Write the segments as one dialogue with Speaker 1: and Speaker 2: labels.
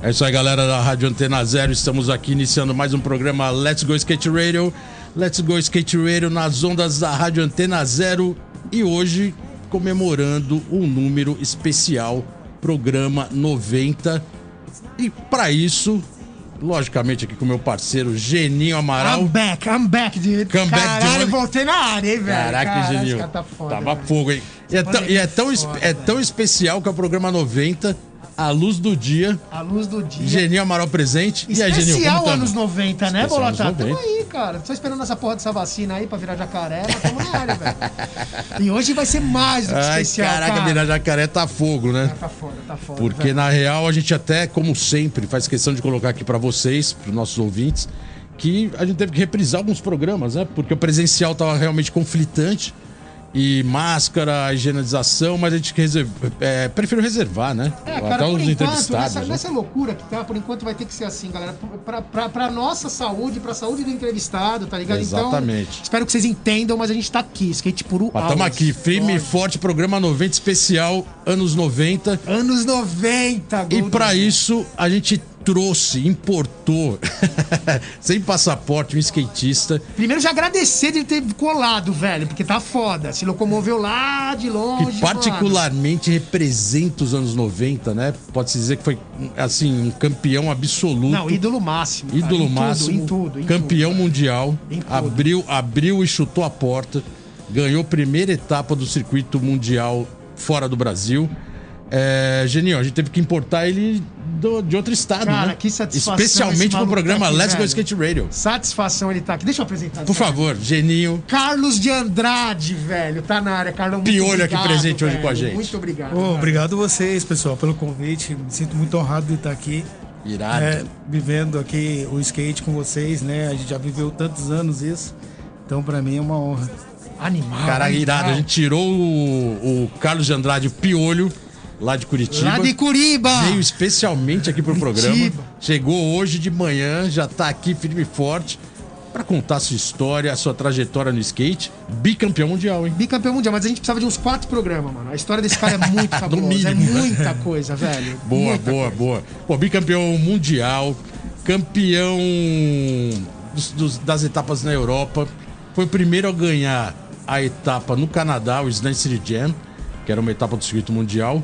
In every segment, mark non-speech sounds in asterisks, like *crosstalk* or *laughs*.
Speaker 1: É isso aí, galera da Rádio Antena Zero. Estamos aqui iniciando mais um programa Let's Go Skate Radio. Let's Go Skate Radio nas ondas da Rádio Antena Zero. E hoje comemorando um número especial, programa 90. E para isso, logicamente aqui com meu parceiro Geninho Amaral.
Speaker 2: I'm back, I'm back, dude.
Speaker 1: Come back,
Speaker 2: Caralho,
Speaker 1: Johnny.
Speaker 2: voltei na área, hein, velho.
Speaker 1: Caraca,
Speaker 2: Caralho,
Speaker 1: Geninho.
Speaker 2: esse cara tá foda,
Speaker 1: Tava
Speaker 2: velho.
Speaker 1: fogo, hein? E é, tão, e é tão es-
Speaker 2: Foda,
Speaker 1: é tão especial que é o programa 90, A Luz do Dia.
Speaker 2: A luz do dia.
Speaker 1: Geninho Amaral presente. e aí, Geninho, como
Speaker 2: Especial
Speaker 1: tamo?
Speaker 2: anos 90, né,
Speaker 1: Especial
Speaker 2: Bolota?
Speaker 1: anos
Speaker 2: Tamo
Speaker 1: 90.
Speaker 2: aí, cara. Tô esperando essa porra dessa vacina aí pra virar jacaré, mas tamo na área, velho. E hoje vai ser mais do que
Speaker 1: Ai,
Speaker 2: especial,
Speaker 1: caraca,
Speaker 2: cara.
Speaker 1: virar jacaré tá fogo, né?
Speaker 2: Tá foda, tá foda.
Speaker 1: Porque
Speaker 2: velho.
Speaker 1: na real a gente até, como sempre, faz questão de colocar aqui pra vocês, pros nossos ouvintes, que a gente teve que reprisar alguns programas, né? Porque o presencial tava realmente conflitante e máscara, higienização, mas a gente reserv... é, prefiro reservar, né?
Speaker 2: É,
Speaker 1: Até
Speaker 2: cara, por
Speaker 1: os
Speaker 2: enquanto,
Speaker 1: entrevistados.
Speaker 2: nessa,
Speaker 1: né?
Speaker 2: nessa loucura que tá, por enquanto vai ter que ser assim, galera. Pra, pra, pra nossa saúde, pra saúde do entrevistado, tá ligado?
Speaker 1: Exatamente.
Speaker 2: Então, espero que vocês entendam, mas a gente tá aqui. Skate puro
Speaker 1: Mas tamo
Speaker 2: hours.
Speaker 1: aqui, firme e
Speaker 2: Lógico.
Speaker 1: forte, programa 90 especial, anos 90.
Speaker 2: Anos
Speaker 1: E
Speaker 2: 90, Golden
Speaker 1: pra isso, a gente trouxe, importou, *laughs* sem passaporte, um skatista
Speaker 2: Primeiro, já agradecer de ter colado, velho, porque tá foda. Se locomoveu lá de longe.
Speaker 1: que particularmente representa os anos 90, né? Pode-se dizer que foi, assim, um campeão absoluto.
Speaker 2: mano. Não, ídolo máximo. cara,
Speaker 1: ídolo
Speaker 2: em tudo,
Speaker 1: máximo,
Speaker 2: em tudo. Em
Speaker 1: campeão
Speaker 2: tudo.
Speaker 1: mundial,
Speaker 2: Em tudo.
Speaker 1: abriu, abriu e chutou a porta, ganhou a primeira etapa do circuito mundial fora do Brasil. É, Geninho, a gente teve que importar ele do- de outro estado,
Speaker 2: Cara,
Speaker 1: né?
Speaker 2: que satisfação esse
Speaker 1: Especialmente pro
Speaker 2: maluco
Speaker 1: programa
Speaker 2: tá aqui,
Speaker 1: Let's Go
Speaker 2: velho.
Speaker 1: Skate Radio.
Speaker 2: Satisfação ele tá aqui. Deixa eu apresentar.
Speaker 1: Por favor, Geninho.
Speaker 2: Carlos de Andrade, velho. Tá na área, Carlão. muito
Speaker 1: Piolho aqui
Speaker 2: obrigado,
Speaker 1: presente hoje
Speaker 2: velho,
Speaker 1: com a gente.
Speaker 2: Muito obrigado.
Speaker 3: Ô,
Speaker 2: velho.
Speaker 3: obrigado vocês, pessoal, pelo convite. Me sinto muito honrado de estar aqui,
Speaker 1: Irado.
Speaker 3: é, vivendo aqui o skate com vocês, né? A gente já viveu tantos anos isso, então pra mim é uma honra.
Speaker 2: Animal.
Speaker 1: Cara,
Speaker 2: animal.
Speaker 1: irado. A gente tirou o, o Carlos de Andrade Piolho, lá de Curitiba.
Speaker 2: Lá de Curiba.
Speaker 1: Veio especialmente aqui pro programa.
Speaker 2: Curitiba.
Speaker 1: Chegou hoje de manhã, já tá aqui firme e forte pra contar sua história, sua trajetória no skate. Bicampeão mundial, hein?
Speaker 2: Bicampeão mundial, mas a gente precisava de uns quatro programas, mano. A história desse cara é
Speaker 1: *laughs*
Speaker 2: muito fabulosa. é
Speaker 1: mínimo, né?
Speaker 2: muita coisa, velho.
Speaker 1: *laughs* Boa,
Speaker 2: muita
Speaker 1: boa, boa. Pô, bicampeão mundial, campeão dos- dos- das etapas na Europa. Foi o primeiro a ganhar a etapa no Canadá, o Slam City Jam, que era uma etapa do circuito mundial.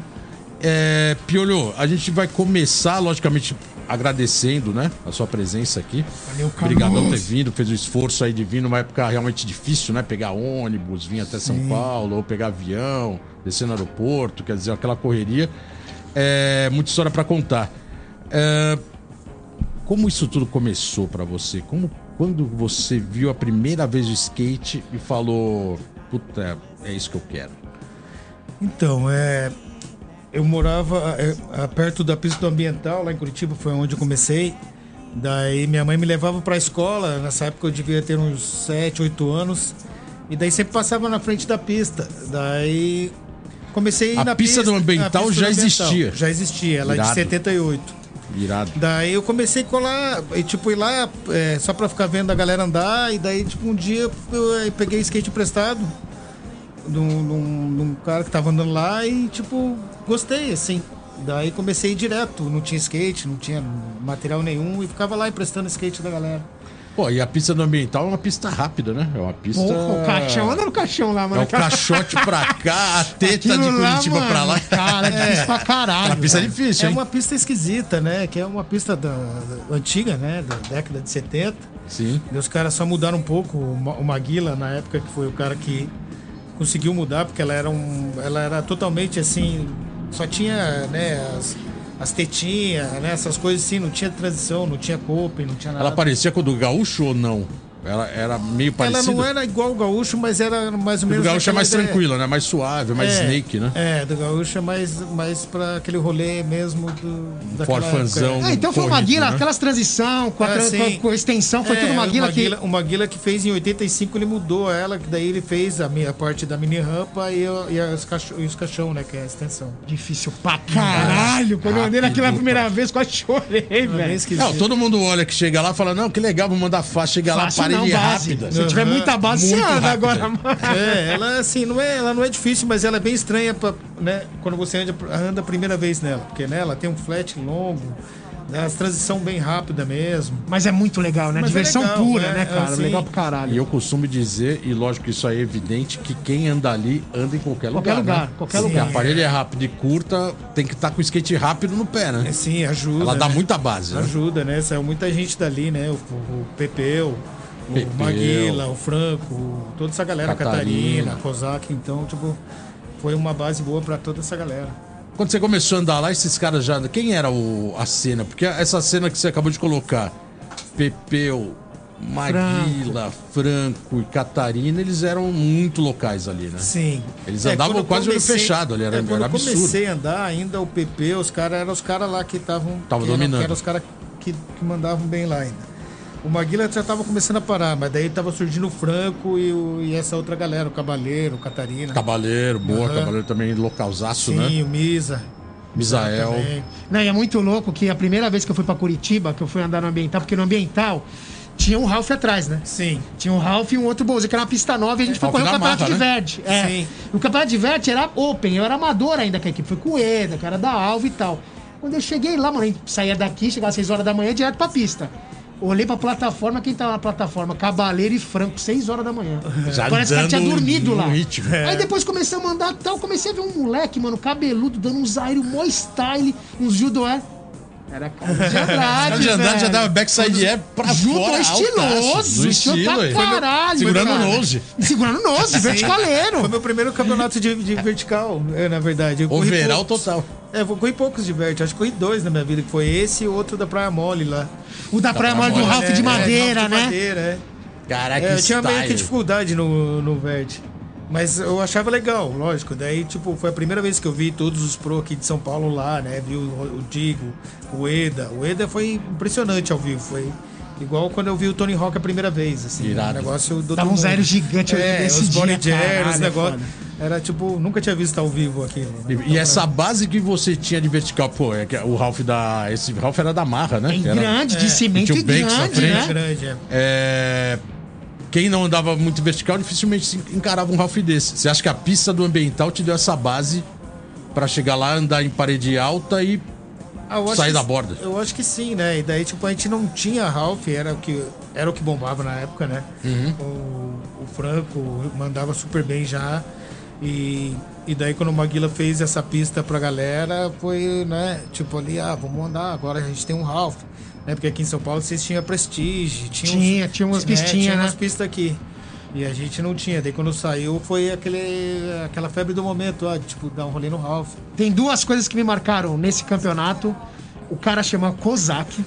Speaker 1: É, Piolho, a gente vai começar, logicamente, agradecendo né, a sua presença aqui.
Speaker 2: Valeu, Carlos.
Speaker 1: Obrigadão por ter vindo, fez o esforço aí de vir numa época realmente difícil, né? Pegar ônibus, vir até São Paulo, ou pegar avião, descer no aeroporto, quer dizer, aquela correria. É, muita história pra contar. É, como isso tudo começou pra você? Como, quando você viu a primeira vez o skate e falou, puta, é isso que eu quero?
Speaker 3: Então, é, eu morava é, a- perto da pista do ambiental, lá em Curitiba, foi onde eu comecei. Daí minha mãe me levava pra escola, nessa época eu devia ter uns 7, 8 anos. E daí sempre passava na frente da pista. Daí comecei
Speaker 1: A
Speaker 3: na
Speaker 1: pista do ambiental já existia.
Speaker 3: Já existia, ela é de
Speaker 1: Irado.
Speaker 3: 78.
Speaker 1: Irado.
Speaker 3: Daí eu comecei a colar, e, tipo, ir lá é, só pra ficar vendo a galera andar. E daí, tipo, um dia eu é, peguei skate emprestado de um, de um- de um cara que tava andando lá e, tipo, gostei, assim. Daí comecei a ir direto, não tinha skate, não tinha material nenhum e ficava lá emprestando skate da galera.
Speaker 1: Pô, e a pista do ambiental é uma pista rápida, né? É uma pista.
Speaker 2: Porra, o caixão, anda no caixão lá,
Speaker 1: É
Speaker 2: mano.
Speaker 1: o caixote pra cá, a
Speaker 2: *laughs*
Speaker 1: teta
Speaker 2: Aquilo
Speaker 1: de
Speaker 2: lá,
Speaker 1: Curitiba
Speaker 2: mano,
Speaker 1: pra lá.
Speaker 3: *laughs*
Speaker 2: Cara, é difícil pra caralho.
Speaker 1: A pista é
Speaker 2: velho.
Speaker 1: difícil,
Speaker 3: é
Speaker 1: hein?
Speaker 3: uma pista esquisita, né? Que é uma pista da, da- antiga, né? Da década de 70.
Speaker 1: Sim.
Speaker 3: Daí Os caras só mudaram um pouco. O Ma- o Maguila, na época, que foi o cara que conseguiu mudar, porque ela era, um, ela era totalmente assim. Só tinha né, as, as tetinhas, né, essas coisas assim. Não tinha transição, não tinha coping, não tinha nada.
Speaker 1: Ela parecia com a do gaúcho ou não? Ela era meio
Speaker 3: Ela
Speaker 1: parecida.
Speaker 3: não era igual o gaúcho, mas era mais ou
Speaker 1: O do
Speaker 3: menos.
Speaker 1: gaúcho é
Speaker 3: aquela
Speaker 1: mais
Speaker 3: ideia.
Speaker 1: tranquila, né? Mais suave, mais
Speaker 3: É,
Speaker 1: snake, né?
Speaker 3: É, do gaúcho é mais, mais pra aquele rolê mesmo do. daquela
Speaker 1: Um forfanzão.
Speaker 3: época. é.
Speaker 2: Ah, então foi uma
Speaker 1: Corrido,
Speaker 2: guila,
Speaker 1: né?
Speaker 2: aquelas transição com a,
Speaker 3: Ah,
Speaker 2: tran-
Speaker 3: sim.
Speaker 2: com a- com a extensão, foi
Speaker 3: É,
Speaker 2: tudo É, uma guila
Speaker 3: uma
Speaker 2: que.
Speaker 3: guila, uma guila que fez em 85, ele mudou ela, que daí ele fez a, minha parte da mini rampa e, a- e as cacho- e os caixão, né? Que é a extensão.
Speaker 2: Difícil pra caralho. Quando eu andei naquela
Speaker 1: Rápido,
Speaker 2: primeira vez, quase chorei,
Speaker 3: Eu nem
Speaker 2: velho.
Speaker 3: esqueci.
Speaker 1: Não, todo mundo olha que chega lá e fala, não, que legal, vou mandar faixa, chega lá,
Speaker 2: Fácil não,
Speaker 1: parede
Speaker 2: base. É.
Speaker 1: rápida.
Speaker 2: Se tiver muita base, você
Speaker 1: Muito
Speaker 2: anda
Speaker 1: rápida.
Speaker 2: agora, mano.
Speaker 3: *laughs* É, ela assim, não é, ela não é difícil, mas ela é bem estranha pra, né, quando você anda, anda a primeira vez nela, porque nela tem um flat longo, né, as transição bem rápida mesmo.
Speaker 2: Mas é muito legal, né?
Speaker 3: Mas é
Speaker 2: Diversão
Speaker 3: legal,
Speaker 2: pura,
Speaker 3: né?
Speaker 2: né, cara?
Speaker 3: Assim,
Speaker 2: legal pra
Speaker 1: E
Speaker 2: caralho.
Speaker 1: eu costumo dizer, e lógico que isso aí é evidente, que quem anda ali anda em qualquer lugar.
Speaker 2: Qualquer lugar,
Speaker 1: né?
Speaker 2: qualquer
Speaker 1: Sim.
Speaker 2: lugar.
Speaker 1: O aparelho é rápido e curta, tem que estar com o skate rápido no pé,
Speaker 2: É,
Speaker 1: né?
Speaker 3: Sim, ajuda.
Speaker 1: Ela dá
Speaker 3: né?
Speaker 1: muita base, né?
Speaker 3: ajuda, né? Saiu muita gente dali, né? O, o, o Pepeu,
Speaker 1: Pepeu.
Speaker 3: o Maguila, o Franco, o- toda essa galera,
Speaker 1: Catarina.
Speaker 3: Catarina, Catarina Kozak, então, tipo, foi uma base boa pra toda essa galera.
Speaker 1: Quando você começou a andar lá, esses caras já. Quem era o- a cena? Porque essa cena que você acabou de colocar, Pepeu, Maguila, Franco e Catarina, eles eram muito locais ali, né?
Speaker 3: Sim.
Speaker 1: Eles andavam
Speaker 3: É, quando eu
Speaker 1: quase olho fechado ali, era-
Speaker 3: é, quando
Speaker 1: era
Speaker 3: eu
Speaker 1: absurdo.
Speaker 3: comecei a andar, ainda o PP, os caras eram os caras lá que estavam.
Speaker 1: Tava
Speaker 3: que eram-
Speaker 1: dominando.
Speaker 3: que Eram os caras que, que mandavam bem lá ainda. O Maguila já tava começando a parar, mas daí tava surgindo o Franco e, o- e essa outra galera, o Cabaleiro, o Catarina.
Speaker 1: Cabaleiro, boa,
Speaker 3: Aham.
Speaker 1: Cabaleiro também, localzaço,
Speaker 3: Sim,
Speaker 1: né?
Speaker 3: o Misa.
Speaker 1: Misael.
Speaker 3: também.
Speaker 2: Não, e é muito louco que a primeira vez que eu fui pra Curitiba, que eu fui andar no Ambiental, porque no Ambiental tinha um Ralph atrás, né?
Speaker 3: Sim.
Speaker 2: Tinha um Ralph e um outro bolso, que era uma pista nova e a gente foi
Speaker 1: É, Ralph
Speaker 2: correr o
Speaker 1: da
Speaker 2: campeonato
Speaker 1: mata,
Speaker 2: de
Speaker 1: né?
Speaker 2: verde. É.
Speaker 3: Sim.
Speaker 2: O campeonato de verde era open, eu era amador ainda com a equipe. Foi com o Eda, cara da Alva e tal. Quando eu cheguei lá, mano, a gente saía daqui, chegava às 6 horas da manhã direto pra pista. Olhei pra plataforma, quem tava na plataforma? Cabaleiro e Franco, 6 horas da manhã.
Speaker 1: *laughs* Já
Speaker 2: Parece que ela tinha
Speaker 1: dando
Speaker 2: dormido
Speaker 1: no
Speaker 2: lá.
Speaker 1: ritmo. é.
Speaker 2: Aí depois começamos a andar e tal, comecei a ver um moleque, mano, cabeludo, dando uns aéreos mó style, uns judoé. Era cara de
Speaker 1: *laughs*
Speaker 2: Andrade,
Speaker 1: Cara de Andrade já
Speaker 2: velho.
Speaker 1: dava backside é pra
Speaker 2: Tá Junto
Speaker 1: fora. altaço,
Speaker 2: estiloso,
Speaker 1: no
Speaker 2: estilo tá pra
Speaker 1: hein?
Speaker 2: caralho.
Speaker 1: Segurando
Speaker 2: cara.
Speaker 1: o nose.
Speaker 2: Segurando o nose,
Speaker 3: Foi
Speaker 2: verticaleiro.
Speaker 3: meu primeiro campeonato de, de vertical, é, na verdade. Eu corri
Speaker 1: Overall
Speaker 3: poucos.
Speaker 1: total.
Speaker 3: É, eu corri poucos de vert. Acho que corri dois na minha vida, que foi esse e outro da Praia Mole lá.
Speaker 2: O da praia mole do
Speaker 1: Praia Mole,
Speaker 2: Ralph de
Speaker 3: É,
Speaker 2: madeira,
Speaker 3: Ralph de
Speaker 2: né?
Speaker 3: Madeira, é.
Speaker 1: Caraca,
Speaker 3: É, eu
Speaker 1: que
Speaker 3: tinha meio que
Speaker 1: style.
Speaker 3: dificuldade no, no verde. Mas eu achava legal, lógico. Daí, tipo, foi a primeira vez que eu vi todos os pro aqui de São Paulo lá, né? Vi o, o Digo, o Eda. O Eda foi impressionante ao vivo. Foi igual quando eu vi o Tony Hawk a primeira vez, assim.
Speaker 1: Irado.
Speaker 3: Um negócio do
Speaker 2: Tava
Speaker 3: outro
Speaker 2: uns
Speaker 3: mundo.
Speaker 2: aéreos gigantes, eu lembro
Speaker 3: é,
Speaker 2: desse
Speaker 3: os
Speaker 2: dia,
Speaker 3: Bonnie Jerry, os
Speaker 2: caralho, é
Speaker 3: negócios.
Speaker 2: foda.
Speaker 3: Era tipo, nunca tinha visto ao vivo aquilo. né?
Speaker 1: E, e essa base que você tinha de vertical, pô, é que o Ralph da. Esse Ralph era da marra, né?
Speaker 2: Bem
Speaker 1: Era-
Speaker 2: É grande, de cimento
Speaker 1: Tinha
Speaker 2: e
Speaker 1: o Banks na
Speaker 2: grande,
Speaker 1: frente,
Speaker 3: Grande,
Speaker 2: né?
Speaker 3: grande, é.
Speaker 1: É, Quem não andava muito vertical dificilmente se encarava um Ralph desse. Você acha que a pista do ambiental te deu essa base pra chegar lá, andar em parede alta e.
Speaker 3: Ah, eu acho
Speaker 1: Sair
Speaker 3: que-
Speaker 1: da borda.
Speaker 3: Eu acho que sim, né? E daí, tipo, a gente não tinha Ralph, era o que, era o que bombava na época, né?
Speaker 1: Uhum.
Speaker 3: O, o Franco mandava super bem já. E, e daí, quando o Maguila fez essa pista pra galera, foi, né? Tipo, ali, ah, vamos andar, agora a gente tem um Ralph. Né? Porque aqui em São Paulo vocês tinham Prestige, tinha, uns-
Speaker 2: Tinha, tinha umas pistinhas,
Speaker 3: tinha
Speaker 2: né?
Speaker 3: umas pistas aqui. E a gente não tinha. Daí, quando saiu, foi aquele, aquela febre do momento, ah, tipo, dar um rolê no Ralph.
Speaker 2: Tem duas coisas que me marcaram nesse campeonato. O cara chamava Kozak.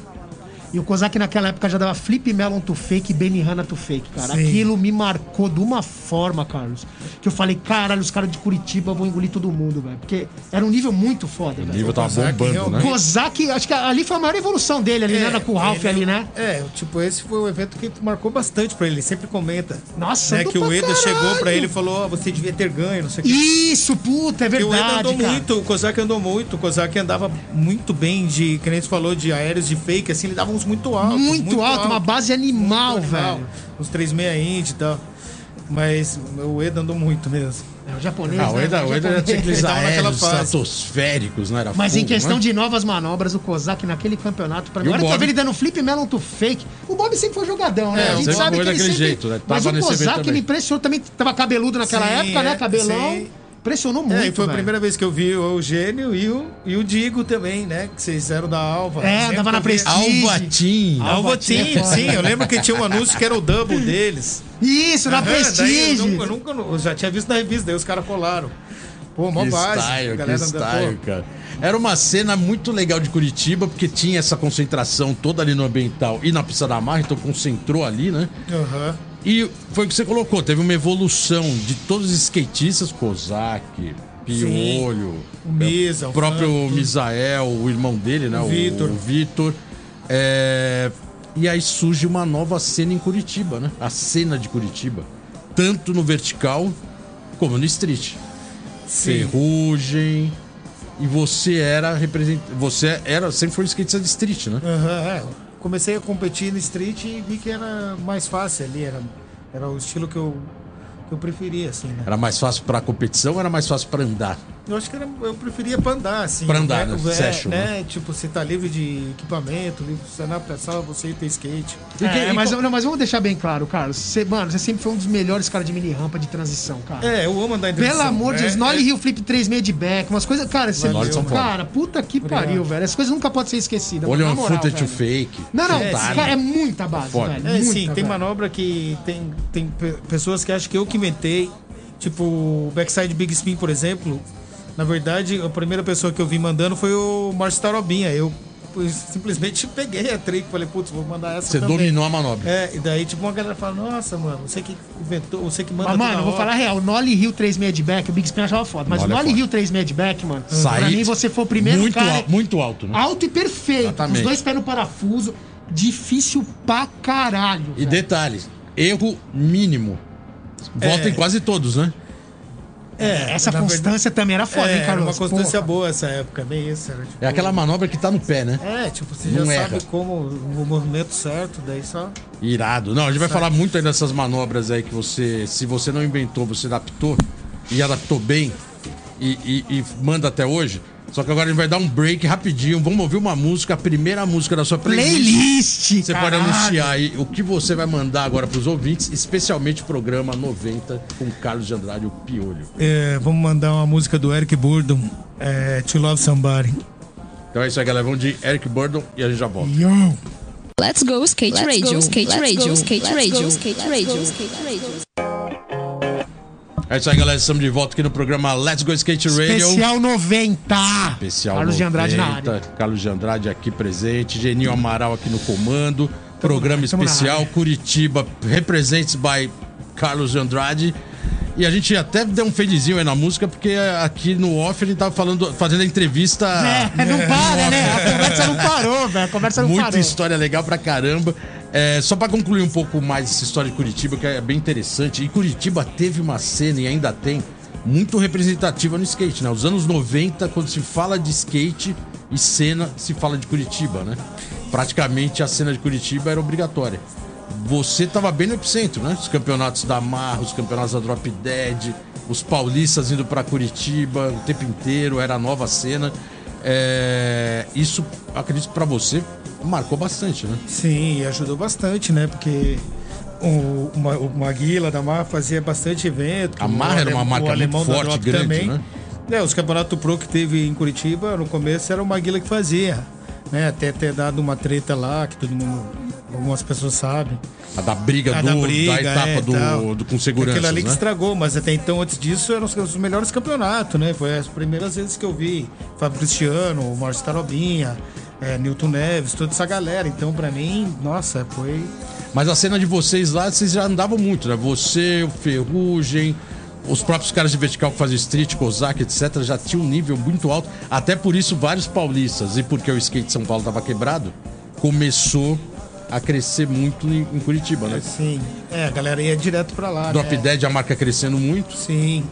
Speaker 2: E o Kozak naquela época já dava Flip Melon to Fake e Benny Hanna to Fake, cara.
Speaker 3: Sim.
Speaker 2: Aquilo me marcou de uma forma, Carlos, que eu falei, caralho, os caras de Curitiba vão engolir todo mundo, velho. Porque era um nível muito foda,
Speaker 1: O
Speaker 2: velho.
Speaker 1: nível tava
Speaker 3: Kozak
Speaker 1: bombando, né?
Speaker 3: realmente-
Speaker 2: Kozak, acho que ali foi a maior evolução dele, ali, né?
Speaker 3: É,
Speaker 2: Da Com o Ralph
Speaker 3: ele-
Speaker 2: ali, né?
Speaker 3: É, tipo, esse foi o evento que marcou bastante pra ele. Ele sempre comenta.
Speaker 2: Nossa,
Speaker 3: né,
Speaker 2: andou
Speaker 3: que o
Speaker 2: pra
Speaker 3: Eda
Speaker 2: caralho.
Speaker 3: chegou pra ele e falou: Ó, você devia ter ganho, não sei o que.
Speaker 2: Isso, puta, é
Speaker 3: E
Speaker 2: verdade.
Speaker 3: o Eda andou
Speaker 2: cara.
Speaker 3: muito, o Kozak andou muito, o Kozak andava muito bem de, que nem você falou, de aéreos de fake, assim, ele dava uns muito altos.
Speaker 2: Muito alto, uma base animal,
Speaker 3: muito
Speaker 2: velho.
Speaker 3: Uns 3,6 inch e tal. Mas o Eda andou muito mesmo.
Speaker 2: É, o japonês,
Speaker 1: Ah, o
Speaker 2: né?
Speaker 1: Eda, o Eda já tinha aqueles
Speaker 3: Tava Então, naquela
Speaker 1: aéreos
Speaker 3: fase.
Speaker 1: estratosféricos, não era
Speaker 2: Mas em
Speaker 1: fogo,
Speaker 2: questão
Speaker 1: né?
Speaker 2: de novas manobras, o Kozak naquele campeonato, pra mim,
Speaker 1: E o
Speaker 2: na hora que eu
Speaker 1: Bob?
Speaker 2: vi ele dando flip melon to fake, o Bob sempre foi jogadão, né?
Speaker 3: É,
Speaker 2: a gente
Speaker 3: sempre
Speaker 2: sabe
Speaker 1: foi
Speaker 2: que ele
Speaker 1: daquele
Speaker 2: sempre...
Speaker 1: jeito, né?
Speaker 2: Mas
Speaker 1: Tava
Speaker 2: o
Speaker 1: nesse evento
Speaker 2: Kozak
Speaker 1: também.
Speaker 2: me impressionou também, tava cabeludo naquela
Speaker 3: Sim,
Speaker 2: época, né?
Speaker 3: é,
Speaker 2: Cabelão.
Speaker 3: sim.
Speaker 2: Impressionou muito,
Speaker 3: É, e foi a
Speaker 2: velho.
Speaker 3: primeira vez que eu vi o Gênio e o, e o Digo também, né? Que vocês eram da Alva.
Speaker 2: É,
Speaker 3: Sempre
Speaker 2: andava na
Speaker 3: eu via-
Speaker 2: Prestige.
Speaker 1: Alvatim.
Speaker 3: Alvatim, sim, eu lembro que tinha um anúncio que era o double deles.
Speaker 2: Isso, na
Speaker 3: Aham, daí
Speaker 2: Prestige.
Speaker 3: Eu, nunca, eu nunca- eu já tinha visto na revista, daí os caras colaram. Pô, mó
Speaker 1: Que
Speaker 3: base.
Speaker 1: style,
Speaker 3: a
Speaker 1: que
Speaker 3: galera andando,
Speaker 1: style,
Speaker 3: pô.
Speaker 1: cara. Era uma cena muito legal de Curitiba, porque tinha essa concentração toda ali no ambiental e na pista da Marra, então concentrou ali, né?
Speaker 3: Aham.
Speaker 1: E foi o que você colocou, teve uma evolução de todos os skatistas, Kozak, Piolho,
Speaker 3: O Misa,
Speaker 1: o
Speaker 3: o
Speaker 1: próprio
Speaker 2: Ah,
Speaker 3: Franco.
Speaker 1: Misael, o irmão dele, né? O
Speaker 3: Vitor.
Speaker 1: o Vitor. É, E aí surge uma nova cena em Curitiba, né? A cena de Curitiba. Tanto no vertical como no street.
Speaker 3: Sim.
Speaker 1: Ferrugem. E você era representante. Você era, sempre foi um skatista de street, né?
Speaker 3: Aham, é. Comecei a competir no street e vi que era mais fácil ali, era, era o estilo que eu, que eu preferia, assim, né?
Speaker 1: Era mais fácil pra competição ou era mais fácil pra andar?
Speaker 3: Eu acho que era, eu preferia pra andar, assim.
Speaker 1: Pra andar,
Speaker 3: né?
Speaker 1: né?
Speaker 3: É,
Speaker 1: Session,
Speaker 3: né? Tipo, você tá livre de equipamento, livre de cenário pra sala, você tem skate.
Speaker 1: E quem-
Speaker 2: É,
Speaker 1: e
Speaker 2: mas,
Speaker 3: então-
Speaker 1: qual-
Speaker 2: não, mas vamos deixar bem claro, Carlos. Você, mano, você sempre foi um dos melhores caras de mini rampa de transição, cara.
Speaker 3: É, eu amo andar em
Speaker 2: Pelo
Speaker 3: direção,
Speaker 2: amor de
Speaker 3: né?
Speaker 2: Deus, Nolly
Speaker 3: É,
Speaker 2: Hill Flip 36 de back, umas coisas. Cara, você.
Speaker 1: Nolly São Paulo.
Speaker 2: Cara, puta que pariu, velho. Essas coisas nunca podem ser esquecidas.
Speaker 1: Olha
Speaker 2: mano,
Speaker 1: um
Speaker 2: na moral,
Speaker 1: footage
Speaker 2: velho.
Speaker 1: fake. Tá, né?
Speaker 2: Não, não,
Speaker 3: É,
Speaker 2: cara,
Speaker 3: sim.
Speaker 2: é muita base,
Speaker 1: Foda.
Speaker 2: velho.
Speaker 3: É,
Speaker 2: muita,
Speaker 3: sim, tem
Speaker 2: velho.
Speaker 3: manobra que tem, tem pe- pessoas que acham que eu que inventei, tipo o backside big spin, por exemplo. Na verdade, a primeira pessoa que eu vi mandando foi o Márcio Tarobinha. Eu pois, simplesmente *laughs* peguei a trick, falei, putz, vou mandar essa
Speaker 1: Você
Speaker 3: também.
Speaker 1: dominou a manobra.
Speaker 3: É, e daí tipo uma galera fala, nossa, mano, você que inventou, você que manda
Speaker 2: Mas, mano,
Speaker 3: toda
Speaker 2: eu vou
Speaker 3: hora."
Speaker 2: falar a real. Nolly Hill 36 de back, o Big Spin eu achava foda. Mas
Speaker 1: Nolly é
Speaker 2: Nolly
Speaker 1: foda.
Speaker 2: Hill 36 de back, mano, pra
Speaker 1: Saí-
Speaker 2: mim você foi o primeiro
Speaker 1: muito,
Speaker 2: cara.
Speaker 1: al- muito alto, né?
Speaker 2: Alto e perfeito.
Speaker 1: Exatamente.
Speaker 2: Os dois pés no parafuso. Difícil pra caralho.
Speaker 1: E
Speaker 2: velho.
Speaker 1: detalhe, erro mínimo. Volta
Speaker 3: É.
Speaker 1: em quase todos, né?
Speaker 3: É,
Speaker 2: Essa
Speaker 3: na
Speaker 2: constância também era
Speaker 3: verdade-
Speaker 2: foda, hein,
Speaker 3: é,
Speaker 2: Carlos?
Speaker 3: era uma constância
Speaker 2: Porra.
Speaker 3: boa essa época, bem isso. Era, tipo,
Speaker 1: É aquela manobra que tá no pé, né?
Speaker 3: É, tipo, você
Speaker 1: Não
Speaker 3: já
Speaker 1: erra.
Speaker 3: sabe como o movimento certo, daí só.
Speaker 1: Irado. Não, a gente vai falar muito aí dessas manobras aí que você, se você não inventou, você adaptou e adaptou bem e, e- e manda até hoje. Só que agora a gente vai dar um break rapidinho. Vamos ouvir uma música, a primeira música da sua playlist.
Speaker 2: Playlist!
Speaker 1: Você
Speaker 2: caralho.
Speaker 1: pode anunciar aí o que você vai mandar agora pros ouvintes, especialmente o programa 90 com Carlos de Andrade, o Piolho.
Speaker 3: É, vamos mandar uma música do Eric Burdon, é, To Love Somebody.
Speaker 1: Então é isso aí, galera. Vamos de Eric Burdon e a gente já volta.
Speaker 4: Let's go skate radio, skate radio, skate radio, skate radio, skate radio.
Speaker 1: É isso aí, galera. Estamos de volta aqui no programa Let's Go Skate Radio.
Speaker 2: Especial 90!
Speaker 1: Especial
Speaker 2: Carlos de Andrade na
Speaker 1: 90,
Speaker 2: área.
Speaker 1: Carlos de Andrade aqui presente, Genil Amaral aqui no comando. programa
Speaker 2: na- tamo na
Speaker 1: especial
Speaker 2: área.
Speaker 1: Curitiba Represents by Carlos de Andrade. E a gente até deu um fadezinho aí na música, porque aqui no off ele tava falando, fazendo a entrevista.
Speaker 2: É, não para, né? A conversa não parou, velho. A conversa não
Speaker 1: Muita
Speaker 2: parou.
Speaker 1: história legal pra caramba. É, só pra concluir um pouco mais essa história de Curitiba, que é bem interessante. E Curitiba teve uma cena e ainda tem muito representativa no skate, né? Os anos 90, quando se fala de skate e cena, se fala de Curitiba, né? Praticamente a cena de Curitiba era obrigatória. Você tava bem no epicentro, né? Os campeonatos da Marra, os campeonatos da Drop Dead, os paulistas indo pra Curitiba o tempo inteiro, era a nova cena. É, Isso, acredito que pra você, marcou bastante, né?
Speaker 3: Sim, e ajudou bastante, né? Porque o, o Ma- o Maguila da Marra fazia bastante evento.
Speaker 1: A Marra
Speaker 3: O
Speaker 1: era uma
Speaker 3: Ale-
Speaker 1: marca
Speaker 3: o
Speaker 1: muito
Speaker 3: alemão da
Speaker 1: forte,
Speaker 3: Drop
Speaker 1: grande, né?
Speaker 3: É, os campeonatos pro que teve em Curitiba, no começo, era o Maguila que fazia. Né? Até ter dado uma treta lá, que todo mundo... Algumas pessoas sabem.
Speaker 1: A da briga,
Speaker 3: A
Speaker 1: do, da,
Speaker 3: da briga,
Speaker 1: etapa
Speaker 3: é,
Speaker 1: do,
Speaker 3: tal.
Speaker 1: do, com segurança.
Speaker 3: Aquilo ali que
Speaker 1: né?
Speaker 3: estragou, mas até então, antes disso, eram os, os melhores campeonatos, né? Foi as primeiras vezes que eu vi Fábio Cristiano, o Márcio Tarobinha, é, Newton Neves, toda essa galera. Então, pra mim, nossa, foi.
Speaker 1: Mas a cena de vocês lá, vocês já andavam muito, né? Você, o Ferrugem, os próprios caras de vertical que faziam street, Kozak, etc., já tinha um nível muito alto. Até por isso, vários paulistas, e porque o skate de São Paulo tava quebrado, começou a crescer muito em, em Curitiba, né?
Speaker 3: Assim, é, a galera ia direto pra lá.
Speaker 1: Drop
Speaker 3: né?
Speaker 1: Dead, a marca crescendo muito.
Speaker 3: Sim.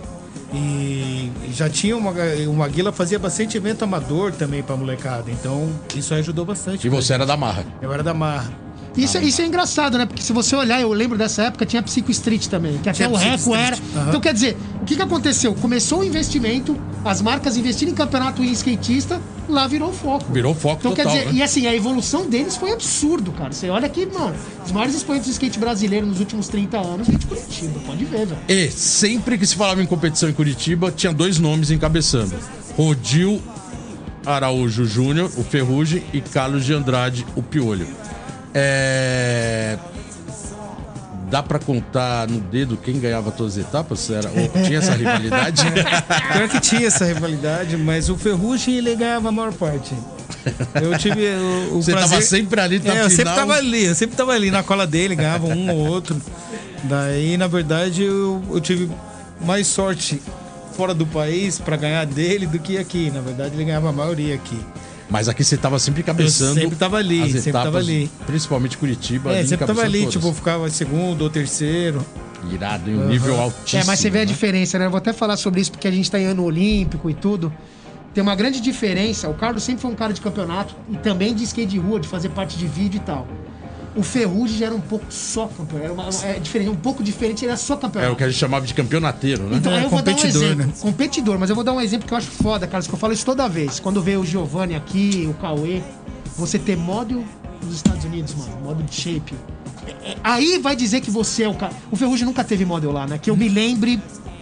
Speaker 3: E e já tinha uma. O Maguila fazia bastante evento amador também pra molecada. Então, isso ajudou bastante.
Speaker 1: E você era da marra.
Speaker 3: Eu era da Marra.
Speaker 2: Isso, isso é engraçado, né? Porque se você olhar, eu lembro dessa época, tinha Psycho Street também, que até
Speaker 3: Tinha
Speaker 2: o
Speaker 3: Psycho
Speaker 2: Reco
Speaker 3: Street,
Speaker 2: era.
Speaker 3: aham.
Speaker 2: Então, quer dizer, o que, que aconteceu? Começou o investimento, as marcas investiram em campeonato em skatista, lá virou o foco.
Speaker 1: Virou foco
Speaker 2: Então,
Speaker 1: total,
Speaker 2: quer dizer,
Speaker 1: né?
Speaker 2: e assim, a evolução deles foi absurdo, cara. Você olha aqui, mano, os maiores expoentes do skate brasileiro nos últimos 30 anos vem de Curitiba, pode ver, velho.
Speaker 1: E sempre que se falava em competição em Curitiba, tinha dois nomes encabeçando: Rodil Araújo Júnior, o Ferrugem, e Carlos de Andrade, o Piolho. É... dá pra contar no dedo quem ganhava todas as etapas? Era, ou tinha essa rivalidade?
Speaker 3: *laughs* Pior que tinha essa rivalidade, mas o Ferrugem ele ganhava a maior parte. Eu tive o, o
Speaker 1: Você
Speaker 3: prazer...
Speaker 1: tava sempre ali na
Speaker 3: é, eu sempre
Speaker 1: final.
Speaker 3: tava ali, eu sempre tava ali na cola dele, ganhava um ou outro. Daí, na verdade, eu, eu tive mais sorte fora do país pra ganhar dele do que aqui. Na verdade, ele ganhava a maioria aqui.
Speaker 1: Mas aqui você tava sempre cabeçando.
Speaker 3: Eu sempre tava ali,
Speaker 1: as
Speaker 3: sempre tava
Speaker 1: etapas,
Speaker 3: ali.
Speaker 1: Principalmente Curitiba.
Speaker 3: é,
Speaker 1: ali,
Speaker 3: sempre tava
Speaker 1: cabeçando
Speaker 3: ali,
Speaker 1: todas.
Speaker 3: tipo, ficava em segundo ou terceiro.
Speaker 1: Irado, em um nível altíssimo.
Speaker 2: É, mas você vê a
Speaker 1: né?
Speaker 2: diferença, né? Eu vou até falar sobre isso porque a gente tá em ano olímpico e tudo. Tem uma grande diferença. O Carlos sempre foi um cara de campeonato e também de skate de rua, de fazer parte de vídeo e tal. O Ferrugem já era um pouco só campeão. Era uma- é diferente, um pouco diferente, ele era só campeão.
Speaker 1: Era É o que a gente chamava de campeonateiro, né?
Speaker 2: Então,
Speaker 3: É,
Speaker 2: eu vou dar um
Speaker 3: competidor,
Speaker 2: exemplo.
Speaker 3: né?
Speaker 2: Competidor, mas eu vou dar um exemplo que eu acho foda, Carlos, que eu falo isso toda vez. Quando veio o Giovanni aqui, o Cauê, você ter modo nos Estados Unidos, mano, modo de shape. É, é, Aí vai dizer que você é o cara. O Ferrugem nunca teve model lá, né? Que eu me lembre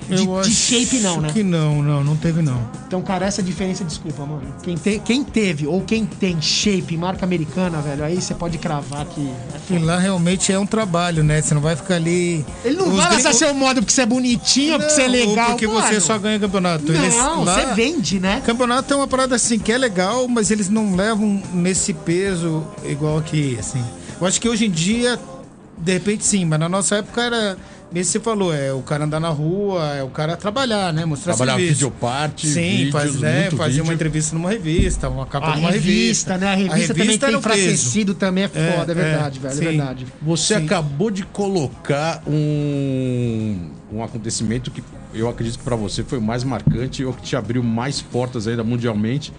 Speaker 2: de,
Speaker 3: Eu
Speaker 2: de
Speaker 3: acho
Speaker 2: shape, não, né?
Speaker 3: que não, não, não teve não.
Speaker 2: Então, cara, essa diferença, desculpa, mano. Quem, te- quem teve ou quem tem shape, marca americana, velho, aí você pode cravar que. é
Speaker 3: E
Speaker 2: foda.
Speaker 3: lá realmente é um trabalho, né? Você não vai ficar ali.
Speaker 2: Ele não
Speaker 3: Os
Speaker 2: vai lançar
Speaker 3: gringos-
Speaker 2: seu modo porque você é bonitinho,
Speaker 3: Não,
Speaker 2: porque você é legal.
Speaker 3: Porque você
Speaker 2: mano.
Speaker 3: só ganha campeonato. Eles
Speaker 2: Não,
Speaker 3: lá-
Speaker 2: você vende, né?
Speaker 3: Campeonato é uma parada assim que é legal, mas eles não levam nesse peso igual aqui, assim. Eu acho que hoje em dia, de repente sim, mas na nossa época era. Nesse você falou, é o cara andar na rua, é o cara trabalhar, né? Mostrar
Speaker 1: Trabalhar
Speaker 3: serviço.
Speaker 1: videoparte,
Speaker 3: Sim,
Speaker 1: vídeos,
Speaker 3: faz, né?
Speaker 1: muito
Speaker 3: Fazer
Speaker 1: vídeo.
Speaker 3: uma entrevista numa revista, uma capa
Speaker 2: A
Speaker 3: de uma
Speaker 2: Ah, revista,
Speaker 3: revista.
Speaker 2: né? A revista, também
Speaker 3: era
Speaker 2: tem
Speaker 3: o peso.
Speaker 2: enfraquecido, também é
Speaker 3: É,
Speaker 2: foda, é, verdade,
Speaker 3: é,
Speaker 2: velho,
Speaker 3: sim.
Speaker 2: é verdade.
Speaker 1: Você acabou de colocar um, um acontecimento que eu acredito que para você foi o mais marcante e o que te abriu mais portas ainda mundialmente,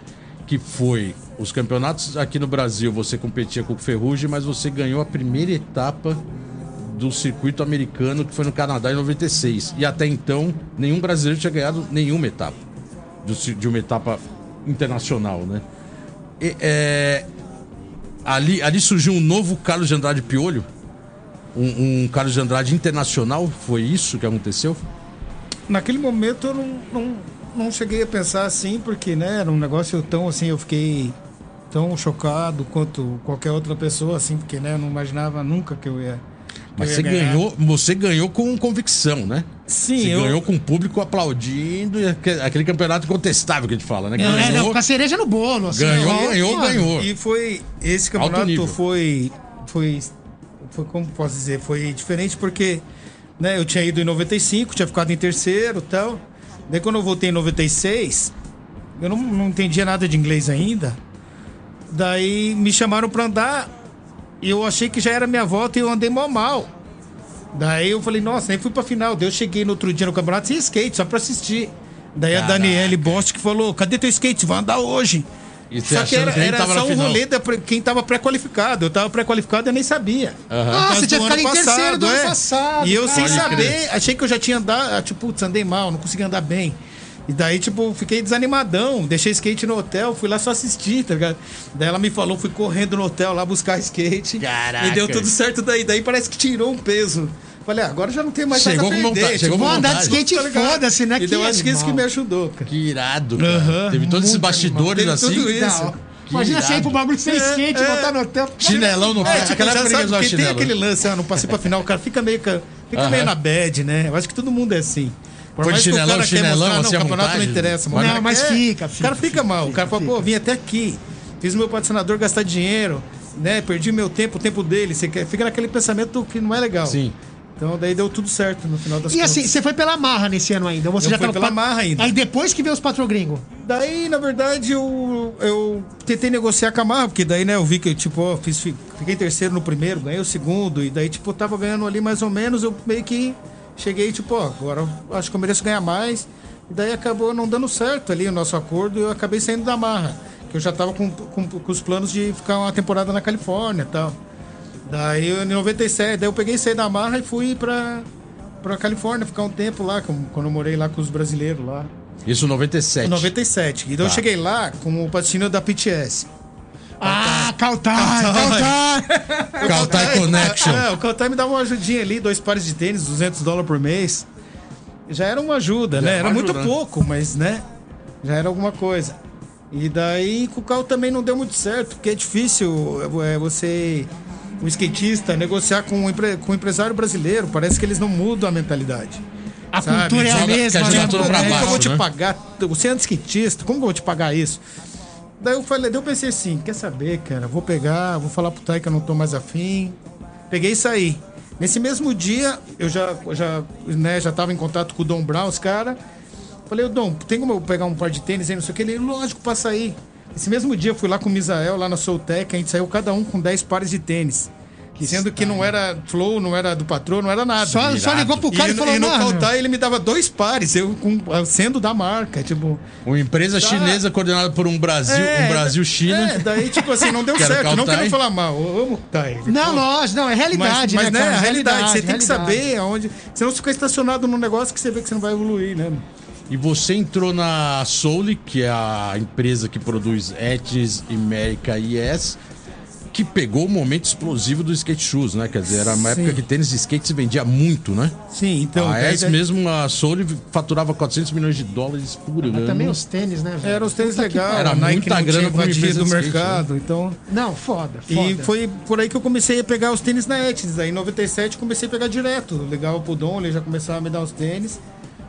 Speaker 1: que foi os campeonatos aqui no Brasil. Você competia com o Ferrugem, mas você ganhou a primeira etapa do circuito americano que foi no Canadá em 96. E até então, nenhum brasileiro tinha ganhado nenhuma etapa do ci- de uma etapa internacional, né? E, é, ali, ali surgiu um novo Carlos de Andrade Piolho? Um, um Carlos de Andrade internacional? Foi isso que aconteceu?
Speaker 3: Naquele momento eu não, não, não cheguei a pensar assim, porque né, era um negócio tão assim, eu fiquei tão chocado quanto qualquer outra pessoa, assim, porque né, eu não imaginava nunca que eu ia. que
Speaker 1: Mas
Speaker 3: eu
Speaker 1: você
Speaker 3: ia ganhar.
Speaker 1: ganhou, você ganhou com convicção, né?
Speaker 3: Sim,
Speaker 1: você
Speaker 3: eu.
Speaker 1: ganhou com o público aplaudindo e aque- aquele campeonato contestável que a gente fala, né?
Speaker 2: Não, é, não,
Speaker 1: Ganhou,
Speaker 2: com a cereja no bolo, assim.
Speaker 1: ganhou,
Speaker 2: ó,
Speaker 1: ganhou,
Speaker 2: mano.
Speaker 1: ganhou.
Speaker 3: E foi. Esse
Speaker 1: Alto nível.
Speaker 3: campeonato foi, foi. Foi. Como posso dizer? Foi diferente porque. Né, eu tinha ido em 95, tinha ficado em terceiro e tal. Daí quando eu voltei em 96, eu não, não entendia nada de inglês ainda. Daí me chamaram pra andar. E eu achei que já era minha volta e eu andei mó mal. Daí eu falei, nossa, nem fui pra final. Daí eu cheguei no outro dia no campeonato sem skate, só pra assistir. Daí
Speaker 1: Caraca.
Speaker 3: a Daniele Bosch que falou, cadê teu skate? Vai andar hoje.
Speaker 1: E você
Speaker 3: Só que
Speaker 1: achando
Speaker 3: era,
Speaker 1: que nem
Speaker 3: era
Speaker 1: tava na
Speaker 3: só um
Speaker 1: final.
Speaker 3: rolê da pre- quem tava pré-qualificado. Eu tava pré-qualificado e eu nem sabia.
Speaker 1: Aham.
Speaker 2: Ah,
Speaker 3: Mas
Speaker 2: você tinha
Speaker 3: do ano é.
Speaker 2: ficado em terceiro do ano passado,
Speaker 3: E eu sem
Speaker 1: Pode
Speaker 3: saber,
Speaker 1: crer.
Speaker 3: achei que eu já tinha andado, ah, tipo, putz, andei mal, não consegui andar bem. E daí, tipo, fiquei desanimadão, deixei skate no hotel, fui lá só assistir, tá ligado? Daí ela me falou, fui correndo no hotel lá buscar skate.
Speaker 1: Caraca.
Speaker 3: E deu tudo certo daí. Daí parece que tirou um peso. Falei, ah, agora já não tem mais
Speaker 1: Chegou
Speaker 3: nada a
Speaker 1: com
Speaker 3: perder.
Speaker 1: vontade, chegou
Speaker 3: tipo,
Speaker 2: Vou
Speaker 1: com
Speaker 2: andar de
Speaker 1: vontade.
Speaker 2: skate,
Speaker 3: tá ligado?
Speaker 2: foda-se, né?
Speaker 3: E daí eu acho que isso que me
Speaker 2: animal.
Speaker 3: ajudou, cara.
Speaker 1: Que irado, cara.
Speaker 3: Aham,
Speaker 1: Teve todos esses
Speaker 3: muito
Speaker 1: bastidores
Speaker 3: animal. Teve
Speaker 1: assim.
Speaker 3: tudo isso.
Speaker 2: Da hora.
Speaker 1: Que
Speaker 2: Imagina
Speaker 1: irado.
Speaker 2: sair pro bagulho sem skate,
Speaker 3: é.
Speaker 2: voltar no hotel.
Speaker 1: Chinelão no pé.
Speaker 3: É, tipo,
Speaker 1: Aquela
Speaker 3: já
Speaker 1: época ninguém
Speaker 3: sabe,
Speaker 1: usava
Speaker 3: porque tem
Speaker 1: chinelo. né?
Speaker 3: aquele lance, ah, não passei pra final, o cara fica meio, ca- fica
Speaker 1: Aham.
Speaker 3: meio na bad, né? Eu acho que todo mundo é assim. Por
Speaker 1: Foi
Speaker 3: mais que o
Speaker 1: chinelão,
Speaker 3: cara quer
Speaker 1: chinelão,
Speaker 3: mostrar,
Speaker 1: assim, à
Speaker 3: não, o campeonato
Speaker 1: vontade?
Speaker 3: não interessa.
Speaker 1: Vai
Speaker 3: mano.
Speaker 2: Não, mas
Speaker 3: É,
Speaker 2: fica,
Speaker 3: O cara
Speaker 2: fica,
Speaker 3: fica mal, o
Speaker 2: fica,
Speaker 3: cara fala, pô,
Speaker 2: fica.
Speaker 3: vim até aqui, fiz meu patrocinador gastar dinheiro, né? Perdi meu tempo, o tempo dele. Você quer- fica naquele pensamento que não é legal.
Speaker 1: Sim.
Speaker 3: Então daí deu tudo certo no final das
Speaker 2: E
Speaker 3: contas.
Speaker 2: assim, você foi pela marra nesse ano ainda? Ou você
Speaker 3: Eu
Speaker 2: já
Speaker 3: fui
Speaker 2: tava
Speaker 3: pela
Speaker 2: pa-
Speaker 3: marra ainda.
Speaker 2: Aí depois que veio os patrogringos.
Speaker 3: Daí, na verdade, eu, eu tentei negociar com a Marra, porque daí, né, eu vi que, tipo, ó, fiz, fi- fiquei terceiro no primeiro, ganhei o segundo, e daí, tipo, eu tava ganhando ali mais ou menos, eu meio que cheguei, tipo, ó, agora eu acho que eu mereço ganhar mais. E daí acabou não dando certo ali o nosso acordo e eu acabei saindo da Marra, que eu já tava com, com, com os planos de ficar uma temporada na Califórnia e tal. Daí, eu, em 97, daí eu peguei, saí da Marra e fui pra, pra Califórnia ficar um tempo lá, com- quando eu morei lá com os brasileiros lá.
Speaker 1: Isso 97.
Speaker 3: Em 97. Então eu
Speaker 1: Tá.
Speaker 3: cheguei lá com o patrocínio da PTS.
Speaker 2: Ah, Caltai, Caltai.
Speaker 1: *laughs* Caltai
Speaker 3: É,
Speaker 1: então Connection.
Speaker 3: o Caltai me dava uma ajudinha ali, dois pares de tênis, 200 dólares por mês. Já era uma ajuda, né?
Speaker 1: era
Speaker 3: Era
Speaker 1: uma
Speaker 3: muito
Speaker 1: ajuda, né?
Speaker 3: pouco, mas né? Já era alguma coisa. E daí com o carro também não deu muito certo, porque é difícil é, você o skatista, negociar com o, empre- com o empresário brasileiro. Parece que eles não mudam a mentalidade.
Speaker 2: A cultura é a
Speaker 3: Joga-
Speaker 2: mesma,
Speaker 3: que
Speaker 1: né?
Speaker 3: gente-
Speaker 1: Tudo pra
Speaker 3: É, Como que eu
Speaker 1: baixo,
Speaker 3: vou te
Speaker 1: né?
Speaker 3: pagar? Você é skatista, como que eu vou te pagar isso? Daí eu falei, daí eu pensei assim, quer saber, cara? Vou pegar, vou falar pro Tai que eu não tô mais afim. Peguei e saí. Nesse mesmo dia, eu já, eu já, né, já tava em contato com o Dom Brown, os caras. Falei, ô Dom, tem como eu pegar um par de tênis aí, não sei o que? Ele, lógico, pra sair. Esse mesmo dia, eu fui lá com o Misael, lá na Soultec, a gente saiu cada um com 10 pares de tênis. sendo que não era flow, não era do patrão, não era nada.
Speaker 2: Só, só
Speaker 1: Irado.
Speaker 2: ligou pro cara e,
Speaker 3: no-
Speaker 2: falou,
Speaker 3: e no
Speaker 2: mano...
Speaker 3: faltar, ele me dava dois pares, eu com, ah, sendo da marca, tipo.
Speaker 1: Uma empresa chinesa coordenada por um Brasil, um Brasil-China.
Speaker 3: É, daí, tipo assim, não *laughs* deu
Speaker 1: Quero
Speaker 3: certo. Não
Speaker 1: Kautai.
Speaker 3: quero falar mal, eu amo Kautai.
Speaker 2: Não, lógico, não, é
Speaker 3: Mas,
Speaker 2: realidade,
Speaker 3: mas né,
Speaker 2: né, cara?
Speaker 3: a realidade, você tem que
Speaker 2: realidade.
Speaker 3: saber aonde. Senão você fica estacionado num negócio que você vê que você não vai evoluir, né?
Speaker 1: E você entrou na Soul, que é a empresa que produz Etnis, America e Yes, que pegou o momento explosivo do skate shoes, né? Quer dizer, era uma
Speaker 3: Sim.
Speaker 1: época que tênis de skate se vendia muito, né?
Speaker 3: Sim, então.
Speaker 1: a
Speaker 3: daí-
Speaker 1: Yes
Speaker 3: daí-
Speaker 1: mesmo, a Soul faturava 400 milhões de dólares por
Speaker 2: Mas
Speaker 1: ano.
Speaker 2: também os tênis, né, velho?
Speaker 3: Era os tênis
Speaker 2: Puta que
Speaker 3: legais,
Speaker 2: pariu.
Speaker 1: Era
Speaker 3: a Nike
Speaker 1: muita
Speaker 3: não
Speaker 1: grana
Speaker 3: tinha
Speaker 1: pra uma empresa
Speaker 3: invadido o
Speaker 1: de skate,
Speaker 3: um mercado, então.
Speaker 2: Não, foda, foda.
Speaker 3: E foi por aí que eu comecei a pegar os tênis na Etnis. Daí em 97 comecei a pegar direto. Ligava pro Dom, ele já começava a me dar os tênis.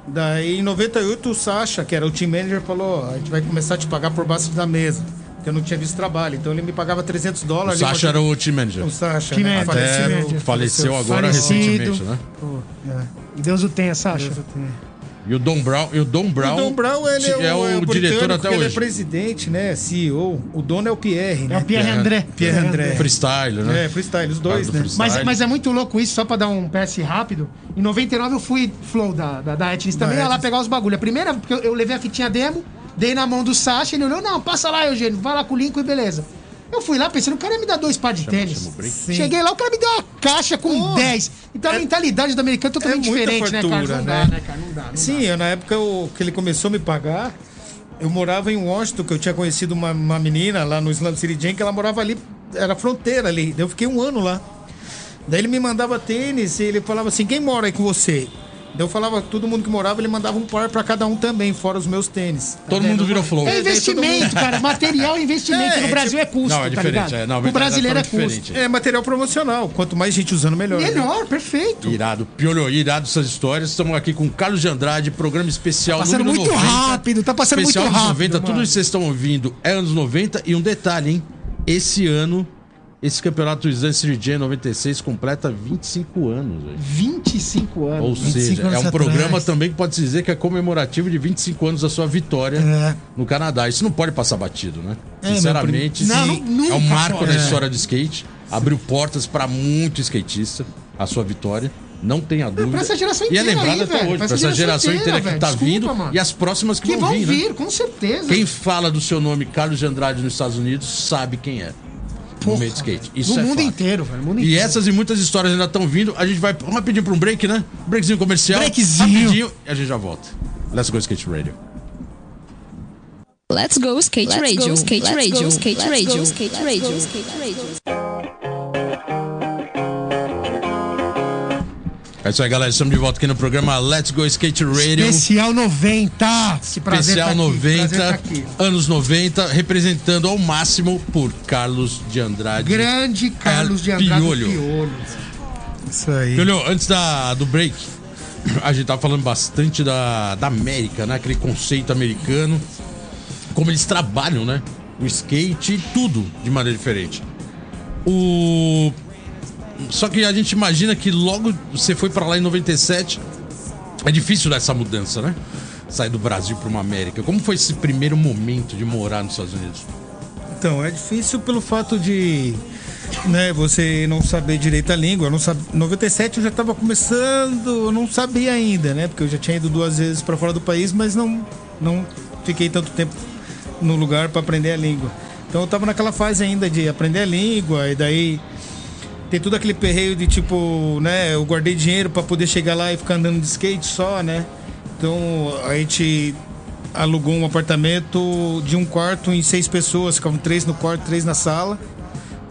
Speaker 3: Daí em 98 o Sasha, que era o team manager, falou: "Ó, a gente vai começar a te pagar por baixo da mesa. Porque eu não tinha visto trabalho. Então ele me pagava 300
Speaker 1: O
Speaker 3: dólares.
Speaker 1: Sasha era o team manager.
Speaker 3: o Sasha.
Speaker 2: Team
Speaker 3: né?
Speaker 2: manager.
Speaker 3: Falecido.
Speaker 2: Até
Speaker 1: É, faleceu agora
Speaker 2: Falecido.
Speaker 1: recentemente, né?
Speaker 3: Pô, é.
Speaker 2: E Deus o tenha, Sasha.
Speaker 3: Deus o tenha.
Speaker 1: E o Don Brown, e o Don Brown,
Speaker 3: O Dom Brown ele é, o, é o
Speaker 1: diretor
Speaker 3: britânico,
Speaker 1: até
Speaker 3: Ele é
Speaker 1: hoje.
Speaker 3: presidente, né? CEO. O dono é o Pierre, né?
Speaker 2: É o Pierre André.
Speaker 3: Pierre André.
Speaker 1: Freestyle, né?
Speaker 3: É, freestyle, os dois,
Speaker 1: do
Speaker 3: né?
Speaker 1: freestyle.
Speaker 2: Mas, mas é muito louco isso, só pra dar um PS rápido. Em 99 eu fui flow da, da, da Etnis também,
Speaker 3: Da
Speaker 2: ia lá
Speaker 3: Etnis.
Speaker 2: pegar os bagulho. A primeira, porque eu, eu levei a fitinha demo, dei na mão do Sasha, ele olhou, não, passa lá, Eugênio, vai lá com o link e beleza. Eu fui lá pensando, o cara ia me dar dois pares de tênis.
Speaker 1: chama o break.
Speaker 2: Sim. Cheguei lá, o cara me deu uma caixa com 10. Então a mentalidade do americano é totalmente
Speaker 3: é muita
Speaker 2: diferente, né, cara?
Speaker 3: fartura,
Speaker 2: Não
Speaker 3: né?
Speaker 2: dá, né, cara? Não dá. Não
Speaker 3: Sim, eu, na época eu- que ele começou a me pagar, eu morava em Washington, que eu tinha conhecido uma, uma menina lá no Slam City Jam, que ela morava ali, era fronteira ali. Daí Eu fiquei um ano lá. Daí ele me mandava tênis e ele falava assim, quem mora aí com você? Daí eu falava, todo mundo que morava, ele mandava um par pra cada um também, fora os meus tênis.
Speaker 1: Todo mundo virou flow.
Speaker 2: dá. É investimento, cara. Material é investimento.
Speaker 3: É,
Speaker 2: no Brasil
Speaker 3: é
Speaker 2: é custo,
Speaker 1: Não, é
Speaker 2: tá
Speaker 1: diferente,
Speaker 2: ligado?
Speaker 1: é, não,
Speaker 2: o brasileiro é
Speaker 1: é
Speaker 2: custo.
Speaker 1: diferente.
Speaker 3: É material promocional, quanto mais gente usando, melhor. né?
Speaker 2: Melhor, perfeito.
Speaker 1: Irado, piolho, irado essas histórias. Estamos aqui com o Carlos de Andrade, programa especial
Speaker 2: Passando
Speaker 1: número
Speaker 2: Tá muito
Speaker 1: 90.
Speaker 2: rápido, tá passando muito
Speaker 1: especial anos
Speaker 2: rápido,
Speaker 1: 90, tudo
Speaker 2: mano.
Speaker 1: isso que vocês estão ouvindo é anos 90. E um detalhe, hein? Esse ano, esse campeonato Slam City Jam 96 completa 25 anos. velho.
Speaker 2: 25 anos.
Speaker 1: Ou
Speaker 5: 25
Speaker 1: seja, é
Speaker 5: anos
Speaker 1: um programa
Speaker 5: atrás.
Speaker 1: também que pode se dizer que é comemorativo de 25 anos da sua vitória
Speaker 5: É.
Speaker 1: no Canadá. Isso não pode passar batido, né?
Speaker 5: É, meu
Speaker 1: Sinceramente,
Speaker 5: primo-
Speaker 1: sim,
Speaker 2: Não, não-
Speaker 1: é um
Speaker 2: nunca
Speaker 1: marco
Speaker 2: pode.
Speaker 1: na história do skate. Abriu portas para muito skatista a sua vitória. Não tenha dúvida.
Speaker 2: pra essa geração
Speaker 1: e é
Speaker 2: inteira
Speaker 1: lembrado
Speaker 2: aí,
Speaker 1: até
Speaker 2: velho.
Speaker 1: hoje,
Speaker 2: Pra
Speaker 1: para essa geração inteira, que
Speaker 2: velho.
Speaker 1: tá
Speaker 2: Desculpa,
Speaker 1: vindo
Speaker 2: mano.
Speaker 1: e as próximas que,
Speaker 2: Que
Speaker 1: vão
Speaker 2: vão
Speaker 1: vir, né?
Speaker 2: vir, com certeza.
Speaker 1: Quem fala do seu nome, Carlos de Andrade, nos Estados Unidos, sabe quem é. no meio de skate. Isso
Speaker 2: no
Speaker 1: é
Speaker 2: mundo
Speaker 1: fato.
Speaker 2: inteiro, velho. no mundo
Speaker 1: E
Speaker 2: inteiro.
Speaker 1: essas e muitas histórias ainda estão vindo. A gente vai rapidinho para um break, né? Breakzinho comercial.
Speaker 5: Breakzinho.
Speaker 1: Rapidinho e a gente já volta. Let's go skate radio.
Speaker 4: Let's go skate radio. Skate radio. Skate radio.
Speaker 1: É isso aí, galera. Estamos de volta aqui no programa Let's Go Skate Radio.
Speaker 5: Especial 90.
Speaker 2: Esse prazer
Speaker 1: é um Especial
Speaker 2: tá aqui,
Speaker 1: 90,
Speaker 2: prazer tá aqui.
Speaker 1: anos 90, representando ao máximo por Carlos de Andrade. É,
Speaker 2: Grande Carlos de Andrade
Speaker 1: Piolho.
Speaker 2: Piolho.
Speaker 3: Isso aí.
Speaker 1: Julio, antes da, do break, a gente tava falando bastante da, da América, né? Aquele conceito americano. Como eles trabalham, né? O skate e tudo de maneira diferente. O. Só que a gente imagina que logo você foi pra lá em 97. É difícil dar essa mudança, né? Sair do Brasil pra uma América. Como foi esse primeiro momento de morar nos Estados Unidos?
Speaker 3: Então, é difícil pelo fato de né, você não saber direito a língua. Eu não sabe... 97 eu já estava começando, eu não sabia ainda, né? Porque eu já tinha ido duas vezes para fora do país, mas não, não fiquei tanto tempo no lugar para aprender a língua. Então eu estava naquela fase ainda de aprender a língua e daí tem todo aquele perreio de tipo, né? Eu guardei dinheiro pra poder chegar lá e ficar andando de skate só, né? Então a gente alugou um apartamento de um quarto em seis pessoas, ficavam três no quarto, três na sala,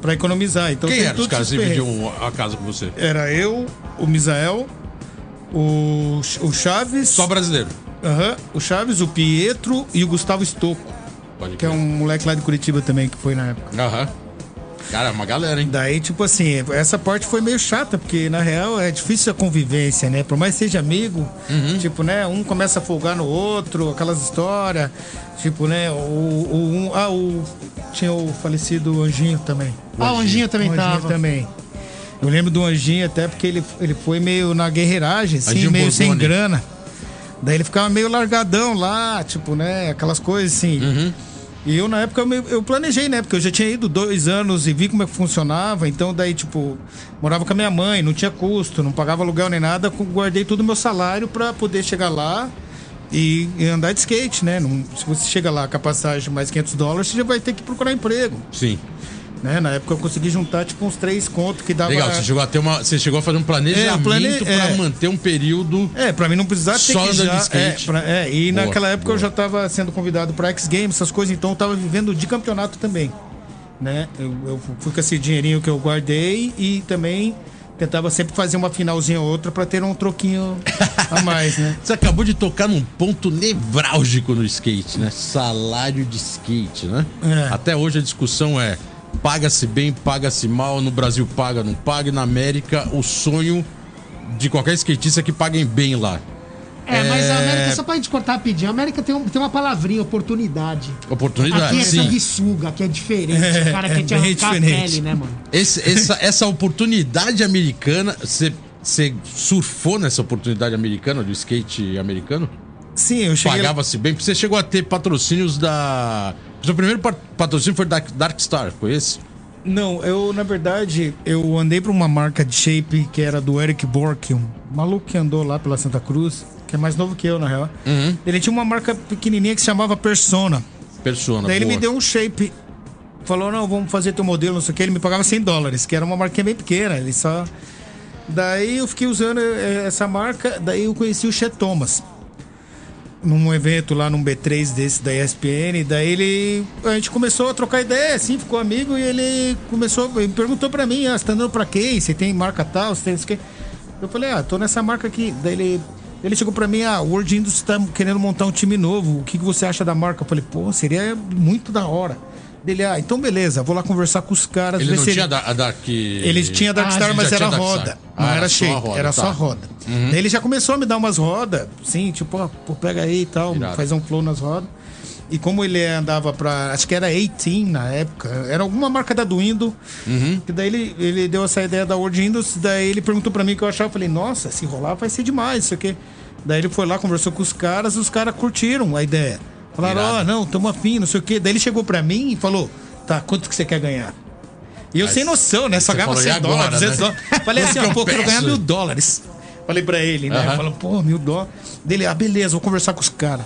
Speaker 3: pra economizar. Então
Speaker 1: Quem
Speaker 3: tem
Speaker 1: eram os
Speaker 3: todos
Speaker 1: caras
Speaker 3: esses
Speaker 1: que
Speaker 3: perreios.
Speaker 1: dividiam um? a casa com você?
Speaker 3: Era eu, o Misael, o, Ch- o Chaves,
Speaker 1: Só brasileiro.
Speaker 3: Aham, o Chaves, o Pietro e o Gustavo é Estocco,
Speaker 1: Pode
Speaker 3: que é um moleque lá de Curitiba também que foi na época.
Speaker 1: Aham. Cara, é uma galera, hein?
Speaker 3: Daí, tipo assim, essa parte foi meio chata, porque na real é difícil a convivência, né? Por mais que seja amigo, tipo, né? Um começa a folgar no outro, aquelas histórias. Tipo, né? O, o, um, ah, o. Tinha o falecido Anjinho também.
Speaker 2: Ah, o Anjinho também
Speaker 3: o Anjinho
Speaker 2: tava.
Speaker 3: também. Eu lembro do Anjinho até porque ele, ele foi meio na guerreiragem, assim,
Speaker 1: Anjinho
Speaker 3: meio sem
Speaker 1: Bozoni.
Speaker 3: grana. Daí ele ficava meio largadão lá, tipo, né? Aquelas coisas assim.
Speaker 1: Uhum.
Speaker 3: E eu, na época, eu, me- eu planejei, né? Porque eu já tinha ido dois anos e vi como é que funcionava. Então, daí, tipo, morava com a minha mãe, não tinha custo, não pagava aluguel nem nada. cu- Guardei todo o meu salário pra poder chegar lá e, e andar de skate, né? Não- se você chega lá com a passagem mais 500 dólares, você já vai ter que procurar emprego.
Speaker 1: Sim.
Speaker 3: Né? Na época, eu consegui juntar, tipo, uns três contos que dava...
Speaker 1: Legal, você chegou a ter uma. Você chegou a fazer um planejamento
Speaker 3: É, plane-
Speaker 1: pra
Speaker 3: é.
Speaker 1: manter um período.
Speaker 3: É, pra mim não precisava ter
Speaker 1: Só
Speaker 3: que
Speaker 1: andando
Speaker 3: já,
Speaker 1: de skate.
Speaker 3: É, pra- é, e
Speaker 1: Boa,
Speaker 3: naquela época
Speaker 1: boa.
Speaker 3: eu já tava sendo convidado pra X Games, essas coisas, então eu tava vivendo de campeonato também. Né? Eu, eu fui com esse dinheirinho que eu guardei e também tentava sempre fazer uma finalzinha ou outra pra ter um troquinho a
Speaker 1: *laughs*
Speaker 3: mais, né?
Speaker 1: Você acabou de tocar num ponto nevrálgico no skate, né? Salário de skate, né?
Speaker 3: É.
Speaker 1: Até hoje a discussão é: paga-se bem, paga-se mal, no Brasil paga, não paga, e na América o sonho de qualquer skatista é que paguem bem lá.
Speaker 2: É, mas a
Speaker 1: É.
Speaker 2: América, só pra gente cortar rapidinho, a América tem, um- tem uma palavrinha, oportunidade.
Speaker 1: Oportunidade,
Speaker 2: Aqui é
Speaker 1: sim.
Speaker 2: sanguessuga, aqui é diferente. o cara
Speaker 3: é
Speaker 2: quer te
Speaker 3: bem
Speaker 2: arrancar a
Speaker 3: diferente.
Speaker 2: pele, né, mano?
Speaker 1: Esse- essa, essa oportunidade americana, você você surfou nessa oportunidade americana, do skate americano?
Speaker 3: Sim, eu cheguei. lá-
Speaker 1: Pagava-se bem, porque você chegou a ter patrocínios da. O seu primeiro pat- patrocínio foi da Dark Star, foi esse?
Speaker 3: Não, eu, na verdade, eu andei pra uma marca de shape que era do Eric Bork, um maluco que andou lá pela Santa Cruz, que é mais novo que eu, na real. Ele tinha uma marca pequenininha que se chamava Persona.
Speaker 1: Persona.
Speaker 3: Daí ele
Speaker 1: boa.
Speaker 3: me deu um shape. Falou, não, vamos fazer teu modelo, não sei o que. Ele me pagava 100 dólares, que era uma marquinha bem pequena. Ele só... Daí eu fiquei usando eh, essa marca. Daí eu conheci o Che Thomas. Num evento lá, num B3 desse da ESPN. Daí ele... A gente começou a trocar ideia, assim, ficou amigo. E ele começou... Ele perguntou pra mim, ah, você tá andando pra quem? Você tem marca tal? Você tem isso que... Eu falei, ah, tô nessa marca aqui. Daí ele... Ele chegou pra mim, ah, o World Indus tá querendo montar um time novo. O que, que você acha da marca? Eu falei, pô, seria muito da hora. Dele, ah, então beleza, vou lá conversar com os caras.
Speaker 1: Ele
Speaker 3: ver
Speaker 1: não
Speaker 3: um- se
Speaker 1: tinha da- a Dark.
Speaker 3: ele tinha Dark
Speaker 1: Ah,
Speaker 3: Star,
Speaker 1: já
Speaker 3: mas
Speaker 1: tinha
Speaker 3: era
Speaker 1: Dark Star.
Speaker 3: roda.
Speaker 1: Ah,
Speaker 3: não era
Speaker 1: só
Speaker 3: shape,
Speaker 1: a roda,
Speaker 3: era só
Speaker 1: tá.
Speaker 3: roda. Daí ele já começou a me dar umas rodas, sim, tipo, ó, pô, pega aí e tal,
Speaker 1: Irado.
Speaker 3: faz um flow nas rodas. E como ele andava pra. Acho que era 18 na época, era alguma marca da do Indo.
Speaker 1: Uhum.
Speaker 3: Que daí ele, ele deu essa ideia da World Indus, daí ele perguntou pra mim o que eu achava. Eu falei, nossa, se rolar vai ser demais, isso aqui. Daí ele foi lá, conversou com os caras, os caras curtiram a ideia. Falaram, ó,
Speaker 1: Irado.
Speaker 3: não, tamo afim, não sei o quê. Daí ele chegou pra mim e falou, tá, quanto que você quer ganhar? E eu
Speaker 1: Mas
Speaker 3: sem noção, né? Só
Speaker 1: você
Speaker 3: ganhava
Speaker 1: falou, e
Speaker 3: 100
Speaker 1: agora,
Speaker 3: dólares, 200
Speaker 1: né?
Speaker 3: dólares. Falei assim,
Speaker 1: Quanto
Speaker 3: ó,
Speaker 1: que eu
Speaker 3: pô, quero ganhar
Speaker 1: peço?
Speaker 3: mil dólares. Falei pra ele, né?
Speaker 1: Aham.
Speaker 3: Falou, pô, mil dólares. Dele, ah, beleza, vou conversar com os caras.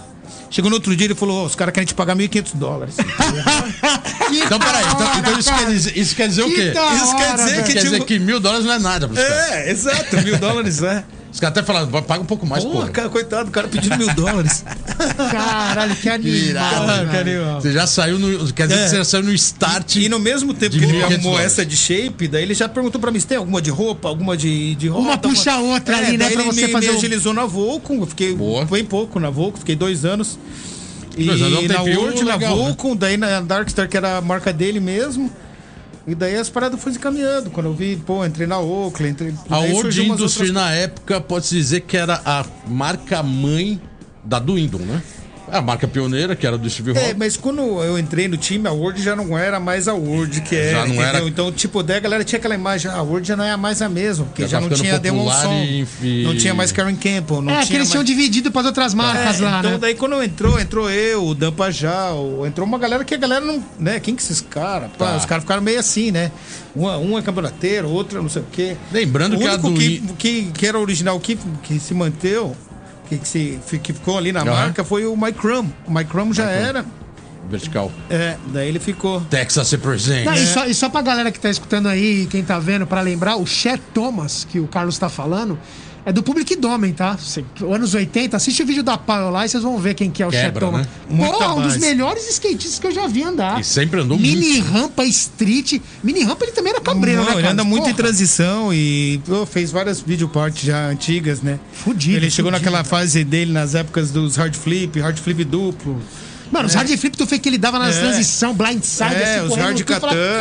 Speaker 3: Chegou no outro dia, ele falou, ó, os caras querem te pagar 1.500
Speaker 1: *laughs*
Speaker 3: dólares.
Speaker 1: Então, peraí, então, então isso, quer dizer, isso quer dizer o
Speaker 2: Que
Speaker 1: quê?
Speaker 2: da
Speaker 3: Isso quer
Speaker 1: Isso
Speaker 2: hora, velho.
Speaker 3: dizer tá? que,
Speaker 1: Ah, quer dizer
Speaker 3: tipo...
Speaker 1: que mil dólares não é nada pros caras.
Speaker 3: É, exato, mil dólares, é.
Speaker 1: Os caras até falaram, "Vai, paga um pouco mais,
Speaker 3: Pô,
Speaker 1: porra.
Speaker 3: cara, coitado, o cara pedindo mil dólares.
Speaker 2: Caralho, que
Speaker 1: irado,
Speaker 2: animal.
Speaker 3: Ah,
Speaker 2: velho.
Speaker 3: caramba.
Speaker 1: Você já saiu no. Quer dizer
Speaker 3: É.
Speaker 1: que você já saiu no start.
Speaker 3: E no mesmo tempo
Speaker 1: De
Speaker 3: que ele
Speaker 1: 1.500
Speaker 3: arrumou
Speaker 1: dólares.
Speaker 3: essa de shape, daí ele já perguntou pra mim se tem alguma de roupa, alguma de, de roupa. É,
Speaker 2: Uma puxa a outra ali, né,
Speaker 3: daí
Speaker 2: pra
Speaker 3: ele
Speaker 2: você
Speaker 3: me,
Speaker 2: fazer
Speaker 3: me
Speaker 2: o-
Speaker 3: agilizou na Volcom, eu fiquei
Speaker 1: Boa.
Speaker 3: bem pouco na Volcom, fiquei dois anos. E
Speaker 1: Dois anos é um
Speaker 3: na
Speaker 1: tempinho
Speaker 3: World, na
Speaker 1: legal, né?
Speaker 3: Volcom, daí na Darkstar, que era a marca dele mesmo. E daí as paradas foram se encaminhando. Quando eu vi, pô, entrei na Oakley, entrei...
Speaker 1: A
Speaker 3: daí
Speaker 1: World
Speaker 3: surgiu
Speaker 1: né,
Speaker 3: umas
Speaker 1: Industry,
Speaker 3: outras-
Speaker 1: na época, pode-se dizer que era a marca mãe da do Indon, né? A marca pioneira, que era do Steve
Speaker 3: É,
Speaker 1: Rock.
Speaker 3: mas quando eu entrei no time, a World já não era mais a World que era,
Speaker 1: não
Speaker 3: entendeu?
Speaker 1: era-
Speaker 3: Então, tipo, daí a galera tinha aquela imagem, ah, a World já não é mais a mesma, porque
Speaker 1: Já
Speaker 3: já,
Speaker 1: tá
Speaker 3: não
Speaker 1: ficando
Speaker 3: tinha Demon
Speaker 1: popular
Speaker 3: Song,
Speaker 1: e, enfim.
Speaker 3: não tinha mais Karen Campbell, não
Speaker 2: É, que
Speaker 3: tinha
Speaker 2: eles
Speaker 3: mais...
Speaker 2: tinham dividido pras outras marcas
Speaker 3: É,
Speaker 2: lá,
Speaker 3: então
Speaker 2: né?
Speaker 3: daí quando entrou, entrou eu, o Dampajal, entrou uma galera que a galera não, né, quem que esses caras? Pá,
Speaker 1: Tá.
Speaker 3: Os caras ficaram meio assim, né? Um, um é campeonateiro, outro é não sei o quê.
Speaker 1: Lembrando
Speaker 3: o
Speaker 1: que a
Speaker 3: único
Speaker 1: do
Speaker 3: que,
Speaker 1: I-
Speaker 3: que, que era original, que, que se manteu, que, que, se, que ficou ali na
Speaker 1: Aham.
Speaker 3: marca, foi o Mike Rum. O Mike Rum já era...
Speaker 1: Vertical.
Speaker 3: É, daí ele ficou.
Speaker 1: Texas represent.
Speaker 2: Tá, e,
Speaker 3: né?
Speaker 2: só, e só pra galera que tá escutando aí, quem tá vendo, pra lembrar, o Che Thomas, que o Carlos tá falando, é do Public Domain, tá? Cê- anos 80, assiste o vídeo da Pau lá e vocês vão ver quem que é o Che
Speaker 1: Quebra,
Speaker 2: Thomas.
Speaker 1: né?
Speaker 3: Muita
Speaker 2: Porra, um dos
Speaker 3: base.
Speaker 2: melhores skatistas que eu já vi andar.
Speaker 1: E sempre andou
Speaker 2: Mini rampa, street. Mini rampa ele também era cabreiro, né,
Speaker 3: Não, um ele
Speaker 2: Carlos?
Speaker 3: anda muito em
Speaker 2: Porra.
Speaker 3: transição e pô, fez várias videopartes já antigas, né?
Speaker 2: Fudido,
Speaker 3: Ele chegou
Speaker 2: fudido.
Speaker 3: naquela fase dele nas épocas dos hard flip, hard flip duplo.
Speaker 2: Mano, os hard flip tu fez que ele dava nas
Speaker 3: É.
Speaker 2: transição, assim, blindside,
Speaker 3: é, os hard catando, os,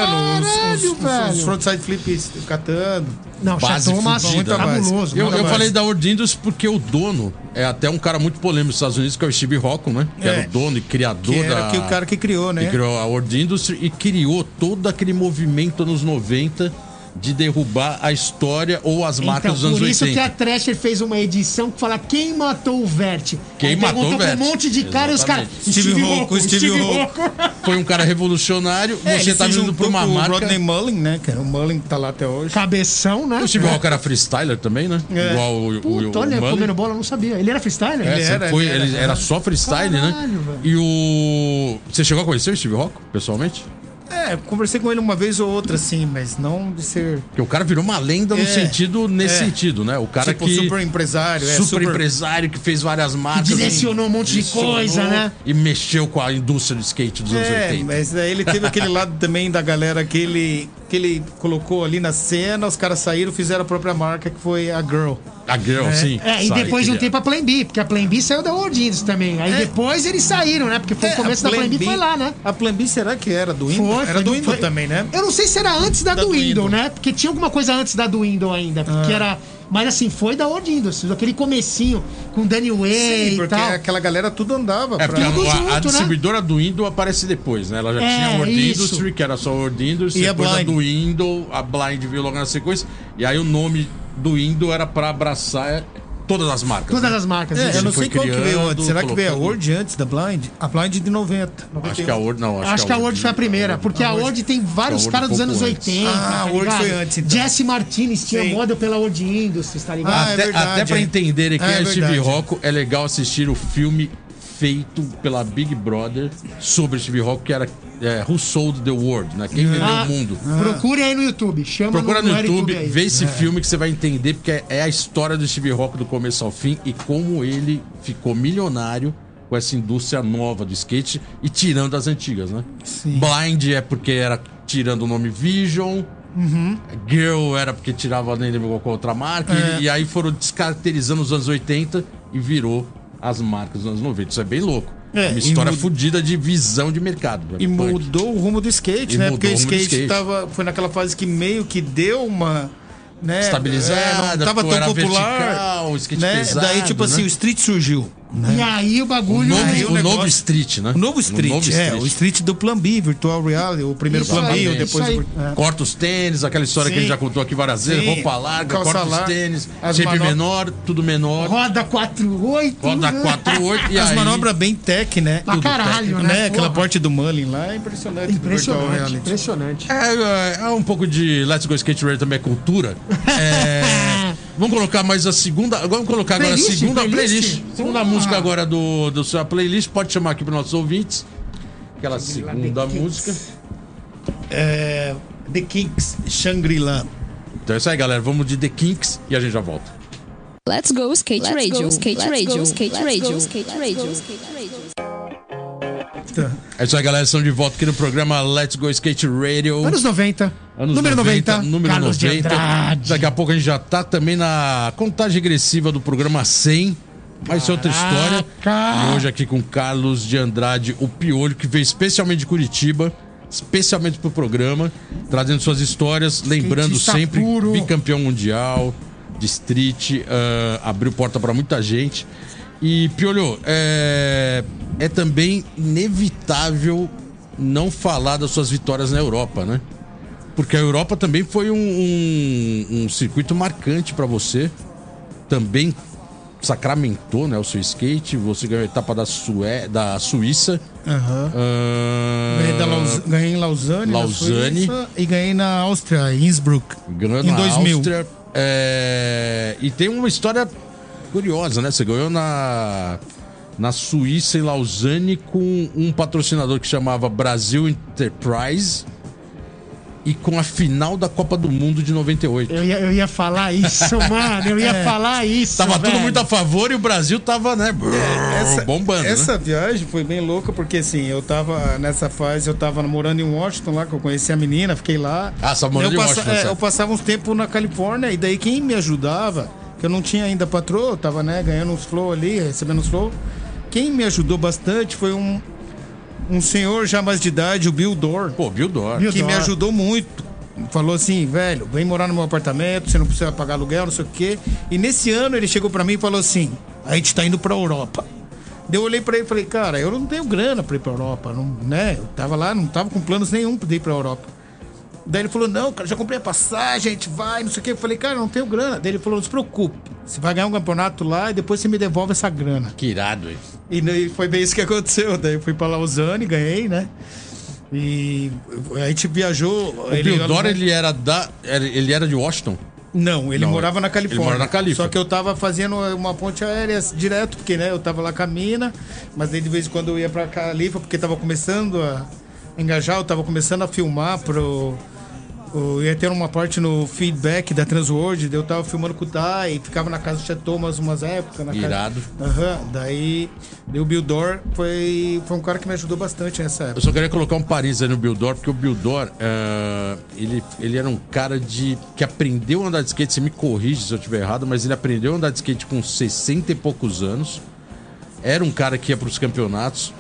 Speaker 2: Caralho,
Speaker 3: os, os, os
Speaker 2: velho.
Speaker 3: frontside flips catando.
Speaker 2: Não,
Speaker 1: Base
Speaker 2: chatão, mas
Speaker 3: né?
Speaker 1: fudida.
Speaker 2: cabuloso.
Speaker 1: Eu,
Speaker 2: mano.
Speaker 1: eu
Speaker 3: mais.
Speaker 1: falei da Ordindos porque o dono é até um cara muito polêmico nos Estados Unidos, que é o Steve Rocco, né? Que
Speaker 3: É.
Speaker 1: era o dono e criador
Speaker 3: Que era
Speaker 1: da.
Speaker 3: que o cara que criou, né?
Speaker 1: que criou a World Industry e criou todo aquele movimento nos 90 de derrubar a história ou as marcas
Speaker 2: Então,
Speaker 1: dos anos
Speaker 2: por isso
Speaker 1: 80.
Speaker 2: que a Thrasher fez uma edição que fala quem matou o Vert.
Speaker 1: Quem
Speaker 2: Aí
Speaker 1: matou o
Speaker 2: perguntou pra
Speaker 1: Vert.
Speaker 2: um monte de cara e os caras.
Speaker 1: Exatamente.
Speaker 3: Steve Rocco, Steve Rocco.
Speaker 1: Foi um cara revolucionário,
Speaker 3: É,
Speaker 1: você
Speaker 3: ele
Speaker 1: tá
Speaker 3: se
Speaker 1: vindo
Speaker 3: juntou
Speaker 1: pra uma
Speaker 3: com
Speaker 1: marca.
Speaker 3: O Rodney Mullen, né? Que era o Mullen que tá lá até hoje.
Speaker 2: Cabeção, né?
Speaker 1: O Steve Hawk era freestyler também, né?
Speaker 3: É.
Speaker 1: Igual o, o, o,
Speaker 2: Puta,
Speaker 1: o
Speaker 2: olha,
Speaker 1: Mullen.
Speaker 2: comendo bola, eu não sabia. Ele era freestyler?
Speaker 1: É,
Speaker 3: Ele
Speaker 1: sempre
Speaker 3: era,
Speaker 1: foi,
Speaker 3: ele era.
Speaker 1: ele era só freestyle,
Speaker 2: né, Caralho,
Speaker 1: né?
Speaker 2: velho.
Speaker 1: E o. Você chegou a conhecer o Steve Rock, pessoalmente?
Speaker 3: É, conversei com ele uma vez ou outra, assim, mas não de ser.
Speaker 1: Porque o cara virou uma lenda no
Speaker 3: É,
Speaker 1: sentido, nesse
Speaker 3: é.
Speaker 1: sentido, né? O cara
Speaker 3: tipo,
Speaker 1: que.
Speaker 3: super empresário. é,
Speaker 1: super, empresário que fez várias marcas.
Speaker 2: Direcionou um monte de
Speaker 1: direcionou
Speaker 2: coisa, né?
Speaker 1: E mexeu com a indústria do skate dos anos
Speaker 3: É,
Speaker 1: 80.
Speaker 3: mas aí ele teve aquele lado também da galera que ele, que ele colocou ali na cena, os caras saíram, fizeram a própria marca, que foi a Girl.
Speaker 1: A Girl, sim.
Speaker 2: É, e
Speaker 1: sabe,
Speaker 2: depois de um
Speaker 1: que é.
Speaker 2: tempo a Plan B, porque a Plan B saiu da Ordinus também. Aí
Speaker 3: É.
Speaker 2: depois eles saíram, né? Porque foi
Speaker 3: É,
Speaker 2: o começo
Speaker 3: a
Speaker 2: da Plan B, foi lá, né?
Speaker 3: A Plan B será que era do Indo?
Speaker 2: Foi,
Speaker 3: era
Speaker 2: foi
Speaker 3: do
Speaker 2: do-
Speaker 3: Indo
Speaker 2: foi-
Speaker 3: também, né?
Speaker 2: Eu não sei se era antes da,
Speaker 3: Da
Speaker 2: do
Speaker 3: do
Speaker 2: Windows,
Speaker 3: Window.
Speaker 2: né? Porque tinha alguma coisa antes da do Windows ainda, porque era. Mas assim, foi da Ordinus, aquele comecinho com Danny Way
Speaker 3: Sim,
Speaker 2: e
Speaker 3: porque
Speaker 2: tal.
Speaker 3: aquela galera tudo andava
Speaker 1: É, porque
Speaker 3: pra...
Speaker 1: a,
Speaker 2: Tudo
Speaker 1: a- a
Speaker 2: junto, né?
Speaker 1: distribuidora do Windows aparece depois, né? Ela já
Speaker 2: É,
Speaker 1: tinha a World
Speaker 2: isso.
Speaker 1: Industry, que era só a World Industry,
Speaker 3: E a
Speaker 1: depois a,
Speaker 3: Blind.
Speaker 1: do Windows, a Blind veio logo na sequência. E aí o nome do Windows era pra abraçar é, todas as marcas.
Speaker 2: Todas
Speaker 1: né?
Speaker 2: as marcas.
Speaker 3: É,
Speaker 2: isso.
Speaker 3: eu não
Speaker 1: foi
Speaker 3: sei qual que veio
Speaker 1: criando,
Speaker 3: antes. Será que veio a
Speaker 1: colocando-
Speaker 3: World antes da Blind? A Blind de 90.
Speaker 1: Acho que é a World não.
Speaker 2: Acho,
Speaker 3: é
Speaker 2: que a Word foi a primeira,
Speaker 3: né?
Speaker 2: porque a Word tem vários
Speaker 1: Word
Speaker 2: caras
Speaker 1: um
Speaker 2: dos anos
Speaker 1: pouco antes.
Speaker 2: 80.
Speaker 3: Ah, a
Speaker 2: tá
Speaker 3: Word
Speaker 2: ligado?
Speaker 3: foi antes, então.
Speaker 2: Jesse Martinez tinha
Speaker 3: Sim.
Speaker 2: moda pela Word Industries, tá ligado?
Speaker 3: Ah,
Speaker 1: até,
Speaker 3: é verdade,
Speaker 1: até pra
Speaker 3: é.
Speaker 1: entenderem quem
Speaker 3: Ah, é
Speaker 1: é, Steve
Speaker 3: verdade.
Speaker 1: Rocco, é legal assistir o filme feito pela Big Brother sobre Steve Rocco, que era é, Who Sold the World, né? Quem vendeu
Speaker 2: Ah,
Speaker 1: o mundo.
Speaker 2: Procure aí no YouTube. Chama
Speaker 1: Procura no YouTube,
Speaker 2: aí.
Speaker 1: vê
Speaker 3: É.
Speaker 1: esse filme que você vai entender, porque é- é a história do Steve Rock do começo ao fim e como ele ficou milionário com essa indústria nova do skate e tirando as antigas, né?
Speaker 3: Sim.
Speaker 1: Blind é porque era tirando o nome Vision.
Speaker 3: Uhum.
Speaker 1: Girl era porque tirava nem lembro qual outra marca.
Speaker 3: É.
Speaker 1: E, e aí foram descaracterizando os anos 80 e virou as marcas dos anos 90. Isso é bem louco.
Speaker 3: É,
Speaker 1: Uma
Speaker 3: e
Speaker 1: história
Speaker 3: muda-
Speaker 1: fodida de visão de mercado. né?
Speaker 3: E
Speaker 1: Punk.
Speaker 3: mudou o rumo do skate,
Speaker 1: E
Speaker 3: né? Porque o
Speaker 1: mudou o rumo do
Speaker 3: skate,
Speaker 1: skate.
Speaker 3: Tava, foi naquela fase que meio que deu uma. Né,
Speaker 1: Estabilizada,
Speaker 3: é, não tava
Speaker 1: pô,
Speaker 3: tão
Speaker 1: era
Speaker 3: popular.
Speaker 1: vertical, o skate
Speaker 3: né?
Speaker 1: pesado,
Speaker 3: Daí, tipo assim,
Speaker 1: né?
Speaker 3: o street surgiu.
Speaker 2: E aí o bagulho. é
Speaker 1: Novo-
Speaker 3: Aí o
Speaker 1: o novo
Speaker 3: negócio-
Speaker 1: street, né?
Speaker 3: O novo street, é, o
Speaker 1: street.
Speaker 3: street do Plan B, Virtual Reality, o primeiro
Speaker 2: Isso
Speaker 3: Plan
Speaker 2: aí,
Speaker 3: B, ou
Speaker 2: isso
Speaker 3: depois.
Speaker 2: aí.
Speaker 3: o- é.
Speaker 1: Corta os tênis, aquela história que a gente
Speaker 3: Sim.
Speaker 1: já contou aqui várias vezes.
Speaker 3: Sim.
Speaker 1: Roupa larga,
Speaker 3: Calça
Speaker 1: corta os
Speaker 3: larga,
Speaker 1: tênis,
Speaker 3: as
Speaker 1: shape
Speaker 3: manobras.
Speaker 1: menor, tudo menor.
Speaker 2: Roda né? 48.
Speaker 1: Roda 4, 8 e
Speaker 3: As
Speaker 1: aí...
Speaker 3: manobras bem tech, né?
Speaker 2: Pra
Speaker 3: Tudo
Speaker 2: caralho,
Speaker 3: tech,
Speaker 2: né?
Speaker 3: Aquela
Speaker 2: Porra.
Speaker 3: parte do Mullen lá é impressionante. do Virtual
Speaker 2: *laughs* Impressionante,
Speaker 3: Reality.
Speaker 2: impressionante.
Speaker 1: É, é, é um pouco de Let's Go Skate Radio também é cultura.
Speaker 3: *laughs*
Speaker 1: É, vamos colocar mais a segunda. Vamos colocar agora a
Speaker 2: Playlist,
Speaker 1: segunda
Speaker 2: playlist.
Speaker 1: playlist. Segunda
Speaker 2: Ah.
Speaker 1: música agora do, do sua playlist. Pode chamar aqui para nossos ouvintes. Aquela segunda música.
Speaker 3: É, The Kinks, Shangri-La.
Speaker 1: Então é isso aí, galera. Vamos de The Kinks e a gente já volta.
Speaker 4: Let's go skate
Speaker 6: Let's
Speaker 4: radio,
Speaker 6: go,
Speaker 4: skate
Speaker 6: let's
Speaker 4: radio,
Speaker 6: go,
Speaker 4: skate
Speaker 6: let's
Speaker 4: radio,
Speaker 6: go,
Speaker 4: skate
Speaker 6: let's
Speaker 4: radio,
Speaker 6: go,
Speaker 4: skate radio.
Speaker 1: É isso aí, galera. Estamos de volta aqui no programa Let's Go Skate Radio.
Speaker 2: Anos 90.
Speaker 1: Anos
Speaker 2: número 90.
Speaker 1: Número 90.
Speaker 2: Carlos de Andrade.
Speaker 1: Daqui a pouco a gente já tá também na contagem regressiva do programa 100. Mas isso é outra história.
Speaker 2: Caraca!
Speaker 1: E hoje aqui com Carlos de Andrade, o Piolho, que veio especialmente de Curitiba, especialmente pro programa, trazendo suas histórias, lembrando
Speaker 2: Skatista
Speaker 1: sempre
Speaker 2: puro.
Speaker 1: bicampeão mundial, de street, ah, abriu porta para muita gente. E Piolho, é, é também inevitável não falar das suas vitórias na Europa, né? Porque a Europa também foi um, um- um circuito marcante para você. Também sacramentou né, o seu skate. Você ganhou a etapa da, Sué, da Suíça.
Speaker 3: Aham.
Speaker 1: Ah,
Speaker 3: Ganhei, da Laus- ganhei em Lausanne, na
Speaker 1: Lausanne.
Speaker 3: Suíça, e ganhei na Áustria, em Innsbruck.
Speaker 1: ganhou
Speaker 3: em
Speaker 1: na
Speaker 3: 2000.
Speaker 1: Áustria. É, e tem uma história curiosa, né? Você ganhou na, na Suíça, em Lausanne, com um patrocinador que chamava Brasil Enterprise. E com a final da Copa do Mundo de 98.
Speaker 2: Eu ia, eu ia falar isso, *laughs* mano. Eu ia falar isso.
Speaker 1: É. Tava tudo
Speaker 2: velho.
Speaker 1: muito a favor e o Brasil tava, né?
Speaker 3: É, Essa-
Speaker 1: bombando. né?
Speaker 3: Essa viagem foi bem louca, porque assim, eu tava nessa fase, eu tava morando em Washington lá, que eu conheci a menina, fiquei lá.
Speaker 1: Ah, você tava morando
Speaker 3: eu
Speaker 1: em
Speaker 3: passa-
Speaker 1: Washington,
Speaker 3: é,
Speaker 1: certo.
Speaker 3: eu passava uns tempos na Califórnia, e daí quem me ajudava, que eu não tinha ainda patroa, eu tava, né, ganhando uns flow ali, recebendo uns flow. Quem me ajudou bastante foi um, um senhor já mais de idade, o Bill Dor,
Speaker 1: Pô, Bill Dor.
Speaker 3: que me
Speaker 2: Dor.
Speaker 3: ajudou muito. Falou assim, velho, vem morar no meu apartamento, você não precisa pagar aluguel, não sei o quê. E nesse ano ele chegou pra mim e falou assim: a gente tá indo pra Europa. Daí Eu olhei pra ele e falei, cara, eu não tenho grana pra ir pra Europa, não, né? Eu tava lá, não tava com planos nenhum pra ir pra Europa. Daí ele falou, não, cara, já comprei a passagem, a gente vai, não sei o quê. Eu falei, cara, não tenho grana. Daí ele falou, não se preocupe, você vai ganhar um campeonato lá e depois você me devolve essa grana.
Speaker 1: Que irado, hein?
Speaker 3: E daí foi bem isso que aconteceu. Daí eu fui pra Lausanne, ganhei, né? E a gente viajou.
Speaker 1: O Bill
Speaker 3: um
Speaker 1: Dor, ele era da. era- Ele era de Washington.
Speaker 3: Não, ele
Speaker 1: Não,
Speaker 3: morava na
Speaker 1: ele
Speaker 3: Califórnia.
Speaker 1: mora na Califórnia.
Speaker 3: Só que eu tava fazendo uma ponte aérea direto, porque né, eu tava lá com a mina, mas aí de vez em quando eu ia pra Califa, porque tava começando a engajar, eu tava começando a filmar pro. Eu ia ter uma parte no feedback da Transworld, daí eu tava filmando com o Tai, ficava na casa do Tia Thomas umas épocas. Na
Speaker 1: Irado.
Speaker 3: Casa... Aham, daí, daí o Bill Dor foi, foi um cara que me ajudou bastante nessa época.
Speaker 1: Eu só queria colocar um parênteses aí no Bildor, porque o Bildor, é, ele, ele era um cara de que aprendeu a andar de skate, você me corrige se eu estiver errado, mas ele aprendeu a andar de skate com 60 e poucos anos. Era um cara que ia para os campeonatos.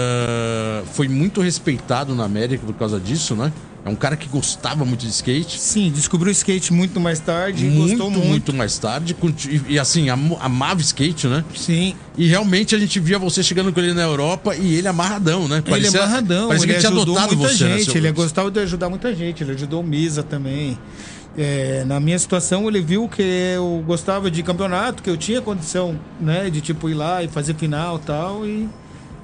Speaker 1: ah, foi muito respeitado na América por causa disso, né? É um cara que gostava muito de skate.
Speaker 3: Sim, descobriu o skate muito mais tarde,
Speaker 1: Muito,
Speaker 3: gostou
Speaker 1: muito,
Speaker 3: muito.
Speaker 1: mais tarde. conti- E, e assim, am- amava skate, né?
Speaker 3: Sim.
Speaker 1: E realmente a gente via você chegando com ele na Europa e ele amarradão, né?
Speaker 3: ele é amarradão,
Speaker 1: Parecia
Speaker 3: ele
Speaker 1: que tinha
Speaker 3: ajudou
Speaker 1: adotado
Speaker 3: muita
Speaker 1: você, né,
Speaker 3: gente,
Speaker 1: seu
Speaker 3: ele é
Speaker 1: Lucas?
Speaker 3: gostava de ajudar muita gente, ele ajudou o Misa também. É, na minha situação, ele viu que eu gostava de campeonato, que eu tinha condição, né, de tipo ir lá e fazer final e tal, e,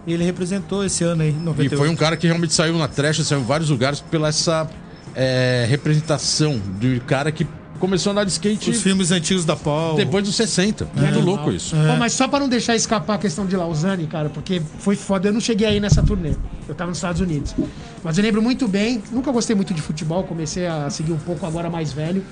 Speaker 3: e ele representou esse ano aí,
Speaker 1: E
Speaker 3: 98.
Speaker 1: foi um cara que realmente saiu na trecha, saiu em vários lugares pela essa é, representação do cara que começou a andar de skate
Speaker 3: Os É. filmes antigos da Paul.
Speaker 1: depois dos 60. Muito louco isso.
Speaker 2: Pô, mas só pra não deixar escapar a questão de Lausanne, cara, porque foi foda. Eu não cheguei aí nessa turnê. Eu tava nos Estados Unidos. Mas eu lembro muito bem. Nunca gostei muito de futebol. Comecei a seguir um pouco agora mais velho.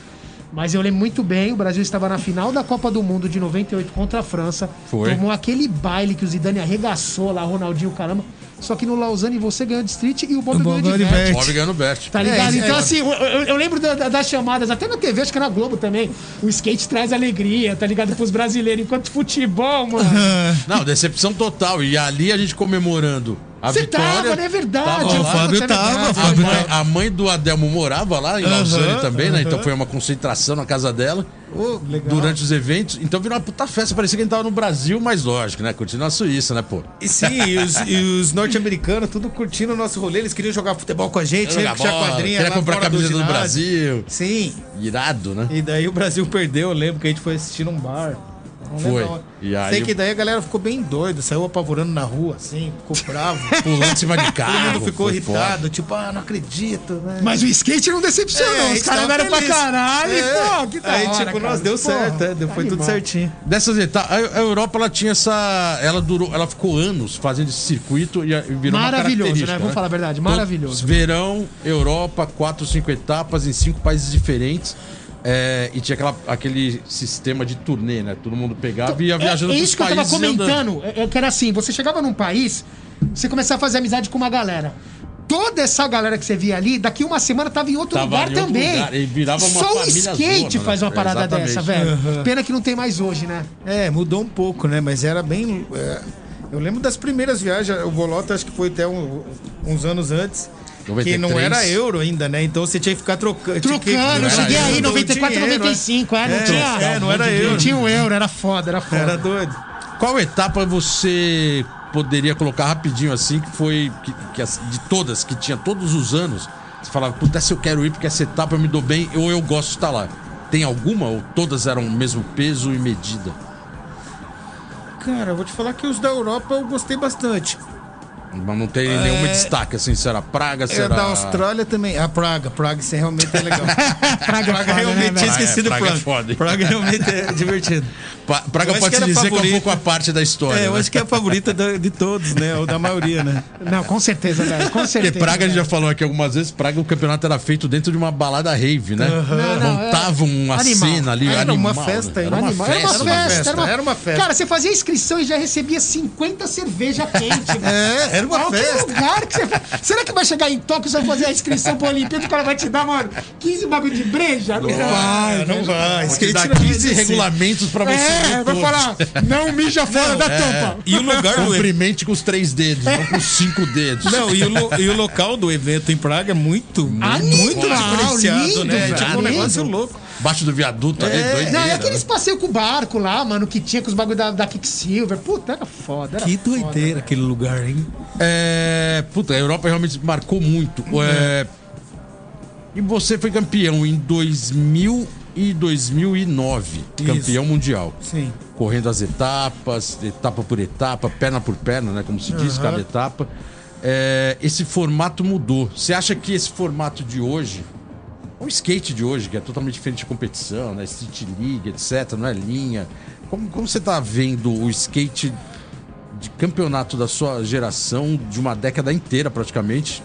Speaker 2: Mas eu lembro muito bem. O Brasil estava na final da Copa do Mundo de 98 contra a França.
Speaker 1: Foi.
Speaker 2: Tomou aquele baile que o Zidane arregaçou lá, Ronaldinho, caramba. Só que no Lausanne você ganhou de street e o Bob
Speaker 3: O
Speaker 2: ganhou
Speaker 3: Bob
Speaker 2: de
Speaker 3: ganhou de
Speaker 2: verde.
Speaker 3: verde.
Speaker 1: Bob ganhando Bert.
Speaker 2: Tá ligado?
Speaker 3: É,
Speaker 2: então,
Speaker 3: é.
Speaker 2: assim, eu, eu- eu lembro da- da- das chamadas, até na TV, acho que na Globo também. O skate traz alegria, tá ligado? Pros brasileiros, enquanto futebol, mano.
Speaker 3: Ah,
Speaker 1: Não, decepção total. E ali a gente comemorando a
Speaker 2: Você
Speaker 1: vitória.
Speaker 2: tava, né? É verdade.
Speaker 1: Tava
Speaker 2: eu
Speaker 1: lá.
Speaker 2: tava,
Speaker 3: Fábio
Speaker 2: você é verdade.
Speaker 3: tava,
Speaker 1: A
Speaker 3: Fábio.
Speaker 1: mãe, a mãe do Adelmo morava lá em Lausanne
Speaker 3: Aham,
Speaker 1: também, né? Então
Speaker 3: aham.
Speaker 1: foi uma concentração na casa dela
Speaker 3: Oh, legal.
Speaker 1: durante os eventos. Então virou uma puta festa. Parecia que a gente tava no Brasil, mas lógico, né? Curtindo a Suíça, né, pô?
Speaker 3: E sim, e os, e os norte-americanos tudo curtindo o nosso rolê, eles queriam jogar futebol com a gente,
Speaker 1: Jogar
Speaker 3: né, que tinha
Speaker 1: bola,
Speaker 3: quadrinha
Speaker 1: queria
Speaker 3: lá
Speaker 1: comprar a
Speaker 3: fora do
Speaker 1: camisa do,
Speaker 3: ginásio.
Speaker 1: Brasil.
Speaker 3: Sim,
Speaker 1: Irado, né?
Speaker 3: E daí o Brasil *laughs* perdeu, eu lembro que a gente foi assistir num bar. Não
Speaker 1: Foi.
Speaker 3: lembro aonde.
Speaker 1: E aí
Speaker 3: Sei
Speaker 1: o-
Speaker 3: que daí a galera ficou bem doida, saiu apavorando na rua, assim, ficou bravo.
Speaker 1: Pulando em cima de *laughs*
Speaker 3: *laughs* Todo
Speaker 1: carro.
Speaker 3: mundo ficou
Speaker 1: foi foda.
Speaker 3: irritado, tipo, ah, não acredito, né?
Speaker 2: Mas o skate não decepcionou.
Speaker 3: É, a
Speaker 2: Os
Speaker 3: gente
Speaker 2: caras
Speaker 3: tava
Speaker 2: andaram pra
Speaker 3: feliz.
Speaker 2: caralho,
Speaker 3: É.
Speaker 2: pô. Que da
Speaker 3: Aí,
Speaker 2: hora,
Speaker 3: tipo,
Speaker 2: cara.
Speaker 3: nós deu
Speaker 2: Porra,
Speaker 3: certo, é, deu-
Speaker 2: tá
Speaker 3: foi tudo
Speaker 2: animal.
Speaker 3: certinho.
Speaker 1: Dessas etapas, a a Europa ela tinha essa, ela durou, ela ficou anos fazendo esse circuito e e virou uma
Speaker 2: Maravilhoso,
Speaker 1: característica, Então,
Speaker 2: né? Vamos falar a verdade. Maravilhoso.
Speaker 1: Verão, Europa, quatro, cinco etapas em cinco países diferentes. É, e tinha aquela, aquele sistema de turnê, né? Todo mundo pegava e ia viajando
Speaker 2: é, é
Speaker 1: pros
Speaker 2: isso que eu tava
Speaker 1: países e andando.
Speaker 2: comentando. É, é que era assim, você chegava num país, você começava a fazer amizade com uma galera. Toda essa galera que você via ali, daqui uma semana tava em outro
Speaker 1: Tava
Speaker 2: lugar
Speaker 1: em outro
Speaker 2: também.
Speaker 1: lugar, e virava uma
Speaker 2: Só o
Speaker 1: família
Speaker 2: skate
Speaker 1: zona, né?
Speaker 2: faz uma
Speaker 1: É,
Speaker 2: parada
Speaker 1: exatamente.
Speaker 2: dessa, velho.
Speaker 3: Aham.
Speaker 2: Pena que não tem mais hoje, né?
Speaker 3: É, mudou um pouco, né? Mas era bem. é, eu lembro das primeiras viagens, o Bolota acho que foi até um- uns anos antes. Que
Speaker 1: 93.
Speaker 3: não era euro ainda, né? Então você tinha que ficar trocando. tinha que-
Speaker 2: Trocando, eu
Speaker 3: Não era
Speaker 2: cheguei aí,
Speaker 3: euro,
Speaker 2: 94,
Speaker 3: dinheiro,
Speaker 2: 95. É, não
Speaker 3: É,
Speaker 2: tinha.
Speaker 3: é, não era
Speaker 2: Não
Speaker 3: euro.
Speaker 2: tinha um euro, era foda, era foda.
Speaker 3: Era doido.
Speaker 1: Qual etapa você poderia colocar rapidinho assim, que foi que, que as- de todas, que tinha todos os anos? Você falava, puta, essa eu quero ir porque essa etapa eu me dou bem ou eu gosto de estar lá. Tem alguma ou todas eram o mesmo peso e medida?
Speaker 3: Cara, eu vou te falar que os da Europa eu gostei bastante.
Speaker 1: Mas não tem nenhuma destaque, assim, se era Praga, se
Speaker 3: É
Speaker 1: era...
Speaker 3: da Austrália também. A Praga. *laughs* Praga, isso é realmente é legal.
Speaker 2: Praga, é
Speaker 3: Praga
Speaker 2: foda, né,
Speaker 3: realmente
Speaker 2: velho?
Speaker 3: tinha esquecido
Speaker 1: Praga é
Speaker 3: Praga.
Speaker 1: foda, hein?
Speaker 3: Praga realmente *laughs* é divertido.
Speaker 1: Pa- Praga
Speaker 3: Eu acho
Speaker 1: pode se
Speaker 3: que era
Speaker 1: dizer que é um
Speaker 3: favorita.
Speaker 1: pouco a parte da história,
Speaker 3: É, eu
Speaker 1: né?
Speaker 3: acho que é a favorita da- de todos, né? Ou da maioria, né?
Speaker 2: Não, com certeza,
Speaker 3: *laughs*
Speaker 2: velho. Com
Speaker 1: Porque
Speaker 2: certeza.
Speaker 1: Praga, a gente
Speaker 3: é.
Speaker 1: já
Speaker 2: velho.
Speaker 1: falou aqui algumas vezes, Praga o campeonato era feito dentro de uma balada rave, né?
Speaker 2: Não, não,
Speaker 1: Montavam uma
Speaker 2: animal.
Speaker 1: cena ali,
Speaker 3: Era
Speaker 1: animal,
Speaker 3: uma
Speaker 1: né?
Speaker 3: festa, hein?
Speaker 1: era uma
Speaker 3: Animal.
Speaker 1: festa,
Speaker 2: Era uma festa,
Speaker 3: era uma festa.
Speaker 2: Cara, você fazia inscrição e já recebia 50 cerveja quente. velho.
Speaker 3: É, era Era uma
Speaker 2: Qual que
Speaker 3: festa.
Speaker 2: lugar que você vai- Será que vai chegar em Tóquio, você vai fazer a inscrição pra Olimpíada, o cara vai te dar, mano, 15 bagulho de breja? Não vai.
Speaker 3: Ah, não vai.
Speaker 1: Vou te
Speaker 3: Skate
Speaker 1: dar
Speaker 3: não é
Speaker 1: 15
Speaker 3: assim.
Speaker 1: regulamentos pra você.
Speaker 2: É,
Speaker 1: ler
Speaker 2: vai
Speaker 1: todos.
Speaker 2: falar, não mija fora da tampa.
Speaker 3: É. E o lugar do evento.
Speaker 1: Cumprimente com os três dedos, não com os cinco dedos.
Speaker 3: Não, e o, lo- e o local do evento em Praga é muito, muito
Speaker 2: Animal,
Speaker 3: diferenciado,
Speaker 2: lindo,
Speaker 3: né?
Speaker 2: velho.
Speaker 3: Tipo, um negócio louco.
Speaker 1: Baixo do viaduto ali, doideira.
Speaker 2: É. Não, e
Speaker 1: né?
Speaker 2: aqueles passeios com o barco lá, mano, que tinha com os bagulho da, da Kicksilver. Puta, era foda. Era
Speaker 3: Que
Speaker 2: foda.
Speaker 3: doideira aquele lugar, hein?
Speaker 1: É, puta, a Europa realmente marcou muito. É, E você foi campeão em 2000 e 2009. Campeão mundial.
Speaker 3: Sim.
Speaker 1: Correndo as etapas, etapa por etapa, perna por perna, né? Como se diz, cada etapa. É, esse formato mudou. Você acha que esse formato de hoje, o skate de hoje, que é totalmente diferente de competição, né? Street League, etc., não é linha. Como, como você tá vendo o skate de campeonato da sua geração, de uma década inteira praticamente,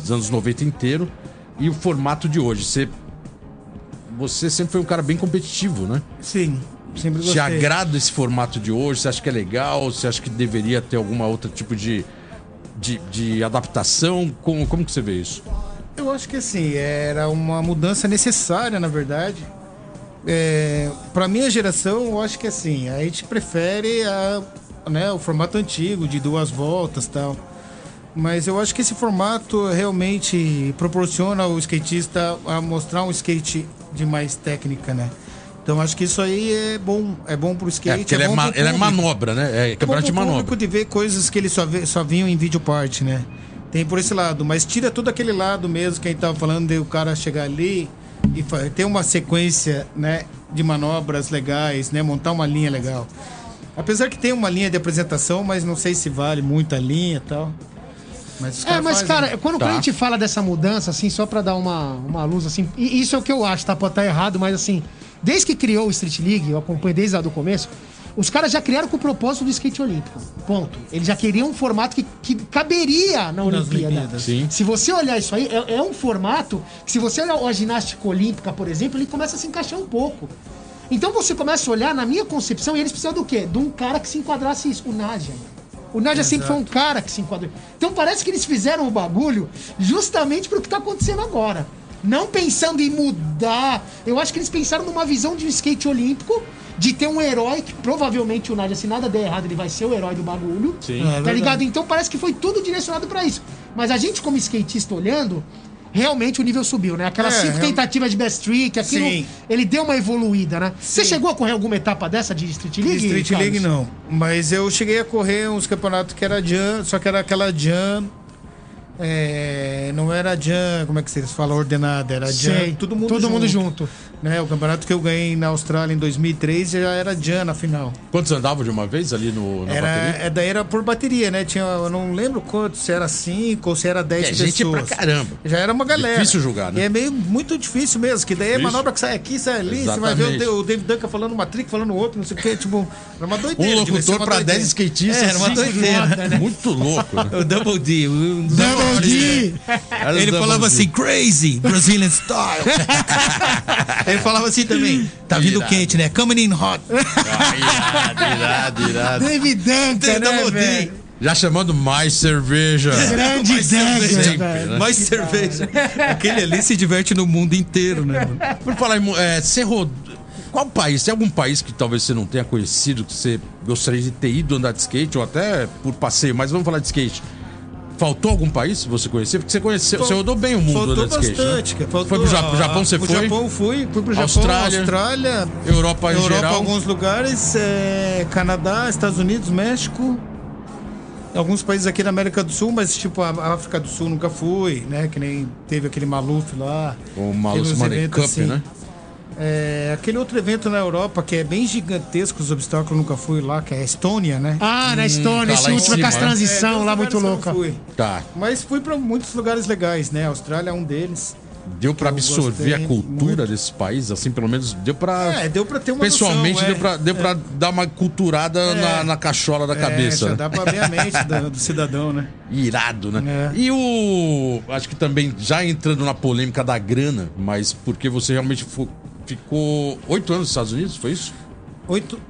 Speaker 1: dos anos 90 inteiro, e o formato de hoje? Você, você sempre foi um cara bem competitivo, né?
Speaker 3: Sim. Sempre
Speaker 1: Te agrada esse formato de hoje? Você acha que é legal? Você acha que deveria ter alguma outra tipo de, de, de adaptação? Como, como que você vê isso?
Speaker 3: Eu acho que assim, era uma mudança necessária, na verdade. É, para minha geração, eu acho que assim, a gente prefere a, né, o formato antigo, de duas voltas e tal. Mas eu acho que esse formato realmente proporciona ao skatista a mostrar um skate de mais técnica, né? Então acho que isso aí é bom, é bom pro
Speaker 1: É,
Speaker 3: skate,
Speaker 1: porque ele é,
Speaker 3: bom
Speaker 1: ma-
Speaker 3: pro
Speaker 1: ele é
Speaker 3: público.
Speaker 1: manobra, né? É campeonato de
Speaker 3: Como o
Speaker 1: manobra.
Speaker 3: público de ver coisas que ele só, vê, só vinham em vídeo parte, né? Tem por esse lado, mas tira todo aquele lado mesmo que a gente tava falando de o cara chegar ali e fa- ter uma sequência, né, de manobras legais, né, montar uma linha legal. Apesar que tem uma linha de apresentação, mas não sei se vale muita linha e tal. Mas os
Speaker 2: É,
Speaker 3: caras
Speaker 2: mas
Speaker 3: fazem,
Speaker 2: cara,
Speaker 3: né?
Speaker 2: quando,
Speaker 1: Tá.
Speaker 2: quando a gente fala dessa mudança, assim, só pra dar uma, uma luz, assim, e isso é o que eu acho, tá? Pode estar errado, mas assim, desde que criou o Street League, eu acompanho desde lá do começo, os caras já criaram com o propósito do skate olímpico. Ponto. Eles já queriam um formato que, que caberia na Olimpíada.
Speaker 3: Olimpíadas.
Speaker 1: Sim.
Speaker 2: Se você olhar isso aí, é, é um formato que, se você olhar a ginástica olímpica, por exemplo, ele começa a se encaixar um pouco. Então você começa a olhar, na minha concepção, e eles precisam do quê? De um cara que se enquadrasse isso. O Naja. O Naja sempre foi um cara que se enquadrou. Então parece que eles fizeram o bagulho justamente pro que tá acontecendo agora. Não pensando em mudar. Eu acho que eles pensaram numa visão de um skate olímpico, de ter um herói, que provavelmente o Naja, se nada der errado, ele vai ser o herói do bagulho.
Speaker 1: Sim.
Speaker 3: É
Speaker 2: Tá
Speaker 3: verdade.
Speaker 2: ligado? Então parece que foi tudo direcionado pra isso. Mas a gente, como skatista olhando, realmente o nível subiu, né? Aquelas
Speaker 3: É,
Speaker 2: cinco
Speaker 3: real-
Speaker 2: tentativas de best trick, aquilo.
Speaker 3: Sim.
Speaker 2: Ele deu uma evoluída, né? Você
Speaker 3: Sim.
Speaker 2: chegou a correr alguma etapa dessa de Street League?
Speaker 3: Street
Speaker 2: Carlos?
Speaker 3: League não, mas eu cheguei a correr uns campeonatos que era Jam, só que era aquela Jam. é, não era Jam, como é que vocês falam? Ordenada, era Jam.
Speaker 2: Sei.
Speaker 3: Todo mundo junto.
Speaker 2: junto.
Speaker 3: né? O campeonato que eu ganhei na Austrália em 2003 já era Jam na final.
Speaker 1: Quantos andavam de uma vez ali no, na
Speaker 3: Era,
Speaker 1: bateria?
Speaker 3: é, daí era por bateria, né? Tinha, eu não lembro quanto, se era 5 ou se era 10
Speaker 1: É,
Speaker 3: pessoas.
Speaker 1: gente pra caramba.
Speaker 3: Já era uma galera.
Speaker 1: Difícil julgar, né?
Speaker 3: E é meio muito difícil mesmo, que daí é
Speaker 1: Difícil.
Speaker 3: manobra que sai aqui, sai ali, você vai ver o,
Speaker 1: Exatamente.
Speaker 3: Da- o David Duncan falando uma trick, falando outro, não sei o quê, tipo, era uma doideira.
Speaker 1: Um
Speaker 3: devia ser
Speaker 1: locutor
Speaker 3: é uma
Speaker 1: pra 10
Speaker 3: doideira.
Speaker 1: skatistas.
Speaker 3: É, era uma
Speaker 1: cinco de
Speaker 3: doideira.
Speaker 1: moda, né? Muito louco. né?
Speaker 3: *laughs* O Double D, um dos
Speaker 1: Double D. Era
Speaker 3: Ele
Speaker 1: Double
Speaker 3: falava
Speaker 1: D.
Speaker 3: assim, crazy, Brazilian style. *laughs* Ele falava assim também, tá vindo
Speaker 1: Irado.
Speaker 3: quente, né? Coming in *laughs* hot.
Speaker 1: Ah, irado, irado,
Speaker 3: *laughs*
Speaker 1: irado.
Speaker 2: David Duncan, né,
Speaker 3: Double D.
Speaker 2: velho?
Speaker 1: Já chamando mais cerveja.
Speaker 2: Grande
Speaker 3: Mais cerveja,
Speaker 2: Duncan,
Speaker 1: Sempre,
Speaker 2: velho.
Speaker 1: né?
Speaker 3: Mais cerveja. Aquele ali se diverte no mundo inteiro, né? mano?
Speaker 1: Por falar em. mu- É, você rodou. Qual país? Tem algum país que talvez você não tenha conhecido, que você gostaria de ter ido andar de skate, ou até por passeio, mas vamos falar de skate. Faltou algum país que você conhecer? Porque você conheceu, você rodou bem o mundo
Speaker 3: Faltou
Speaker 1: andando de skate. né?
Speaker 3: bastante, cara. Faltou,
Speaker 1: Foi pro Japão,
Speaker 3: ah,
Speaker 1: Japão você
Speaker 3: pro
Speaker 1: foi?
Speaker 3: Japão fui, fui pro Japão,
Speaker 1: Austrália.
Speaker 3: Austrália, Austrália
Speaker 1: Europa em
Speaker 3: Europa,
Speaker 1: geral.
Speaker 3: alguns lugares, é, Canadá, Estados Unidos, México, alguns países aqui na América do Sul, mas tipo a a África do Sul nunca fui, né? Que nem teve aquele Maluf lá.
Speaker 1: O Maluf
Speaker 3: Teve uns
Speaker 1: Money
Speaker 3: eventos assim.
Speaker 1: Cup, né?
Speaker 3: É, aquele outro evento na Europa que é bem gigantesco, os obstáculos nunca fui lá, que é a Estônia, né?
Speaker 2: Ah, na Estônia,
Speaker 1: tá
Speaker 2: esse
Speaker 1: lá em
Speaker 2: último
Speaker 1: cima,
Speaker 2: com as
Speaker 1: né?
Speaker 2: transição
Speaker 3: dois
Speaker 2: lá
Speaker 3: lugares
Speaker 2: muito
Speaker 3: É, que
Speaker 2: louca.
Speaker 3: eu fui.
Speaker 1: Tá.
Speaker 3: Mas fui pra muitos lugares legais, né? A Austrália é um deles.
Speaker 1: Deu pra
Speaker 3: Eu
Speaker 1: absorver a
Speaker 3: gostei
Speaker 1: cultura
Speaker 3: muito.
Speaker 1: desse país, assim, pelo menos deu pra.
Speaker 3: É, deu pra ter uma
Speaker 1: Ah, pessoalmente,
Speaker 3: noção, é.
Speaker 1: deu, pra, deu pra dar uma culturada na, na cachola da
Speaker 3: É,
Speaker 1: cabeça.
Speaker 3: já
Speaker 1: né?
Speaker 3: dá pra ver a mente do, do cidadão, né?
Speaker 1: Irado, né?
Speaker 3: É.
Speaker 1: E o. Acho que também, já entrando na polêmica da grana, mas porque você realmente fo- ficou oito anos nos Estados Unidos, foi isso?
Speaker 3: Oito.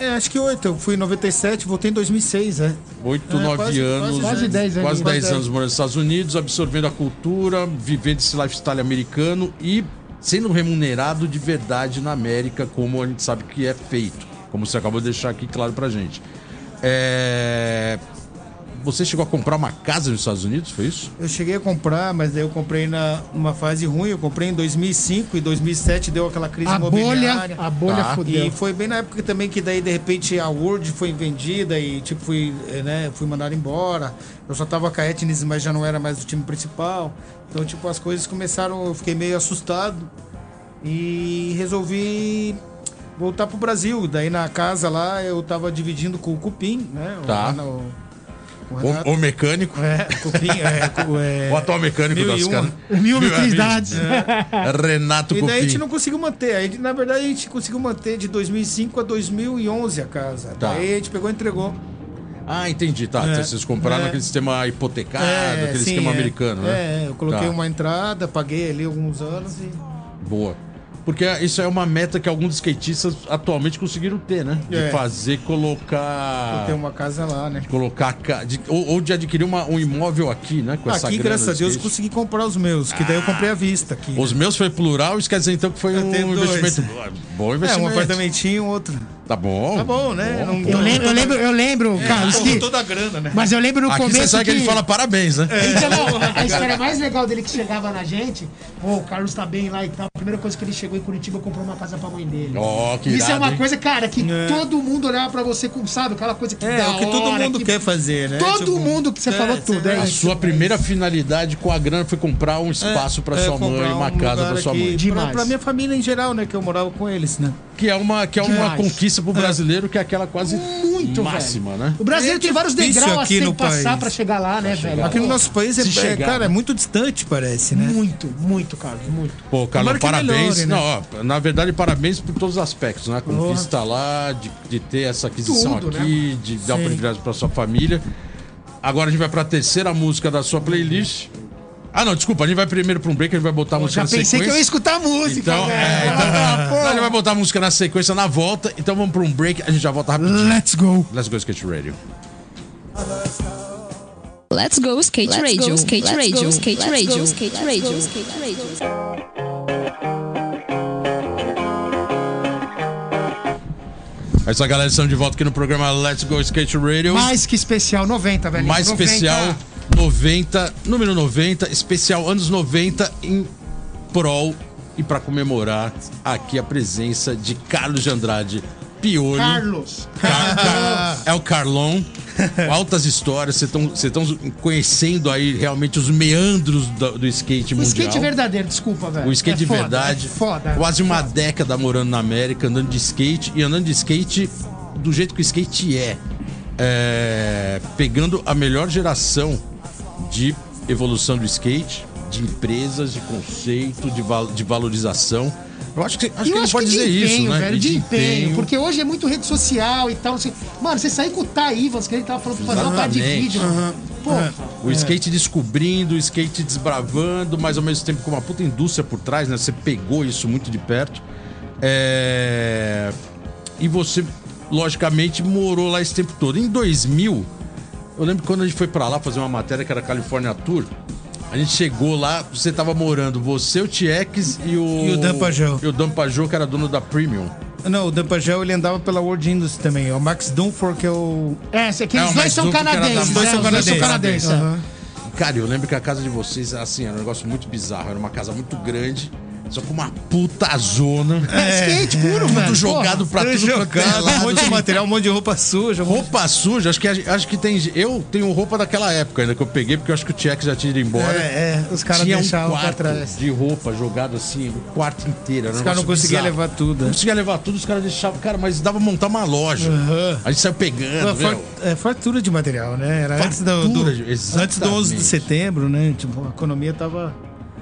Speaker 3: É, acho que oito. Eu fui em 97, voltei em 2006, é.
Speaker 1: Oito,
Speaker 3: É,
Speaker 1: nove
Speaker 3: quase-
Speaker 1: anos.
Speaker 2: quase dez anos.
Speaker 1: Quase
Speaker 2: Quase
Speaker 1: dez
Speaker 3: dez.
Speaker 1: anos morando nos Estados Unidos, absorvendo a cultura, vivendo esse lifestyle americano e sendo remunerado de verdade na América, como a gente sabe que é feito. Como você acabou de deixar aqui claro pra gente. É, Você chegou a comprar uma casa nos Estados Unidos, foi isso?
Speaker 3: Eu cheguei a comprar, mas daí eu comprei na, numa fase ruim. Eu comprei em 2005 e 2007 deu aquela crise
Speaker 2: A
Speaker 3: imobiliária.
Speaker 2: bolha, a bolha
Speaker 1: Tá.
Speaker 2: fudeu.
Speaker 3: Ah, E foi bem na época também que daí de repente a Word foi vendida e tipo fui, eh, né, fui mandado embora. Eu só tava com a Etnis, mas já não era mais o time principal. Então tipo as coisas começaram, eu fiquei meio assustado e resolvi voltar pro Brasil. Daí na casa lá eu tava dividindo com o Cupim, né? o-
Speaker 1: Tá.
Speaker 3: na- o- o Renato.
Speaker 1: O, o mecânico?
Speaker 3: É, Cupim, é, cu-
Speaker 1: *laughs*
Speaker 3: é,
Speaker 1: O atual mecânico
Speaker 3: *laughs* mil e
Speaker 1: das
Speaker 3: um.
Speaker 1: caras.
Speaker 2: Mil
Speaker 1: habilidades.
Speaker 2: utilidades.
Speaker 1: É. Renato
Speaker 3: E daí a gente
Speaker 1: Cupim.
Speaker 3: não conseguiu manter. Aí, na verdade, a gente conseguiu manter de 2005 a 2011 a casa.
Speaker 1: Tá.
Speaker 3: Daí a gente pegou e entregou.
Speaker 1: Ah, entendi. Tá,
Speaker 3: É.
Speaker 1: vocês compraram
Speaker 3: É.
Speaker 1: aquele sistema hipotecado, Ah, aquele
Speaker 3: sim,
Speaker 1: esquema
Speaker 3: é.
Speaker 1: americano, né?
Speaker 3: É, eu coloquei
Speaker 1: Tá.
Speaker 3: uma entrada, paguei ali alguns anos e.
Speaker 1: Boa. Porque isso é uma meta que alguns skatistas atualmente conseguiram ter, né? De
Speaker 3: É.
Speaker 1: fazer, colocar.
Speaker 3: Tem uma casa lá, né?
Speaker 1: Colocar. ca- de- ou, ou de adquirir uma- um imóvel aqui, né? Com essa
Speaker 3: aqui,
Speaker 1: grana
Speaker 3: graças a
Speaker 1: de
Speaker 3: Deus, eu
Speaker 1: skate.
Speaker 3: consegui comprar os meus, que daí eu comprei à vista aqui. É, um
Speaker 1: Os meus foi plural, isso quer dizer então que foi
Speaker 3: Eu
Speaker 1: um
Speaker 3: tenho dois.
Speaker 1: investimento. Bom
Speaker 3: É,
Speaker 1: investimento.
Speaker 3: um apartamentinho, outro.
Speaker 1: Tá bom. Tá
Speaker 3: Tá bom, né? Não-
Speaker 2: Eu lembro, eu lembro, eu lembro, Carlos,
Speaker 3: Porra,
Speaker 2: que,
Speaker 3: toda a grana, né?
Speaker 2: mas eu lembro no
Speaker 1: Aqui
Speaker 2: começo
Speaker 1: você sabe que... ele fala parabéns,
Speaker 3: É,
Speaker 1: né?
Speaker 2: Então, não, a história mais legal dele que chegava na gente, pô, o Carlos tá bem lá e tal. A primeira coisa que ele chegou em Curitiba comprou uma casa pra mãe dele.
Speaker 1: Ó, que
Speaker 2: Isso é
Speaker 1: irado,
Speaker 2: uma
Speaker 1: hein?
Speaker 2: coisa, cara, que
Speaker 3: É.
Speaker 2: todo mundo olhava pra você com, sabe, aquela coisa que
Speaker 3: É,
Speaker 2: da
Speaker 3: o que todo
Speaker 2: hora,
Speaker 3: mundo
Speaker 2: que-
Speaker 3: quer fazer, né?
Speaker 2: Todo
Speaker 3: Tipo,
Speaker 2: mundo que você
Speaker 3: é,
Speaker 2: falou tudo,
Speaker 3: é
Speaker 2: é
Speaker 1: A
Speaker 2: isso.
Speaker 1: sua primeira finalidade com a grana foi comprar um espaço pra
Speaker 3: É,
Speaker 1: sua mãe,
Speaker 3: comprar
Speaker 1: uma
Speaker 3: um
Speaker 1: casa
Speaker 3: lugar
Speaker 1: pra sua
Speaker 3: aqui
Speaker 1: mãe.
Speaker 2: Demais.
Speaker 3: Pra, pra minha família em geral, né? Que eu morava com eles, né?
Speaker 1: Que é uma, que é uma
Speaker 2: Demais.
Speaker 1: conquista pro brasileiro, que é aquela quase
Speaker 2: Muito,
Speaker 1: máxima,
Speaker 2: velho.
Speaker 1: né?
Speaker 2: O Brasil
Speaker 3: É
Speaker 2: tem vários
Speaker 3: difícil
Speaker 2: degraus a
Speaker 3: aqui
Speaker 2: sem
Speaker 3: no
Speaker 2: passar
Speaker 3: país.
Speaker 2: pra chegar lá, né, velho?
Speaker 3: Aqui no
Speaker 2: Pô,
Speaker 3: nosso país é,
Speaker 1: Se
Speaker 3: é,
Speaker 1: chegar,
Speaker 3: cara,
Speaker 1: né?
Speaker 3: é muito distante, parece, né?
Speaker 2: Muito, muito, Carlos, muito.
Speaker 1: Pô, Carlão,
Speaker 3: Tomara que
Speaker 1: parabéns.
Speaker 3: melhore, né?
Speaker 1: Não, ó, na verdade, parabéns por todos os aspectos, né? A conquista lá, de, de ter essa aquisição
Speaker 2: Tudo,
Speaker 1: aqui, de dar um privilégio pra sua família. Agora a gente vai pra terceira música da sua playlist. Ah, não, desculpa, a gente vai primeiro pra um break, a gente vai botar a música
Speaker 2: Já
Speaker 1: na
Speaker 2: pensei
Speaker 1: sequência.
Speaker 2: que eu ia escutar a música,
Speaker 1: Então,
Speaker 2: velho.
Speaker 1: é, então
Speaker 2: Ah,
Speaker 1: Não, a gente vai botar a música na sequência na volta. Então vamos pra um break, a gente já volta rapidinho.
Speaker 2: Let's go.
Speaker 1: Let's go skate radio.
Speaker 4: Let's go skate radio, skate radio, skate radio, skate radio, skate radio.
Speaker 1: É isso aí, galera. Estamos de volta aqui no programa Let's Go Skate Radio. Mais,
Speaker 2: Mais que especial, 90, velho. 90.
Speaker 1: especial 90, número 90, especial anos 90 em prol e para comemorar aqui a presença de Carlos de Andrade Piolho.
Speaker 2: Carlos.
Speaker 1: Car- Car- é o
Speaker 2: *laughs*
Speaker 1: Carlon. Altas histórias, vocês estão conhecendo aí realmente os meandros do, do skate
Speaker 2: O
Speaker 1: mundial.
Speaker 2: skate verdadeiro, desculpa, velho.
Speaker 1: O skate
Speaker 2: É
Speaker 1: de
Speaker 2: foda,
Speaker 1: verdade.
Speaker 2: é foda.
Speaker 1: Quase uma década morando na América, andando de skate e andando de skate do jeito que o skate é. É, Pegando a melhor geração de evolução do skate, de empresas, de conceito, de, val- de valorização. Eu acho que, acho que
Speaker 2: eu
Speaker 1: não
Speaker 2: acho
Speaker 1: pode
Speaker 2: que de
Speaker 1: dizer
Speaker 2: empenho,
Speaker 1: isso, né?
Speaker 2: velho,
Speaker 1: E
Speaker 2: de, empenho, Porque hoje é muito rede social e tal. não sei. Mano, você sair com o Thaí, Ivans, que ele tava falando pra fazer uma parte de
Speaker 1: Exatamente.
Speaker 2: vídeo. Pô,
Speaker 3: É.
Speaker 1: O skate descobrindo, o skate desbravando, mas ao mesmo tempo com uma puta indústria por trás, né? Você pegou isso muito de perto. É, E você, logicamente, morou lá esse tempo todo. Em 2000, eu lembro que quando a gente foi pra lá fazer uma matéria que era California Tour, a gente chegou lá, você tava morando, você, o Tiex e o...
Speaker 3: E o Dan Pajot.
Speaker 1: E o Dan Pajot, que era dono da Premium.
Speaker 3: Não, o Dampagel ele andava pela World Industry também. O Max Dunford, que é o.
Speaker 2: é, cê- que
Speaker 1: Não,
Speaker 2: eles
Speaker 1: mas
Speaker 2: dois são
Speaker 1: um que era da-
Speaker 2: canadenses. né?
Speaker 1: os
Speaker 2: Os
Speaker 1: dois
Speaker 2: dois
Speaker 1: são
Speaker 2: são
Speaker 1: canadenses.
Speaker 2: canadenses.
Speaker 3: Aham.
Speaker 1: Cara, eu lembro que a casa de vocês, assim, era um negócio muito bizarro. Era uma casa muito grande, só com uma puta
Speaker 3: *laughs*
Speaker 1: zona.
Speaker 2: É skate puro, velho.
Speaker 1: Tudo
Speaker 2: porra.
Speaker 1: jogado pra tudo quanto é
Speaker 3: um
Speaker 1: lado.
Speaker 3: monte de material, um monte de roupa suja. um monte-
Speaker 1: Roupa suja, acho que, acho que tem. Eu tenho roupa daquela época ainda que eu peguei, porque eu acho que o Tchek já tinha ido embora.
Speaker 3: É, é, os caras
Speaker 1: tinha um
Speaker 3: deixavam pra
Speaker 1: quarto
Speaker 3: trás.
Speaker 1: de roupa jogado assim, o quarto inteiro. Era um
Speaker 3: Os caras não
Speaker 1: negócio
Speaker 3: conseguiam
Speaker 1: bizarro.
Speaker 3: levar tudo.
Speaker 1: Não
Speaker 3: né?
Speaker 1: conseguia levar tudo, os caras deixavam. Cara, mas dava pra montar uma loja.
Speaker 3: Aham.
Speaker 1: A gente saiu
Speaker 3: Uma
Speaker 1: pegando.
Speaker 3: far-
Speaker 1: meu.
Speaker 3: é, fartura de material, né? Era antes do, do-
Speaker 1: Fartura de-
Speaker 3: antes do 11
Speaker 1: exatamente.
Speaker 3: de setembro, né? Tipo, a economia tava.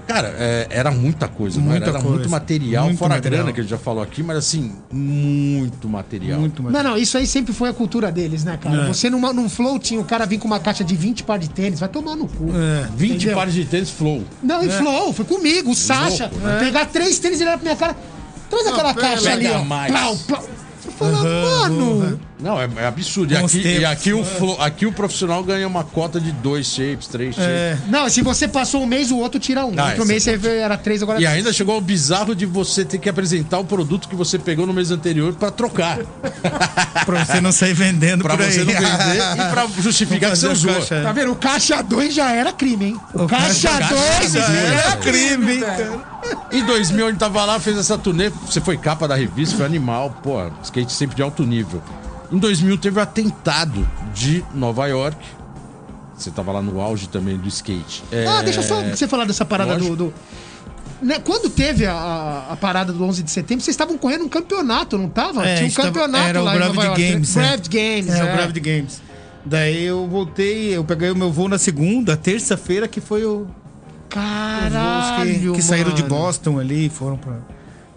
Speaker 1: Cara, é, era muita coisa, não era?
Speaker 3: Muita
Speaker 1: Era
Speaker 3: coisa.
Speaker 1: muito material,
Speaker 3: Muito
Speaker 1: fora a
Speaker 3: material.
Speaker 1: grana que a gente já falou aqui, mas assim, muito material.
Speaker 3: Muito mais.
Speaker 2: Não, não, isso aí sempre foi a cultura deles, né, cara?
Speaker 3: É.
Speaker 2: Você numa, num floating, o cara vir com uma caixa de 20 par de tênis, vai tomar no cu.
Speaker 3: É.
Speaker 1: 20
Speaker 2: Entendeu?
Speaker 1: pares de tênis flow.
Speaker 2: Não, e flow, foi comigo, o Sasha.
Speaker 1: né?
Speaker 2: Pegar três tênis e olhar pra minha cara. Traz aquela
Speaker 3: pega
Speaker 2: caixa ali, ó.
Speaker 1: mais.
Speaker 2: Plau, plau. falar, mano.
Speaker 1: Não, é, é absurdo. E
Speaker 3: Bons
Speaker 1: aqui, e
Speaker 3: tempos.
Speaker 1: aqui, o flo- aqui o profissional ganha uma cota de dois shapes, três shapes.
Speaker 3: É.
Speaker 2: Não, se você passou um mês, o outro tira um.
Speaker 1: Ah,
Speaker 2: Outro
Speaker 1: esse
Speaker 2: mês
Speaker 1: é
Speaker 2: você vê, era três, agora é
Speaker 1: E
Speaker 2: seis.
Speaker 1: ainda chegou ao bizarro de você ter que apresentar o produto que você pegou no mês anterior pra trocar.
Speaker 3: Pra você não sair *laughs* vendendo
Speaker 1: Pra
Speaker 3: por aí.
Speaker 1: você não vender e
Speaker 3: *laughs*
Speaker 1: pra justificar que você
Speaker 3: Fazer
Speaker 1: usou.
Speaker 3: caixa, é.
Speaker 2: Tá vendo? O caixa 2 já era crime, hein? O, caixa
Speaker 3: caixa
Speaker 2: 2 já era crime, hein,
Speaker 3: É, então,
Speaker 2: cara?
Speaker 1: Em 2000 ele tava lá, fez essa turnê. Você foi capa da revista, foi animal. Pô, skate sempre de alto nível. Em 2000 teve o atentado de Nova York. Você tava lá no auge também do skate. É,
Speaker 2: Ah, deixa só você falar dessa parada do.
Speaker 1: lógico.
Speaker 2: do- Né, quando teve a, a- a parada do 11 de setembro, vocês estavam correndo um campeonato, não tava?
Speaker 3: É,
Speaker 2: Tinha
Speaker 3: a
Speaker 2: um
Speaker 3: gente tava-
Speaker 2: campeonato
Speaker 3: era o
Speaker 2: lá em
Speaker 3: Gravity
Speaker 2: Nova York, né?
Speaker 3: Games, né?
Speaker 2: Gravity Games,
Speaker 3: É,
Speaker 2: é.
Speaker 3: o Gravity Games. Daí eu voltei, eu peguei o meu voo na segunda, terça-feira, que foi o, os voos
Speaker 2: Caralho,
Speaker 3: que, que saíram de
Speaker 2: mano.
Speaker 3: Boston ali e foram pra,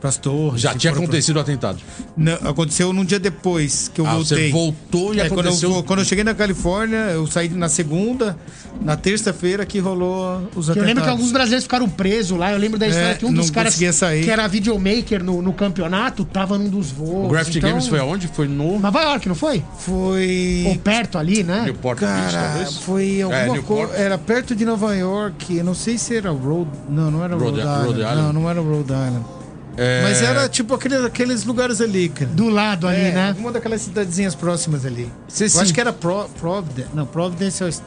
Speaker 3: pras torres.
Speaker 1: Já
Speaker 3: que
Speaker 1: tinha
Speaker 3: foram pra-
Speaker 1: acontecido o atentado.
Speaker 3: Não, aconteceu num dia depois que eu
Speaker 1: Ah,
Speaker 3: voltei.
Speaker 1: você voltou e
Speaker 3: É, quando, eu,
Speaker 1: aconteceu.
Speaker 3: vou- quando eu cheguei na Califórnia, eu saí na segunda, na terça-feira que rolou os atentados.
Speaker 2: Eu lembro que alguns brasileiros ficaram presos lá. Eu lembro da história
Speaker 3: É,
Speaker 2: que um dos
Speaker 3: não
Speaker 2: caras
Speaker 3: conseguia sair.
Speaker 2: que era videomaker no, no campeonato tava num dos voos.
Speaker 1: O Graffiti
Speaker 2: então-
Speaker 1: Games foi aonde? Foi no
Speaker 2: Nova York, não foi? Ou
Speaker 3: Foi.
Speaker 2: perto ali, né?
Speaker 1: Newport Beach,
Speaker 3: Cara,
Speaker 1: talvez?
Speaker 3: foi alguma
Speaker 1: Newport.
Speaker 3: coisa. Era perto de Nova York. eu Não sei se era Road. Não, não era
Speaker 1: Rhode-
Speaker 3: Rhode, Island.
Speaker 1: Rhode Island.
Speaker 3: Não, não era Rhode Island.
Speaker 1: É,
Speaker 3: Mas era tipo aquele- aqueles lugares ali, cara.
Speaker 2: Do lado ali,
Speaker 3: É,
Speaker 2: né?
Speaker 3: Uma daquelas cidadezinhas próximas ali.
Speaker 1: Você
Speaker 3: eu
Speaker 1: sim.
Speaker 3: acho que era Pro, Providence. Não, Providence é o... est-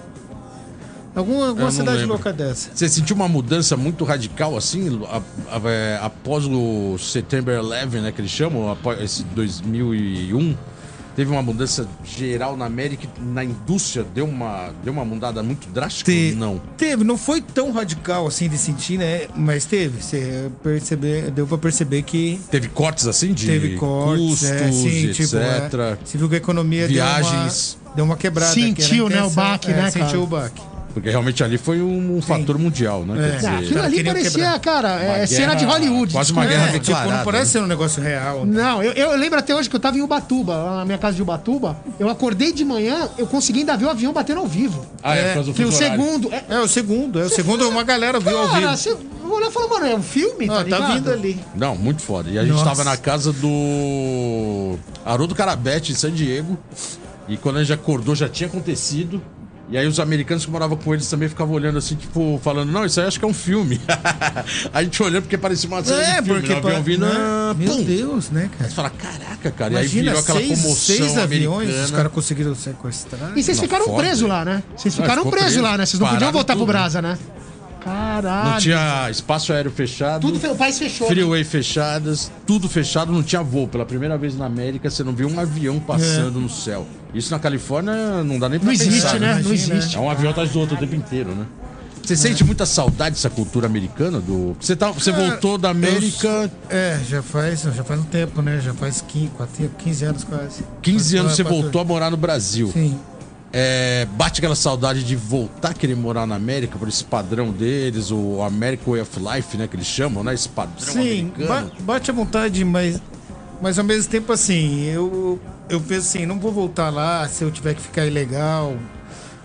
Speaker 3: Alguma,
Speaker 1: Eu não
Speaker 3: alguma cidade
Speaker 1: lembro.
Speaker 3: louca dessa.
Speaker 1: Você sentiu uma mudança muito radical assim, a- a- é, após o September 11, né, que eles chamam, após esse 2001? Teve uma mudança geral na América, e na indústria, deu uma, deu uma mudada muito drástica? ou Não.
Speaker 3: Teve, não foi tão radical assim de sentir, né? Mas teve. Você perceber, deu pra perceber que
Speaker 1: Teve cortes assim de
Speaker 3: teve cortes,
Speaker 1: custos,
Speaker 3: é, sim,
Speaker 1: etc.
Speaker 3: tipo, é, você viu que a economia
Speaker 1: Viagens.
Speaker 3: deu uma, deu uma quebrada. que era a
Speaker 2: Sentiu, né, o
Speaker 3: intenção.
Speaker 2: baque, né,
Speaker 3: é, Sentiu
Speaker 2: cara?
Speaker 3: o baque.
Speaker 1: Porque realmente ali foi um, um fator mundial, né?
Speaker 3: É.
Speaker 1: Quer
Speaker 2: Ah,
Speaker 1: dizer,
Speaker 2: aquilo
Speaker 3: Cara,
Speaker 2: ali
Speaker 3: queriam
Speaker 2: parecia,
Speaker 3: quebrar.
Speaker 2: cara, é
Speaker 1: Uma
Speaker 2: cena de
Speaker 1: guerra-
Speaker 2: Hollywood.
Speaker 1: quase uma
Speaker 2: desculpa.
Speaker 1: guerra
Speaker 3: É, tipo,
Speaker 1: declarada,
Speaker 3: não parece ser um negócio real. né?
Speaker 2: Não, eu, eu lembro até hoje que eu tava em Ubatuba, lá na minha casa de Ubatuba. Eu acordei de manhã, eu consegui ainda ver o avião batendo ao vivo.
Speaker 1: ah, é,
Speaker 3: É,
Speaker 1: por causa do
Speaker 2: Foi o
Speaker 1: fuso horário.
Speaker 2: segundo. É,
Speaker 3: É o segundo, é o segundo, uma galera viu ao
Speaker 1: é,
Speaker 2: cara,
Speaker 3: vivo.
Speaker 2: você olhou e falou, mano, é um filme?
Speaker 3: Ó, tá
Speaker 2: ligado?
Speaker 3: vindo ali.
Speaker 1: Não, muito foda. E a gente
Speaker 3: Nossa.
Speaker 1: tava na casa do Haroldo Carabete, em San Diego. E quando a gente acordou, já tinha acontecido. E aí os americanos que moravam com eles também ficavam olhando assim, tipo, falando, não, isso aí acho que é um filme. *laughs* a gente olhando porque parecia uma cena
Speaker 3: É,
Speaker 1: de filme. né? O avião vindo, ah,
Speaker 3: Meu
Speaker 1: pum.
Speaker 3: Deus, né, cara?
Speaker 1: Você fala, caraca, cara. e aí
Speaker 3: Imagina
Speaker 1: virou aquela
Speaker 3: seis,
Speaker 1: comoção
Speaker 3: seis aviões, os
Speaker 1: americana.
Speaker 3: caras conseguiram sequestrar.
Speaker 2: E vocês
Speaker 1: Não,
Speaker 2: ficaram
Speaker 1: foda.
Speaker 2: presos lá, né? Vocês
Speaker 1: Ah,
Speaker 2: ficaram
Speaker 1: ficou
Speaker 2: presos
Speaker 1: preso.
Speaker 2: lá, né? Vocês não podiam
Speaker 1: Pararam
Speaker 2: voltar
Speaker 1: tudo,
Speaker 2: pro Brasa, né? Caralho.
Speaker 1: Não tinha espaço aéreo fechado.
Speaker 2: Tudo fe- o país fechou. né?
Speaker 1: Freeway fechadas, tudo fechado, não tinha voo. Pela primeira vez na América, você não viu um avião passando no céu. Isso na Califórnia não dá nem pra
Speaker 2: Não
Speaker 1: pensar.
Speaker 2: existe, né? Não
Speaker 3: Imagina,
Speaker 2: existe.
Speaker 1: É um avião atrás do outro o tempo inteiro, né? Você sente muita saudade dessa cultura americana? do Você, tá, você
Speaker 3: Cara,
Speaker 1: voltou da América,
Speaker 3: É, já faz, já faz um tempo, né? Já faz 15, 4, 15 anos quase.
Speaker 1: 15 anos você
Speaker 3: Quatro-
Speaker 1: voltou a morar no Brasil.
Speaker 3: É, Sim.
Speaker 1: É, bate aquela saudade de voltar a querer morar na América por esse padrão deles, o American Way of Life, né? Que eles chamam, né? Esse padrão
Speaker 3: Sim,
Speaker 1: americano.
Speaker 3: ba- bate à vontade, mas, mas ao mesmo tempo assim, eu, eu penso assim, não vou voltar lá se eu tiver que ficar ilegal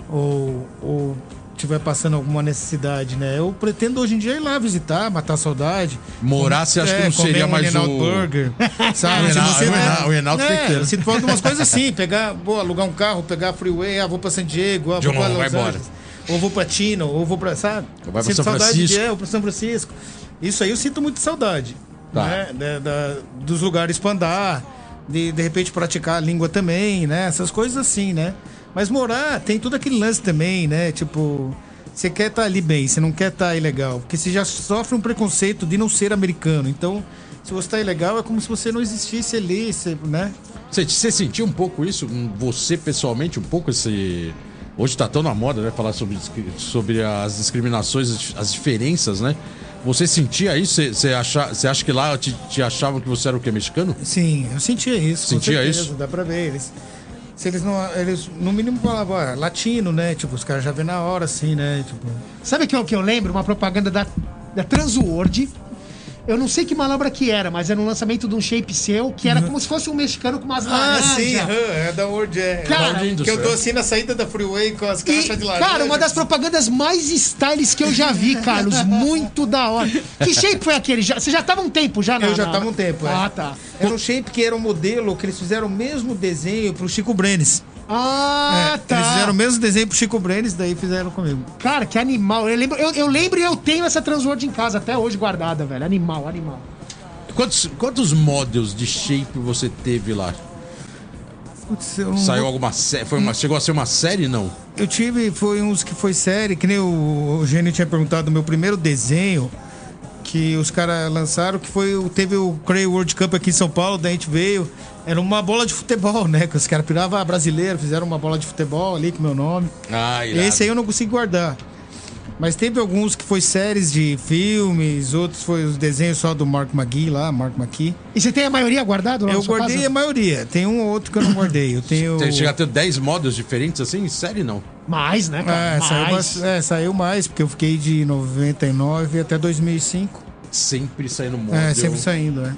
Speaker 3: ou, ou tiver passando alguma necessidade, né? Eu pretendo hoje em dia ir lá visitar, matar a saudade.
Speaker 1: Morar, você acha que não
Speaker 3: comer
Speaker 1: seria
Speaker 3: um
Speaker 1: mais
Speaker 3: Renaldo
Speaker 1: o- *laughs*
Speaker 3: Burger, sabe?
Speaker 1: Renaldo,
Speaker 3: Se você-
Speaker 1: o Renaldo- o Renaldo tem que ter.
Speaker 3: é, se for algumas coisas assim, pegar, vou alugar um carro, pegar a freeway, ah, vou pra San Diego, ah,
Speaker 1: John,
Speaker 3: vou pra
Speaker 1: vai
Speaker 3: Los
Speaker 1: embora.
Speaker 3: Angeles, ou vou pra Tina, ou vou pra, sabe?
Speaker 1: Vai pra
Speaker 3: Sinto
Speaker 1: São
Speaker 3: saudade
Speaker 1: Francisco.
Speaker 3: de- é, ou pra São Francisco. Isso aí eu sinto muito saudade.
Speaker 1: Tá.
Speaker 3: Né? Da- da- dos lugares pra andar, de, de repente praticar a língua também, né? Essas coisas assim, né? Mas morar tem tudo aquele lance também, né? Tipo, você quer estar ali bem, você não quer estar ilegal. Porque você já sofre um preconceito de não ser americano. Então, se você tá ilegal, é como se você não existisse ali, você- né?
Speaker 1: Você, você sentiu um pouco isso? Um- Você pessoalmente, um pouco esse. Hoje tá tão na moda, né? Falar sobre, discri- sobre as discriminações, as- as diferenças, né? Você sentia isso? Você, você, acha, você acha que lá te, te achavam que você era o quê? Mexicano?
Speaker 3: Sim, eu sentia isso. com
Speaker 1: Sentia
Speaker 3: certeza,
Speaker 1: isso?
Speaker 3: Dá pra ver. Eles, se eles não. Eles, no mínimo, falavam ah, latino, né? Tipo, os caras já vê na hora, assim, né? Tipo.
Speaker 2: Sabe o que, eu- que eu lembro? Uma propaganda da, da Transworld. Eu não sei que manobra que era, mas era um lançamento de um shape seu, que era como se fosse um mexicano com umas
Speaker 3: Ah,
Speaker 2: laranjas.
Speaker 3: sim, *laughs* aham, é da World é.
Speaker 2: Cara,
Speaker 1: Maldito
Speaker 3: que eu
Speaker 1: céu.
Speaker 3: dou assim na saída da freeway com as
Speaker 2: E,
Speaker 3: caixas de laranja.
Speaker 2: cara, uma das propagandas mais styles que eu já vi,
Speaker 3: *laughs*
Speaker 2: Carlos. Muito da hora. Que shape foi aquele? Já- Você já tava um tempo já na...
Speaker 3: Eu já
Speaker 2: na-
Speaker 3: tava um tempo, é.
Speaker 2: Ah, tá.
Speaker 3: Era um shape que era um modelo que eles fizeram o mesmo desenho pro Chico Brenes.
Speaker 2: Ah,
Speaker 3: É,
Speaker 2: tá.
Speaker 3: Eles fizeram o mesmo desenho pro Chico Brenes, daí fizeram comigo.
Speaker 2: Cara, que animal. Eu lembro, eu, eu lembro e eu tenho essa Transworld em casa até hoje guardada, velho. Animal, animal.
Speaker 1: Quantos, quantos models de shape você teve lá?
Speaker 3: Putz, eu não
Speaker 1: Saiu alguma série? Foi uma, chegou a ser uma série, não?
Speaker 3: Eu tive, foi uns que foi série, que nem o Eugênio tinha perguntado, o meu primeiro desenho que os caras lançaram, que foi, o- teve o Cray World Cup aqui em São Paulo, daí a gente veio, era uma bola de futebol, né, que os caras piravam a brasileira, fizeram uma bola de futebol ali com meu nome,
Speaker 1: Ah,
Speaker 3: esse aí eu não consegui guardar. Mas teve alguns que foi séries de filmes, outros foi os desenhos só do Mark McGee lá, Mark McGee.
Speaker 2: E você tem a maioria guardada? lá na
Speaker 3: Eu
Speaker 2: sua
Speaker 3: guardei a
Speaker 2: casa?
Speaker 3: maioria, tem um ou outro que eu não guardei. Eu tenho...
Speaker 1: Tem, chega a ter 10 models diferentes assim? Série, não?
Speaker 2: mais, né, cara?
Speaker 3: É, saiu,
Speaker 2: mais.
Speaker 3: bas- é, saiu mais, porque eu fiquei de 99 até 2005.
Speaker 1: Sempre saindo model.
Speaker 3: É, sempre saindo, é.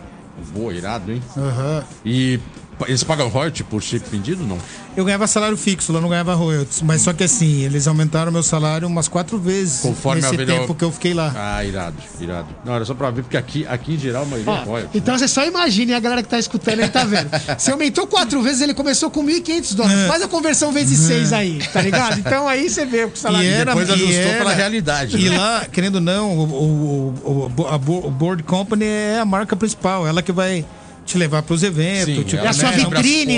Speaker 1: Boa, irado, hein?
Speaker 3: Aham.
Speaker 1: E pa- eles pagam royalty por shape vendido, não?
Speaker 3: Eu ganhava salário fixo, lá eu não ganhava royalties. Mas só que assim, eles aumentaram meu salário umas quatro vezes
Speaker 1: Conforme
Speaker 3: nesse
Speaker 1: a melhor-
Speaker 3: tempo que eu fiquei lá.
Speaker 1: Ah, irado, irado. Não, era só pra ver, porque aqui, aqui em geral a maioria é
Speaker 2: Ó,
Speaker 1: royalty.
Speaker 2: então você só imagina, e a galera que tá escutando aí tá vendo. Você aumentou quatro vezes, ele começou com 1.500 dólares. Faz a conversão vezes seis aí, tá ligado? Então aí você vê o que o salário
Speaker 3: E
Speaker 2: dele. é
Speaker 3: era-
Speaker 1: Depois
Speaker 3: e
Speaker 1: ajustou
Speaker 3: era-
Speaker 1: pela realidade.
Speaker 3: E
Speaker 1: né?
Speaker 3: lá, querendo ou não, o, o, o- o- a bo- o Board Company é a marca principal, ela que vai te levar pros eventos.
Speaker 1: Sim,
Speaker 3: tipo,
Speaker 1: ela
Speaker 2: É a sua
Speaker 1: né,
Speaker 2: vitrine,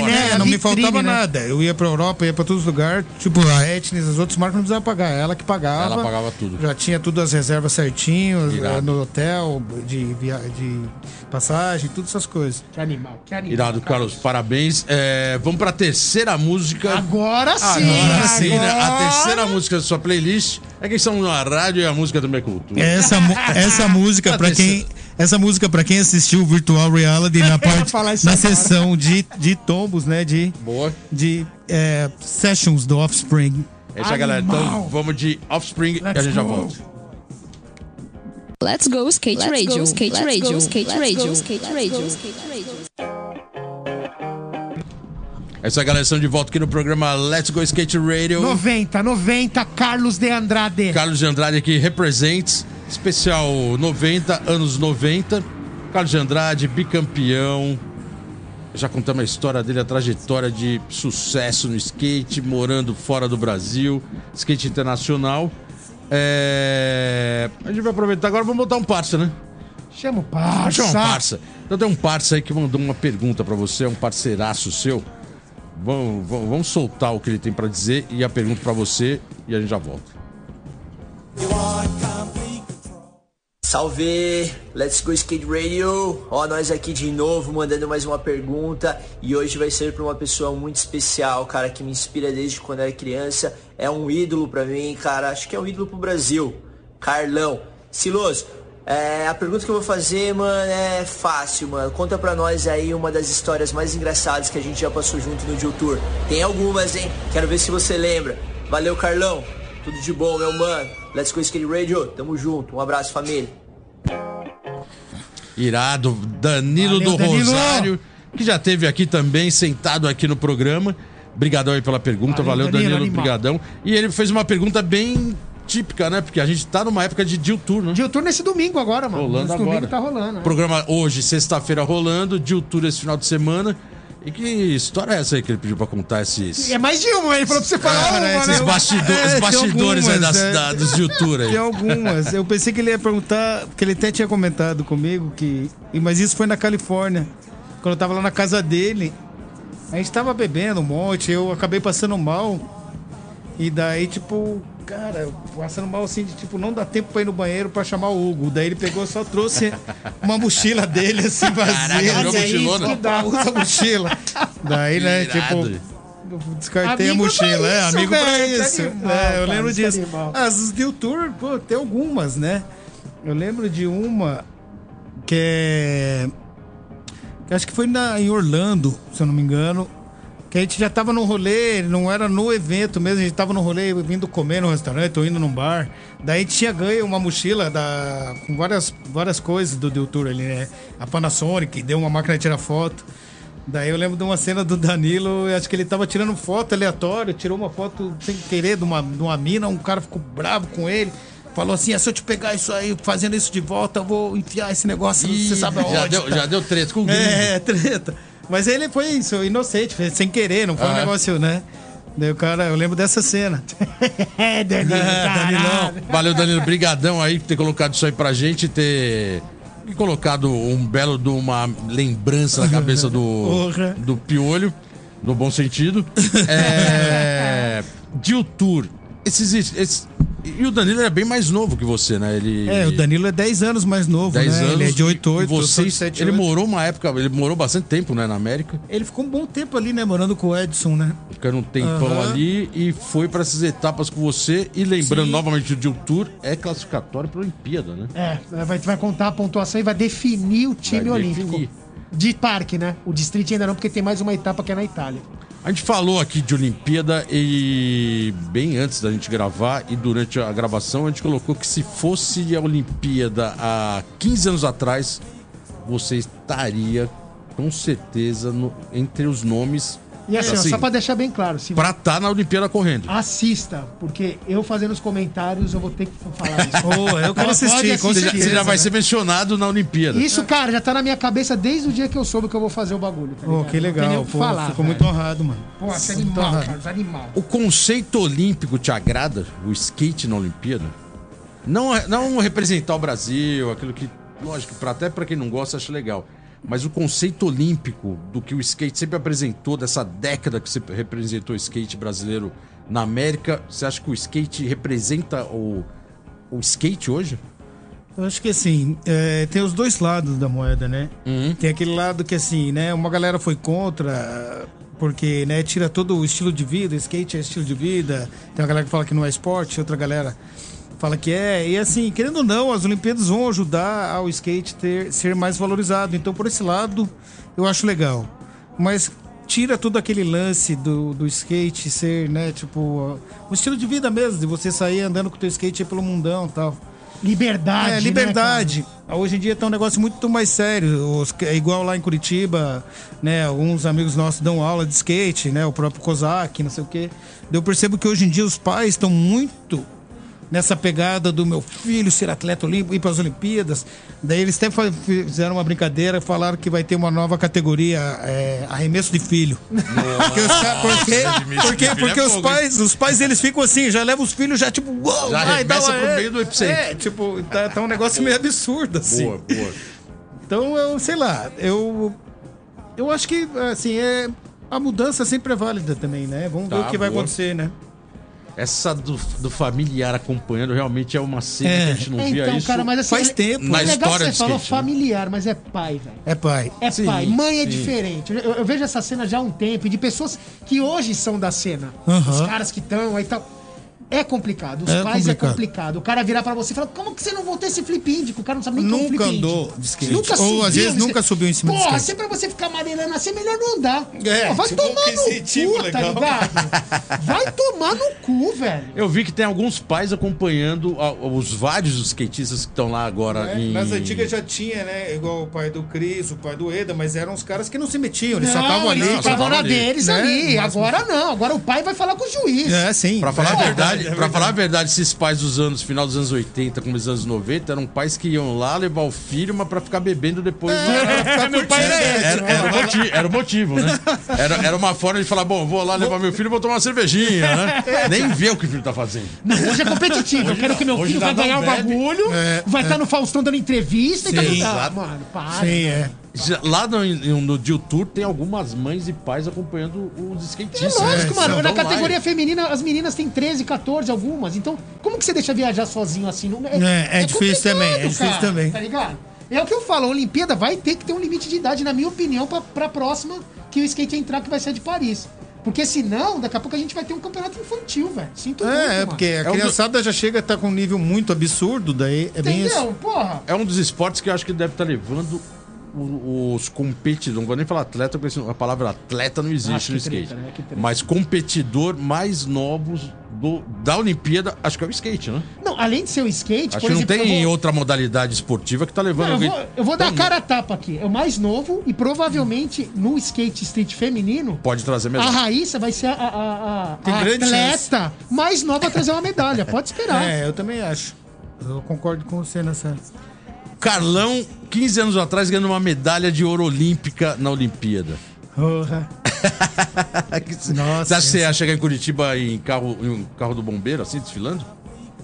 Speaker 1: abre as
Speaker 2: né?
Speaker 3: É,
Speaker 2: A
Speaker 3: não me
Speaker 2: vitrine,
Speaker 3: faltava
Speaker 2: né?
Speaker 3: nada. Eu ia pra Europa, ia pra todos os lugares. Tipo, a Etnis, as outras marcas não precisavam pagar. Ela que pagava.
Speaker 1: Ela pagava tudo.
Speaker 3: Já tinha tudo as reservas certinho,
Speaker 1: Irado.
Speaker 3: eh, no hotel, de, via... de passagem, todas essas coisas.
Speaker 2: Que animal, que animal.
Speaker 1: Irado, Carlos, parabéns. É, vamos pra terceira música.
Speaker 2: Agora sim,
Speaker 1: Agora sim, né? A
Speaker 2: agora-
Speaker 1: terceira música da sua playlist é que são na rádio e a música também é cultura.
Speaker 3: Essa, mu- essa música, pra quem. Essa música, para quem assistiu o Virtual
Speaker 2: *laughs*
Speaker 3: Reality na parte.
Speaker 2: falar isso
Speaker 3: na
Speaker 2: agora.
Speaker 3: sessão de, de tombos, né? De,
Speaker 1: Boa.
Speaker 3: de eh, sessions do Offspring.
Speaker 1: É isso aí, galera. Então vamos de Offspring e a gente já volta.
Speaker 4: Let's go skate
Speaker 6: Let's
Speaker 4: radio,
Speaker 6: go,
Speaker 4: skate
Speaker 6: let's
Speaker 4: radio,
Speaker 6: go,
Speaker 4: skate
Speaker 6: let's
Speaker 4: radio,
Speaker 6: go,
Speaker 4: skate
Speaker 6: let's
Speaker 4: radio,
Speaker 6: go,
Speaker 4: skate radio.
Speaker 1: É isso aí, galera. Estamos de volta aqui no programa Let's Go Skate Radio.
Speaker 2: 90, 90, Carlos de Andrade.
Speaker 1: Carlos de Andrade aqui, Represents, especial 90, anos 90. Carlos de Andrade, bicampeão. Já contamos a história dele, a trajetória de sucesso no skate, morando fora do Brasil, skate internacional. É... A gente vai aproveitar agora, vamos botar um parça, né?
Speaker 2: Chama o
Speaker 1: Deixa eu
Speaker 2: parça.
Speaker 1: chamar um parça. Então tem um parça aí que mandou uma pergunta pra você, é um parceiraço seu. Vamos, vamos, vamos soltar o que ele tem pra dizer e a pergunta pra você e a gente já volta.
Speaker 7: Salve! Let's Go Skate Radio! Ó, nós aqui de novo mandando mais uma pergunta e hoje vai ser para uma pessoa muito especial, cara, que me inspira desde quando era criança. É um ídolo pra mim, cara, acho que é um ídolo pro Brasil. Carlão. Silos, é, a pergunta que eu vou fazer, mano, é fácil, mano. Conta pra nós aí uma das histórias mais engraçadas que a gente já passou junto no Jill Tour. Tem algumas, hein? Quero ver se você lembra. Valeu, Carlão! Tudo de bom, meu mano. Let's Go Skate Radio. Tamo junto. Um abraço, família.
Speaker 1: Irado, Danilo
Speaker 3: Valeu,
Speaker 1: do
Speaker 3: Danilo!
Speaker 1: Rosário, que já teve aqui também, sentado aqui no programa. Obrigadão aí pela pergunta, valeu,
Speaker 2: Valeu, Danilo,
Speaker 1: Danilo,
Speaker 2: animal.
Speaker 1: obrigadão. E ele fez uma pergunta bem típica, né? Porque a gente tá numa época de deal tour, né?
Speaker 2: Dia turno esse domingo agora, mano.
Speaker 1: Rolando
Speaker 2: esse domingo
Speaker 1: agora.
Speaker 2: tá rolando. né?
Speaker 1: Programa hoje, sexta-feira rolando, deal tour esse final de semana. E que história é essa aí que ele pediu pra contar esses,
Speaker 2: É mais de uma, ele falou pra você falar
Speaker 3: Cara,
Speaker 2: uma,
Speaker 3: esses
Speaker 2: né?
Speaker 1: esses bastido-
Speaker 3: É,
Speaker 1: os
Speaker 3: tem
Speaker 1: bastidores aí
Speaker 3: algumas,
Speaker 1: das,
Speaker 3: é.
Speaker 1: da- dos deal tour aí?
Speaker 3: Tem algumas. Eu pensei que ele ia perguntar, porque ele até tinha comentado comigo que. e- Mas isso foi na Califórnia. Quando eu tava lá na casa dele, a gente tava bebendo um monte, eu acabei passando mal. E daí, tipo, cara, eu passando mal assim, de tipo, não dá tempo pra ir no banheiro pra chamar o Hugo. Daí ele pegou, só trouxe uma mochila dele, assim,
Speaker 1: Caraca,
Speaker 3: vazia.
Speaker 1: virou
Speaker 3: assim,
Speaker 1: mochilona.
Speaker 3: "Opa, Usa a mochila. Daí, né,
Speaker 1: Irado.
Speaker 3: tipo, eu Descartei
Speaker 2: Amigo
Speaker 3: a mochila,
Speaker 2: pra
Speaker 3: é,
Speaker 2: isso,
Speaker 3: amigo pra
Speaker 2: velho, que
Speaker 3: isso.
Speaker 2: animal,
Speaker 3: É, eu
Speaker 2: cara,
Speaker 3: lembro
Speaker 2: que
Speaker 3: disso. Ah,
Speaker 2: animal.
Speaker 3: As Deal Tour, pô, tem algumas, né? Eu lembro de uma que é. que acho que foi na, em Orlando, se eu não me engano. que Que a gente já tava no rolê, não era no evento mesmo, a gente tava no rolê vindo comer no restaurante ou indo num bar. Daí a gente tinha ganho uma mochila da, com várias, várias coisas do Del Tour ali, né? A Panasonic, deu uma máquina de tirar foto. Daí eu lembro de uma cena do Danilo, eu acho que ele tava tirando foto aleatório, tirou uma foto sem querer de uma, de uma mina, um cara ficou bravo com ele. Falou assim, "Ah, se eu te pegar isso aí, fazendo isso de volta, eu vou enfiar esse negócio, você sabe aonde.
Speaker 1: já, deu,
Speaker 3: tá?"
Speaker 1: já deu treta com o gringo.
Speaker 3: É, treta. Mas ele foi isso, inocente, fez sem querer, não foi um
Speaker 1: Ah.
Speaker 3: negócio, né? Daí o cara, eu lembro dessa cena.
Speaker 2: *laughs*
Speaker 3: Ah,
Speaker 2: É, Danilo, caralho.
Speaker 1: Valeu, Danilo. Brigadão aí por ter colocado isso aí pra gente, ter colocado um belo de uma lembrança na cabeça do,
Speaker 3: Porra.
Speaker 1: do piolho, no bom sentido.
Speaker 3: *laughs*
Speaker 1: É, Dil Tour. Esses, esses- e o Danilo é bem mais novo que você, né? Ele,
Speaker 3: É, o Danilo é 10 anos mais novo,
Speaker 1: 10
Speaker 3: né?
Speaker 1: anos.
Speaker 3: Ele é de 8, 8,
Speaker 1: E
Speaker 3: eu
Speaker 1: você,
Speaker 3: sou de 7,
Speaker 1: Ele
Speaker 3: 8.
Speaker 1: morou uma época, ele morou bastante tempo, né, na América.
Speaker 3: Ele ficou um bom tempo ali, né, morando com o
Speaker 2: *laughs*
Speaker 3: Edson, né?
Speaker 1: Ficando um tempão
Speaker 3: Aham.
Speaker 1: ali e foi pra essas etapas com você. E lembrando novamente, o Dil Tour é classificatório pra Olimpíada, né?
Speaker 2: É, vai, vai contar a pontuação e vai definir o time
Speaker 1: Vai
Speaker 2: olímpico.
Speaker 1: definir.
Speaker 2: De parque, né? O distrito ainda não, porque tem mais uma etapa que é na Itália.
Speaker 1: A gente falou aqui de Olimpíada e bem antes da gente gravar e durante a gravação a gente colocou que se fosse a Olimpíada há 15 anos atrás, você estaria com certeza no- entre os nomes
Speaker 2: E assim, ó,
Speaker 1: Assim.
Speaker 2: só pra Ah, deixar bem claro, se
Speaker 1: pra estar na Olimpíada correndo.
Speaker 2: assista, porque eu fazendo os comentários eu vou ter que
Speaker 1: *laughs*
Speaker 2: falar isso.
Speaker 3: Pô, eu quero
Speaker 2: Pode
Speaker 3: assistir,
Speaker 2: assistir.
Speaker 3: com
Speaker 1: Você já,
Speaker 3: certeza.
Speaker 1: você já vai
Speaker 3: né?
Speaker 1: ser mencionado na Olimpíada.
Speaker 2: Isso, cara, já tá na minha cabeça desde o dia que eu soube que eu vou fazer o bagulho. Tá
Speaker 3: Pô,
Speaker 2: ligado?
Speaker 3: que
Speaker 2: Não tem nem
Speaker 3: legal,
Speaker 2: o que
Speaker 3: pô,
Speaker 2: falar,
Speaker 3: ficou
Speaker 2: velho.
Speaker 3: muito honrado, mano.
Speaker 2: Pô, você é animal, cara, você é animal.
Speaker 1: O conceito olímpico te agrada? O skate na Olimpíada? Não, é- não representar o Brasil, aquilo que, lógico, pra, até pra quem não gosta, acho legal. Mas o conceito olímpico do que o skate sempre apresentou, dessa década que você representou o skate brasileiro na América, você acha que o skate representa o, o skate hoje?
Speaker 3: Eu acho que assim, é, tem os dois lados da moeda, né? Tem aquele lado que assim, né? Uma galera foi contra, porque né, tira todo o estilo de vida, skate é estilo de vida. Tem uma galera que fala que não é esporte, outra galera fala que é. E assim, querendo ou não, as Olimpíadas vão ajudar ao skate ter, ser mais valorizado. Então, por esse lado, eu acho legal. Mas tira todo aquele lance do, do skate ser, né, tipo, um estilo de vida mesmo, de você sair andando com o teu skate aí pelo mundão e tal.
Speaker 2: Liberdade.
Speaker 3: É,
Speaker 2: né,
Speaker 3: liberdade. Hoje em dia tá um negócio muito mais sério. Os- é igual lá em Curitiba, né? Alguns amigos nossos dão aula de skate, né? O próprio Kozak, não sei o quê. Eu percebo que hoje em dia os pais estão muito nessa pegada do meu filho ser atleta olímpico, ir para as Olimpíadas. Daí eles até fa- fizeram uma brincadeira, falaram que vai ter uma nova categoria, é, arremesso de filho. *laughs* Porque os, ca- porque,
Speaker 1: arremesso de
Speaker 3: porque,
Speaker 1: filho é
Speaker 3: porque os
Speaker 1: fogo, hein?
Speaker 3: pais, os pais eles ficam assim, já levam os filhos já tipo, uou,
Speaker 1: Já
Speaker 3: vai, dá
Speaker 1: arremessa
Speaker 3: uma-
Speaker 1: pro
Speaker 3: é,
Speaker 1: meio do epicentro.
Speaker 3: É, tipo, tá, tá um negócio meio absurdo assim.
Speaker 1: boa.
Speaker 3: Então, eu sei lá, eu. Eu acho que, assim, é. A mudança sempre é válida também, né? Vamos
Speaker 1: Tá,
Speaker 3: ver o que vai
Speaker 1: boa.
Speaker 3: acontecer, né?
Speaker 1: Essa do, do familiar acompanhando realmente é uma cena
Speaker 3: É.
Speaker 1: que a gente não
Speaker 2: Cara?
Speaker 1: via
Speaker 2: Então,
Speaker 1: isso.
Speaker 2: cara, mas assim.
Speaker 3: Faz
Speaker 2: é-
Speaker 3: tempo.
Speaker 1: Na
Speaker 2: É legal que
Speaker 1: história
Speaker 2: você
Speaker 1: do
Speaker 2: falou
Speaker 1: skate, né?
Speaker 2: familiar, mas é pai, velho.
Speaker 3: É, pai.
Speaker 2: É
Speaker 1: Sim,
Speaker 2: pai. Mãe é
Speaker 1: sim.
Speaker 2: diferente. Eu, eu vejo essa cena já há um tempo e de pessoas que hoje são da cena.
Speaker 3: Aham.
Speaker 2: Os caras que estão aí e tal. É complicado. Os
Speaker 3: É
Speaker 2: pais
Speaker 3: complicado.
Speaker 2: é complicado. O cara virar pra você e falar: como que você não voltou esse flip índico? O cara não sabe nem o que é um
Speaker 3: Nunca
Speaker 2: flip índico.
Speaker 3: andou de skate.
Speaker 2: Nunca
Speaker 3: Ou, às
Speaker 2: subiu
Speaker 3: vezes,
Speaker 2: no skate.
Speaker 3: nunca subiu em cima de
Speaker 2: Porra,
Speaker 3: skate.
Speaker 2: se é pra você ficar maneirando assim, é melhor não andar.
Speaker 3: É,
Speaker 2: Pô, vai
Speaker 3: tipo,
Speaker 2: tomar
Speaker 3: que
Speaker 2: no
Speaker 3: incentivo
Speaker 2: cu, tá
Speaker 3: legal.
Speaker 2: ligado? Vai tomar no cu, velho.
Speaker 1: Eu vi que tem alguns pais acompanhando a- os vários skatistas que estão lá agora em...
Speaker 3: Nas antigas já tinha, né? Igual o pai do Cris, o pai do Eda, mas eram os caras que não se metiam, eles só estavam ali.
Speaker 2: eles
Speaker 1: só
Speaker 2: ficavam na
Speaker 1: tavam ali,
Speaker 2: deles
Speaker 3: né?
Speaker 2: ali.
Speaker 3: No máximo.
Speaker 2: Agora não. Agora o pai vai falar com o juiz.
Speaker 3: É, sim.
Speaker 1: Pra falar
Speaker 3: É
Speaker 1: a verdade,
Speaker 3: é
Speaker 1: pra falar a verdade, esses pais dos anos, final dos anos 80, começo dos anos 90, eram pais que iam lá levar o filho, mas pra ficar bebendo depois.
Speaker 3: Tá meu pai era esse.
Speaker 1: Era,
Speaker 3: né?
Speaker 1: era o motivo, era o motivo, né? Era, era uma forma de falar, bom, vou lá levar meu filho e vou tomar uma cervejinha, né?
Speaker 3: É.
Speaker 1: Nem ver o que o filho tá fazendo.
Speaker 2: Não, hoje é competitivo. eu quero que meu
Speaker 1: hoje
Speaker 2: filho
Speaker 1: já
Speaker 2: vai
Speaker 1: não
Speaker 2: ganhar o
Speaker 1: bebe.
Speaker 2: bagulho,
Speaker 3: É,
Speaker 2: vai estar no Faustão dando entrevista e tá
Speaker 3: Sim,
Speaker 2: tá,
Speaker 1: exato.
Speaker 2: Mano, para.
Speaker 3: Sim, é.
Speaker 1: Já- lá no, no Deal Tour tem algumas mães e pais acompanhando os skatistas.
Speaker 2: É Lógico,
Speaker 1: né?
Speaker 2: mano.
Speaker 1: Eles
Speaker 2: Na
Speaker 1: andam lá
Speaker 2: categoria
Speaker 1: e-
Speaker 2: feminina, as meninas têm 13, 14, algumas. Então, como que você deixa viajar sozinho assim? Não-
Speaker 3: É, é difícil também, é
Speaker 2: complicado,
Speaker 3: difícil também.
Speaker 2: Tá ligado? É o que eu falo, a Olimpíada vai ter que ter um limite de idade, na minha opinião, pra, pra próxima que o skate entrar, que vai ser de Paris. Porque senão, daqui a pouco a gente vai ter um campeonato infantil, velho. Sinto muito,
Speaker 3: É,
Speaker 2: mano.
Speaker 3: porque a
Speaker 1: um
Speaker 3: criançada já chega a estar com um nível muito absurdo, daí é bem isso.
Speaker 2: Entendeu? Porra.
Speaker 1: É um dos esportes que eu acho que deve estar tá levando o- os competidores, não vou nem falar atleta, porque isso- a palavra atleta não existe
Speaker 2: Acho
Speaker 1: no
Speaker 2: que treta,
Speaker 1: skate.
Speaker 2: né? Que treta.
Speaker 1: Mas competidor mais novos do- da Olimpíada, acho que é o skate, né?
Speaker 2: Não, além de ser o skate,
Speaker 1: Acho que não
Speaker 2: eu
Speaker 1: tem
Speaker 2: vou-
Speaker 1: outra modalidade esportiva que tá levando
Speaker 2: Não, eu,
Speaker 1: alguém.
Speaker 2: vou, eu vou dar a
Speaker 1: Tem,
Speaker 2: cara a tapa aqui. É o mais novo e provavelmente no skate street feminino,
Speaker 1: Pode trazer
Speaker 2: a
Speaker 1: medalha.
Speaker 2: Raíssa vai ser a, a- a-
Speaker 3: Tem
Speaker 2: a
Speaker 3: grande
Speaker 2: atleta mais nova a trazer uma medalha. Pode esperar.
Speaker 3: É, eu também acho. Eu concordo com você nessa.
Speaker 1: Carlão, 15 anos atrás, ganhando uma medalha de ouro olímpica na Olimpíada.
Speaker 3: Porra.
Speaker 1: Você
Speaker 3: Nossa.
Speaker 1: acha *laughs* que Tá você ia chegar em Curitiba em carro, em um carro do bombeiro, assim, desfilando?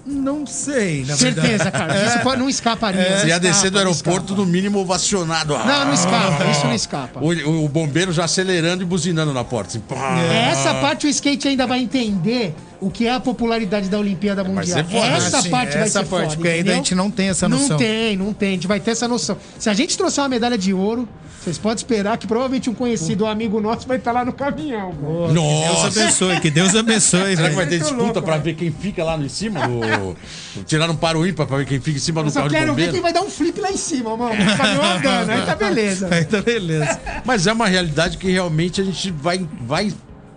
Speaker 3: Não sei, na é verdade. É.
Speaker 2: Certeza, cara. Isso pode- não escaparia.
Speaker 1: Você ia
Speaker 2: Escapa,
Speaker 1: descer do
Speaker 2: não
Speaker 1: aeroporto,
Speaker 2: escapa.
Speaker 1: no mínimo, ovacionado.
Speaker 2: Não, não
Speaker 1: Ah!
Speaker 2: escapa. Isso não escapa.
Speaker 1: O, o bombeiro já acelerando e buzinando na porta. assim, pá.
Speaker 2: Essa
Speaker 3: Ah.
Speaker 2: parte o skate ainda vai entender o que é a popularidade da Olimpíada
Speaker 1: Vai
Speaker 2: Mundial.
Speaker 1: ser foda,
Speaker 2: essa
Speaker 3: sim,
Speaker 2: parte vai
Speaker 3: essa
Speaker 2: ser
Speaker 3: parte,
Speaker 2: foda,
Speaker 3: porque ainda
Speaker 2: entendeu?
Speaker 3: a gente não tem essa noção.
Speaker 2: Não tem, não tem. A gente vai ter essa noção. Se a gente trouxer uma medalha de ouro, vocês podem esperar que provavelmente um conhecido, um amigo nosso, vai estar lá no caminhão. velho.
Speaker 3: Deus
Speaker 1: É. Nossa!
Speaker 3: abençoe, que Deus abençoe.
Speaker 1: Será que
Speaker 3: velho.
Speaker 1: vai ter
Speaker 2: é Muito né?
Speaker 1: disputa
Speaker 2: louco,
Speaker 1: pra ver quem fica lá em cima? Do... *laughs* Tiraram um paro ímpar pra ver quem fica em cima
Speaker 2: Eu
Speaker 1: do
Speaker 2: só
Speaker 1: carro de
Speaker 2: quero ver
Speaker 1: bombeiro?
Speaker 2: quem vai dar um flip lá em cima, mano. Tá me andando, aí tá beleza.
Speaker 3: Aí
Speaker 1: *laughs*
Speaker 3: tá beleza.
Speaker 1: Mas é uma realidade que realmente a gente vai. vai...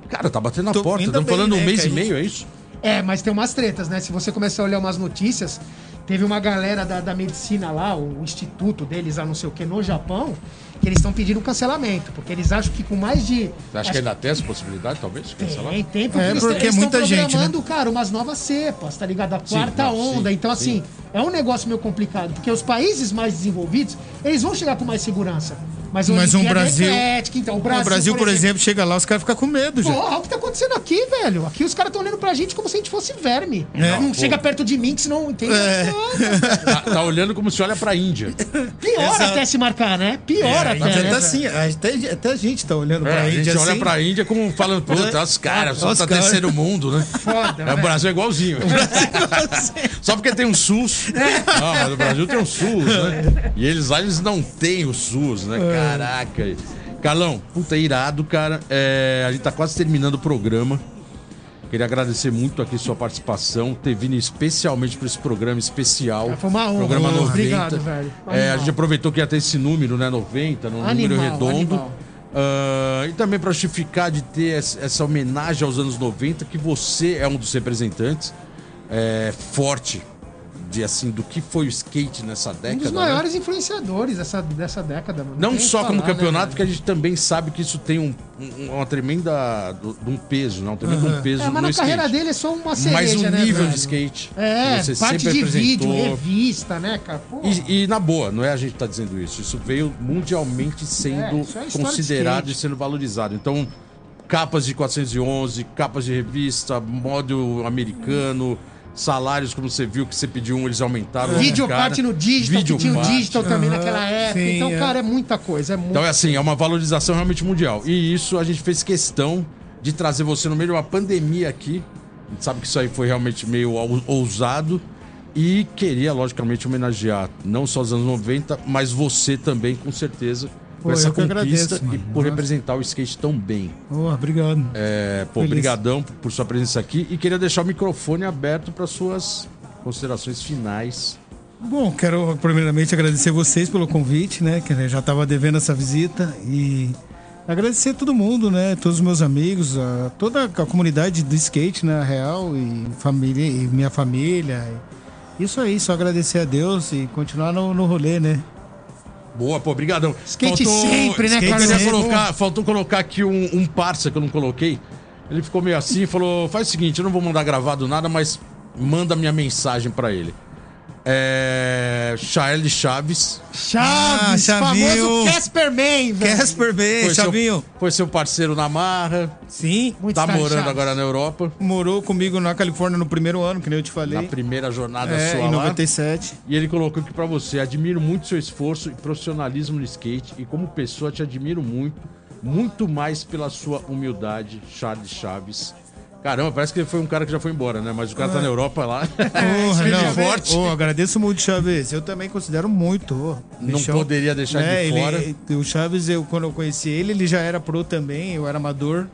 Speaker 1: Cara, tá batendo na
Speaker 3: Tô-
Speaker 1: porta.
Speaker 3: ainda
Speaker 1: Estamos
Speaker 3: bem,
Speaker 1: falando um
Speaker 3: né,
Speaker 1: mês
Speaker 3: que a
Speaker 1: e
Speaker 3: gente-
Speaker 1: meio, é isso?
Speaker 2: É, mas tem umas tretas, né? Se você começar a olhar umas notícias, teve uma galera da, da medicina lá, o, o instituto deles, lá não sei o que, no Japão, que eles estão pedindo cancelamento, porque eles acham que com mais de.
Speaker 1: Você acha que ainda tem essa possibilidade, talvez? de Cancelar?
Speaker 2: Tem, tem, porque
Speaker 3: É,
Speaker 2: eles
Speaker 3: porque
Speaker 2: estão
Speaker 3: muita gente, né?
Speaker 2: programando, cara, umas novas cepas, tá ligado? A
Speaker 1: Sim,
Speaker 2: quarta
Speaker 1: não, sim,
Speaker 2: onda. então,
Speaker 1: sim.
Speaker 2: assim, é um negócio meio complicado, porque os países mais desenvolvidos, eles vão chegar com mais segurança. Mas, a
Speaker 3: Mas um
Speaker 2: Olimpíada é
Speaker 3: Brasil-
Speaker 2: eclética, então, o Brasil,
Speaker 3: O Brasil, por exemplo, chega lá, os caras ficam com medo já.
Speaker 2: Porra, o que tá acontecendo aqui, velho? Aqui os caras estão olhando pra gente como se a gente fosse verme. não
Speaker 1: É, pô.
Speaker 2: chega perto de mim, que senão entende.
Speaker 3: É.
Speaker 2: Nossa,
Speaker 1: Tá, tá olhando como se olha pra Índia.
Speaker 2: Pior
Speaker 1: *laughs*
Speaker 3: Exato.
Speaker 2: até se marcar, né? Pior até.
Speaker 3: Mas
Speaker 2: né,
Speaker 3: até
Speaker 2: velho?
Speaker 3: assim, até, até a gente tá olhando
Speaker 1: então, É,
Speaker 3: pra
Speaker 1: a gente
Speaker 3: Índia
Speaker 1: olha
Speaker 3: assim.
Speaker 1: pra Índia como falando, puta, os caras, só
Speaker 3: Os
Speaker 1: tá
Speaker 3: caras.
Speaker 1: terceiro mundo, né?
Speaker 2: Foda,
Speaker 1: é, o
Speaker 2: velho.
Speaker 1: Brasil é
Speaker 2: *laughs*
Speaker 1: igualzinho.
Speaker 2: é
Speaker 1: só porque tem um SUS. Não, mas o Brasil tem um SUS,
Speaker 2: É.
Speaker 1: né? E eles lá, eles não têm o SUS, né? Caraca. Carlão, puta, irado, cara. É, a gente tá quase terminando o programa. Queria agradecer muito aqui sua participação, ter vindo especialmente para esse programa especial.
Speaker 2: Cara, Ah, foi uma honra.
Speaker 1: Programa 90.
Speaker 2: Obrigado, velho.
Speaker 1: É, a
Speaker 2: Animal.
Speaker 1: gente aproveitou que ia ter esse número, né? 90, num número
Speaker 2: Animal,
Speaker 1: redondo.
Speaker 2: animal.
Speaker 1: Ah, e também para justificar de ter essa essa homenagem aos anos 90, que você é um dos representantes é, forte de assim do que foi o skate nessa década.
Speaker 2: Um dos
Speaker 1: né?
Speaker 2: maiores influenciadores dessa, dessa década, mano.
Speaker 1: Não
Speaker 2: tem o que
Speaker 1: só como
Speaker 2: falar, né,
Speaker 1: campeonato,
Speaker 2: velho?
Speaker 1: porque a gente também sabe que isso tem um, um- uma tremenda. do- de um peso, né? Um tremendo um peso
Speaker 2: É, mas
Speaker 1: no
Speaker 2: na
Speaker 1: skate.
Speaker 2: carreira dele é só uma cereja,
Speaker 1: Mas o
Speaker 2: né,
Speaker 1: nível
Speaker 2: velho?
Speaker 1: de skate. que
Speaker 2: É,
Speaker 1: você
Speaker 2: parte
Speaker 1: sempre
Speaker 2: de vídeo,
Speaker 1: apresentou.
Speaker 2: revista, né, cara? Pô,
Speaker 1: E, e na boa, não é a gente que tá dizendo isso. Isso veio mundialmente sendo
Speaker 2: É, isso é a história
Speaker 1: considerado
Speaker 2: de
Speaker 1: e
Speaker 2: skate.
Speaker 1: sendo valorizado. Então, capas de 411, capas de revista, modo americano, salários, como você viu, que você pediu um, eles aumentaram.
Speaker 2: Vídeo
Speaker 1: cara.
Speaker 2: parte no digital,
Speaker 1: Vídeo
Speaker 2: que tinha o
Speaker 1: parte.
Speaker 2: digital também
Speaker 3: Aham,
Speaker 2: naquela época.
Speaker 3: sim,
Speaker 2: então,
Speaker 3: é.
Speaker 2: cara, é muita coisa. É muito...
Speaker 1: Então é assim, é uma valorização realmente mundial. E isso a gente fez questão de trazer você no meio de uma pandemia aqui. A gente sabe que isso aí foi realmente meio ou- ousado. E queria, logicamente, homenagear não só os anos 90, mas você também, com certeza, por
Speaker 3: Pô,
Speaker 1: essa
Speaker 3: eu que
Speaker 1: conquista
Speaker 3: agradeço,
Speaker 1: e
Speaker 3: mano.
Speaker 1: por
Speaker 3: Nossa.
Speaker 1: representar o skate tão bem.
Speaker 3: Oh, obrigado.
Speaker 1: É, pô,
Speaker 3: Feliz.
Speaker 1: brigadão por sua presença aqui. E queria deixar o microfone aberto para suas considerações finais.
Speaker 3: Bom, quero primeiramente agradecer vocês pelo convite, né? Que eu já estava devendo essa visita e agradecer a todo mundo, né? Todos os meus amigos, a toda a comunidade do skate, na real, e família, e minha família. Isso aí, só agradecer a Deus e continuar no, no rolê, né?
Speaker 1: Boa, pô, brigadão.
Speaker 2: Skate sempre, né,
Speaker 1: skate
Speaker 3: cara?
Speaker 1: eu queria
Speaker 3: Sempre.
Speaker 1: colocar, faltou colocar aqui um, um parça que eu não coloquei. Ele ficou meio assim e falou: faz o seguinte, eu não vou mandar gravado nada, mas manda minha mensagem pra ele. É. Chael Chaves.
Speaker 2: Chaves,
Speaker 3: Ah,
Speaker 2: famoso
Speaker 3: Chavinho.
Speaker 2: Casper Man, velho.
Speaker 3: Casper B,
Speaker 1: seu-
Speaker 3: Chavinho.
Speaker 1: foi seu parceiro na Marra.
Speaker 3: Sim.
Speaker 2: Muito
Speaker 1: tá
Speaker 2: estágio,
Speaker 1: morando
Speaker 2: Chaves.
Speaker 1: agora na Europa.
Speaker 3: Morou comigo na Califórnia no primeiro ano, que nem eu te falei.
Speaker 1: Na primeira jornada
Speaker 3: é,
Speaker 1: sua
Speaker 3: em
Speaker 1: lá.
Speaker 3: 97.
Speaker 1: E ele colocou aqui pra você: admiro muito seu esforço e profissionalismo no skate. E como pessoa, te admiro muito, muito mais pela sua humildade, Charles Chaves. Caramba, parece que ele foi um cara que já foi embora, né? Mas o cara tá na Europa lá.
Speaker 3: Porra,
Speaker 1: Firme e
Speaker 3: não.
Speaker 1: é forte.
Speaker 3: Ô, agradeço muito, Chaves. Eu também considero muito. ô.
Speaker 1: Não
Speaker 3: Bichão. Né,
Speaker 1: poderia deixar de
Speaker 3: ele-
Speaker 1: fora.
Speaker 3: O Chaves, eu, quando eu conheci ele, ele já era pro também, eu era amador.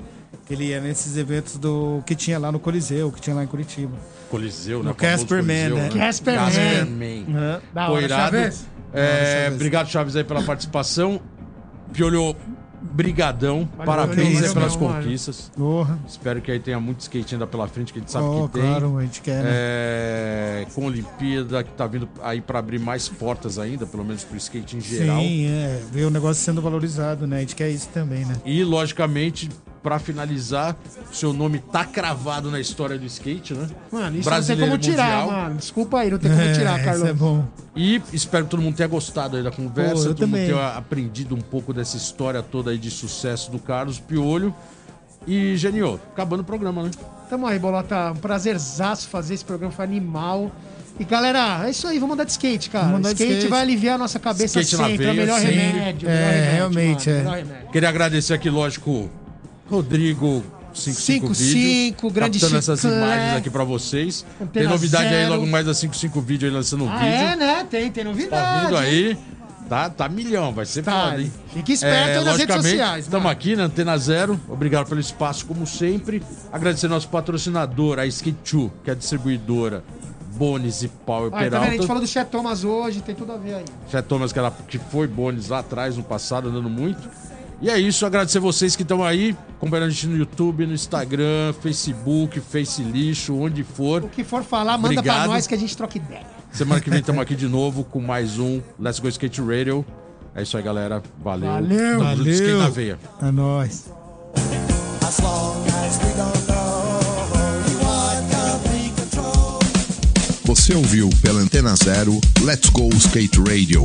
Speaker 3: Ele ia nesses eventos do que tinha lá no Coliseu, que tinha lá em Curitiba.
Speaker 1: Coliseu, né?
Speaker 3: No
Speaker 1: Famoso
Speaker 3: Casper Man,
Speaker 1: Coliseu,
Speaker 3: né?
Speaker 2: Casper
Speaker 1: Casper
Speaker 2: Man.
Speaker 1: Man.
Speaker 3: Aham.
Speaker 2: Da hora,
Speaker 1: Poirado.
Speaker 2: Chaves.
Speaker 1: É, obrigado, Chaves, aí pela participação. Piolho, brigadão.
Speaker 2: Valeu,
Speaker 1: Parabéns
Speaker 2: valeu,
Speaker 1: aí pelas
Speaker 2: valeu, valeu.
Speaker 1: conquistas.
Speaker 3: Porra.
Speaker 1: Espero que aí tenha muito skate ainda pela frente, que a gente sabe
Speaker 3: Oh,
Speaker 1: que tem.
Speaker 3: claro, a gente quer, né?
Speaker 1: É, com a Olimpíada, que tá vindo aí pra abrir mais portas ainda, pelo menos pro skate em geral.
Speaker 3: Sim, é. Ver o negócio sendo valorizado, né? A gente quer isso também, né?
Speaker 1: E, logicamente, pra finalizar, seu nome tá cravado na história do skate, né?
Speaker 2: Mano, isso
Speaker 1: Brasileiro
Speaker 2: não tem como tirar,
Speaker 1: mundial.
Speaker 2: mano. Desculpa aí, não tem
Speaker 1: *laughs*
Speaker 2: como
Speaker 3: *laughs*
Speaker 2: tirar,
Speaker 3: É,
Speaker 2: Carlão.
Speaker 3: Isso é bom.
Speaker 1: E espero que todo mundo tenha gostado aí da conversa,
Speaker 3: Pô, eu
Speaker 1: todo
Speaker 3: também.
Speaker 1: mundo tenha aprendido um pouco dessa história toda aí de sucesso do Carlos Piolho. E, Genio, acabando o programa, né?
Speaker 2: Tamo aí, Bolota. Um prazerzaço fazer esse programa, foi animal. E galera, é isso aí, vamos andar de skate, cara.
Speaker 3: Vamos andar de
Speaker 2: skate,
Speaker 3: skate.
Speaker 2: vai aliviar a nossa cabeça
Speaker 1: Skate na
Speaker 2: sempre. é o
Speaker 1: veia,
Speaker 2: melhor
Speaker 1: sempre.
Speaker 2: remédio. o
Speaker 3: É,
Speaker 2: melhor remédio,
Speaker 3: realmente,
Speaker 2: mano,
Speaker 3: é.
Speaker 2: o melhor remédio.
Speaker 1: Queria agradecer aqui, lógico, Rodrigo 55
Speaker 2: 55,
Speaker 1: Vídeo,
Speaker 2: grande
Speaker 1: captando essas
Speaker 2: Chiclé.
Speaker 1: imagens aqui pra vocês. Tem
Speaker 2: Antena
Speaker 1: novidade aí
Speaker 2: zero.
Speaker 1: logo mais assim, da 55 Vídeo aí lançando um
Speaker 2: Ah,
Speaker 1: vídeo.
Speaker 2: é, né? Tem, tem
Speaker 1: Tá
Speaker 2: novidade.
Speaker 1: vindo aí. Tá, tá milhão, vai ser
Speaker 2: Tá,
Speaker 1: foda, hein?
Speaker 2: fique esperto aí nas redes sociais,
Speaker 1: Estamos
Speaker 2: mano.
Speaker 1: aqui na Antena Zero. Obrigado pelo espaço, como sempre. Agradecer nosso patrocinador, a Skate2, que é a distribuidora Bones e Power
Speaker 2: Ah, tá vendo? A gente
Speaker 1: Peralta.
Speaker 2: falou do Chet Thomas hoje, tem tudo a ver aí.
Speaker 1: Fé Thomas, que, era, que foi Bones lá atrás, no passado, andando muito. E é isso, agradecer vocês que estão aí, acompanhando a gente no YouTube, no Instagram, Facebook, Face Lixo, onde for.
Speaker 2: O que for falar, manda
Speaker 1: Obrigado.
Speaker 2: pra nós que a gente troca ideia.
Speaker 1: Semana que vem estamos aqui de novo com mais um Let's Go Skate Radio. É isso aí, galera. Valeu. Valeu. Skate na veia.
Speaker 3: É nóis.
Speaker 6: As long as we don't know what can we control.
Speaker 8: Você ouviu pela Antena Zero Let's Go Skate Radio.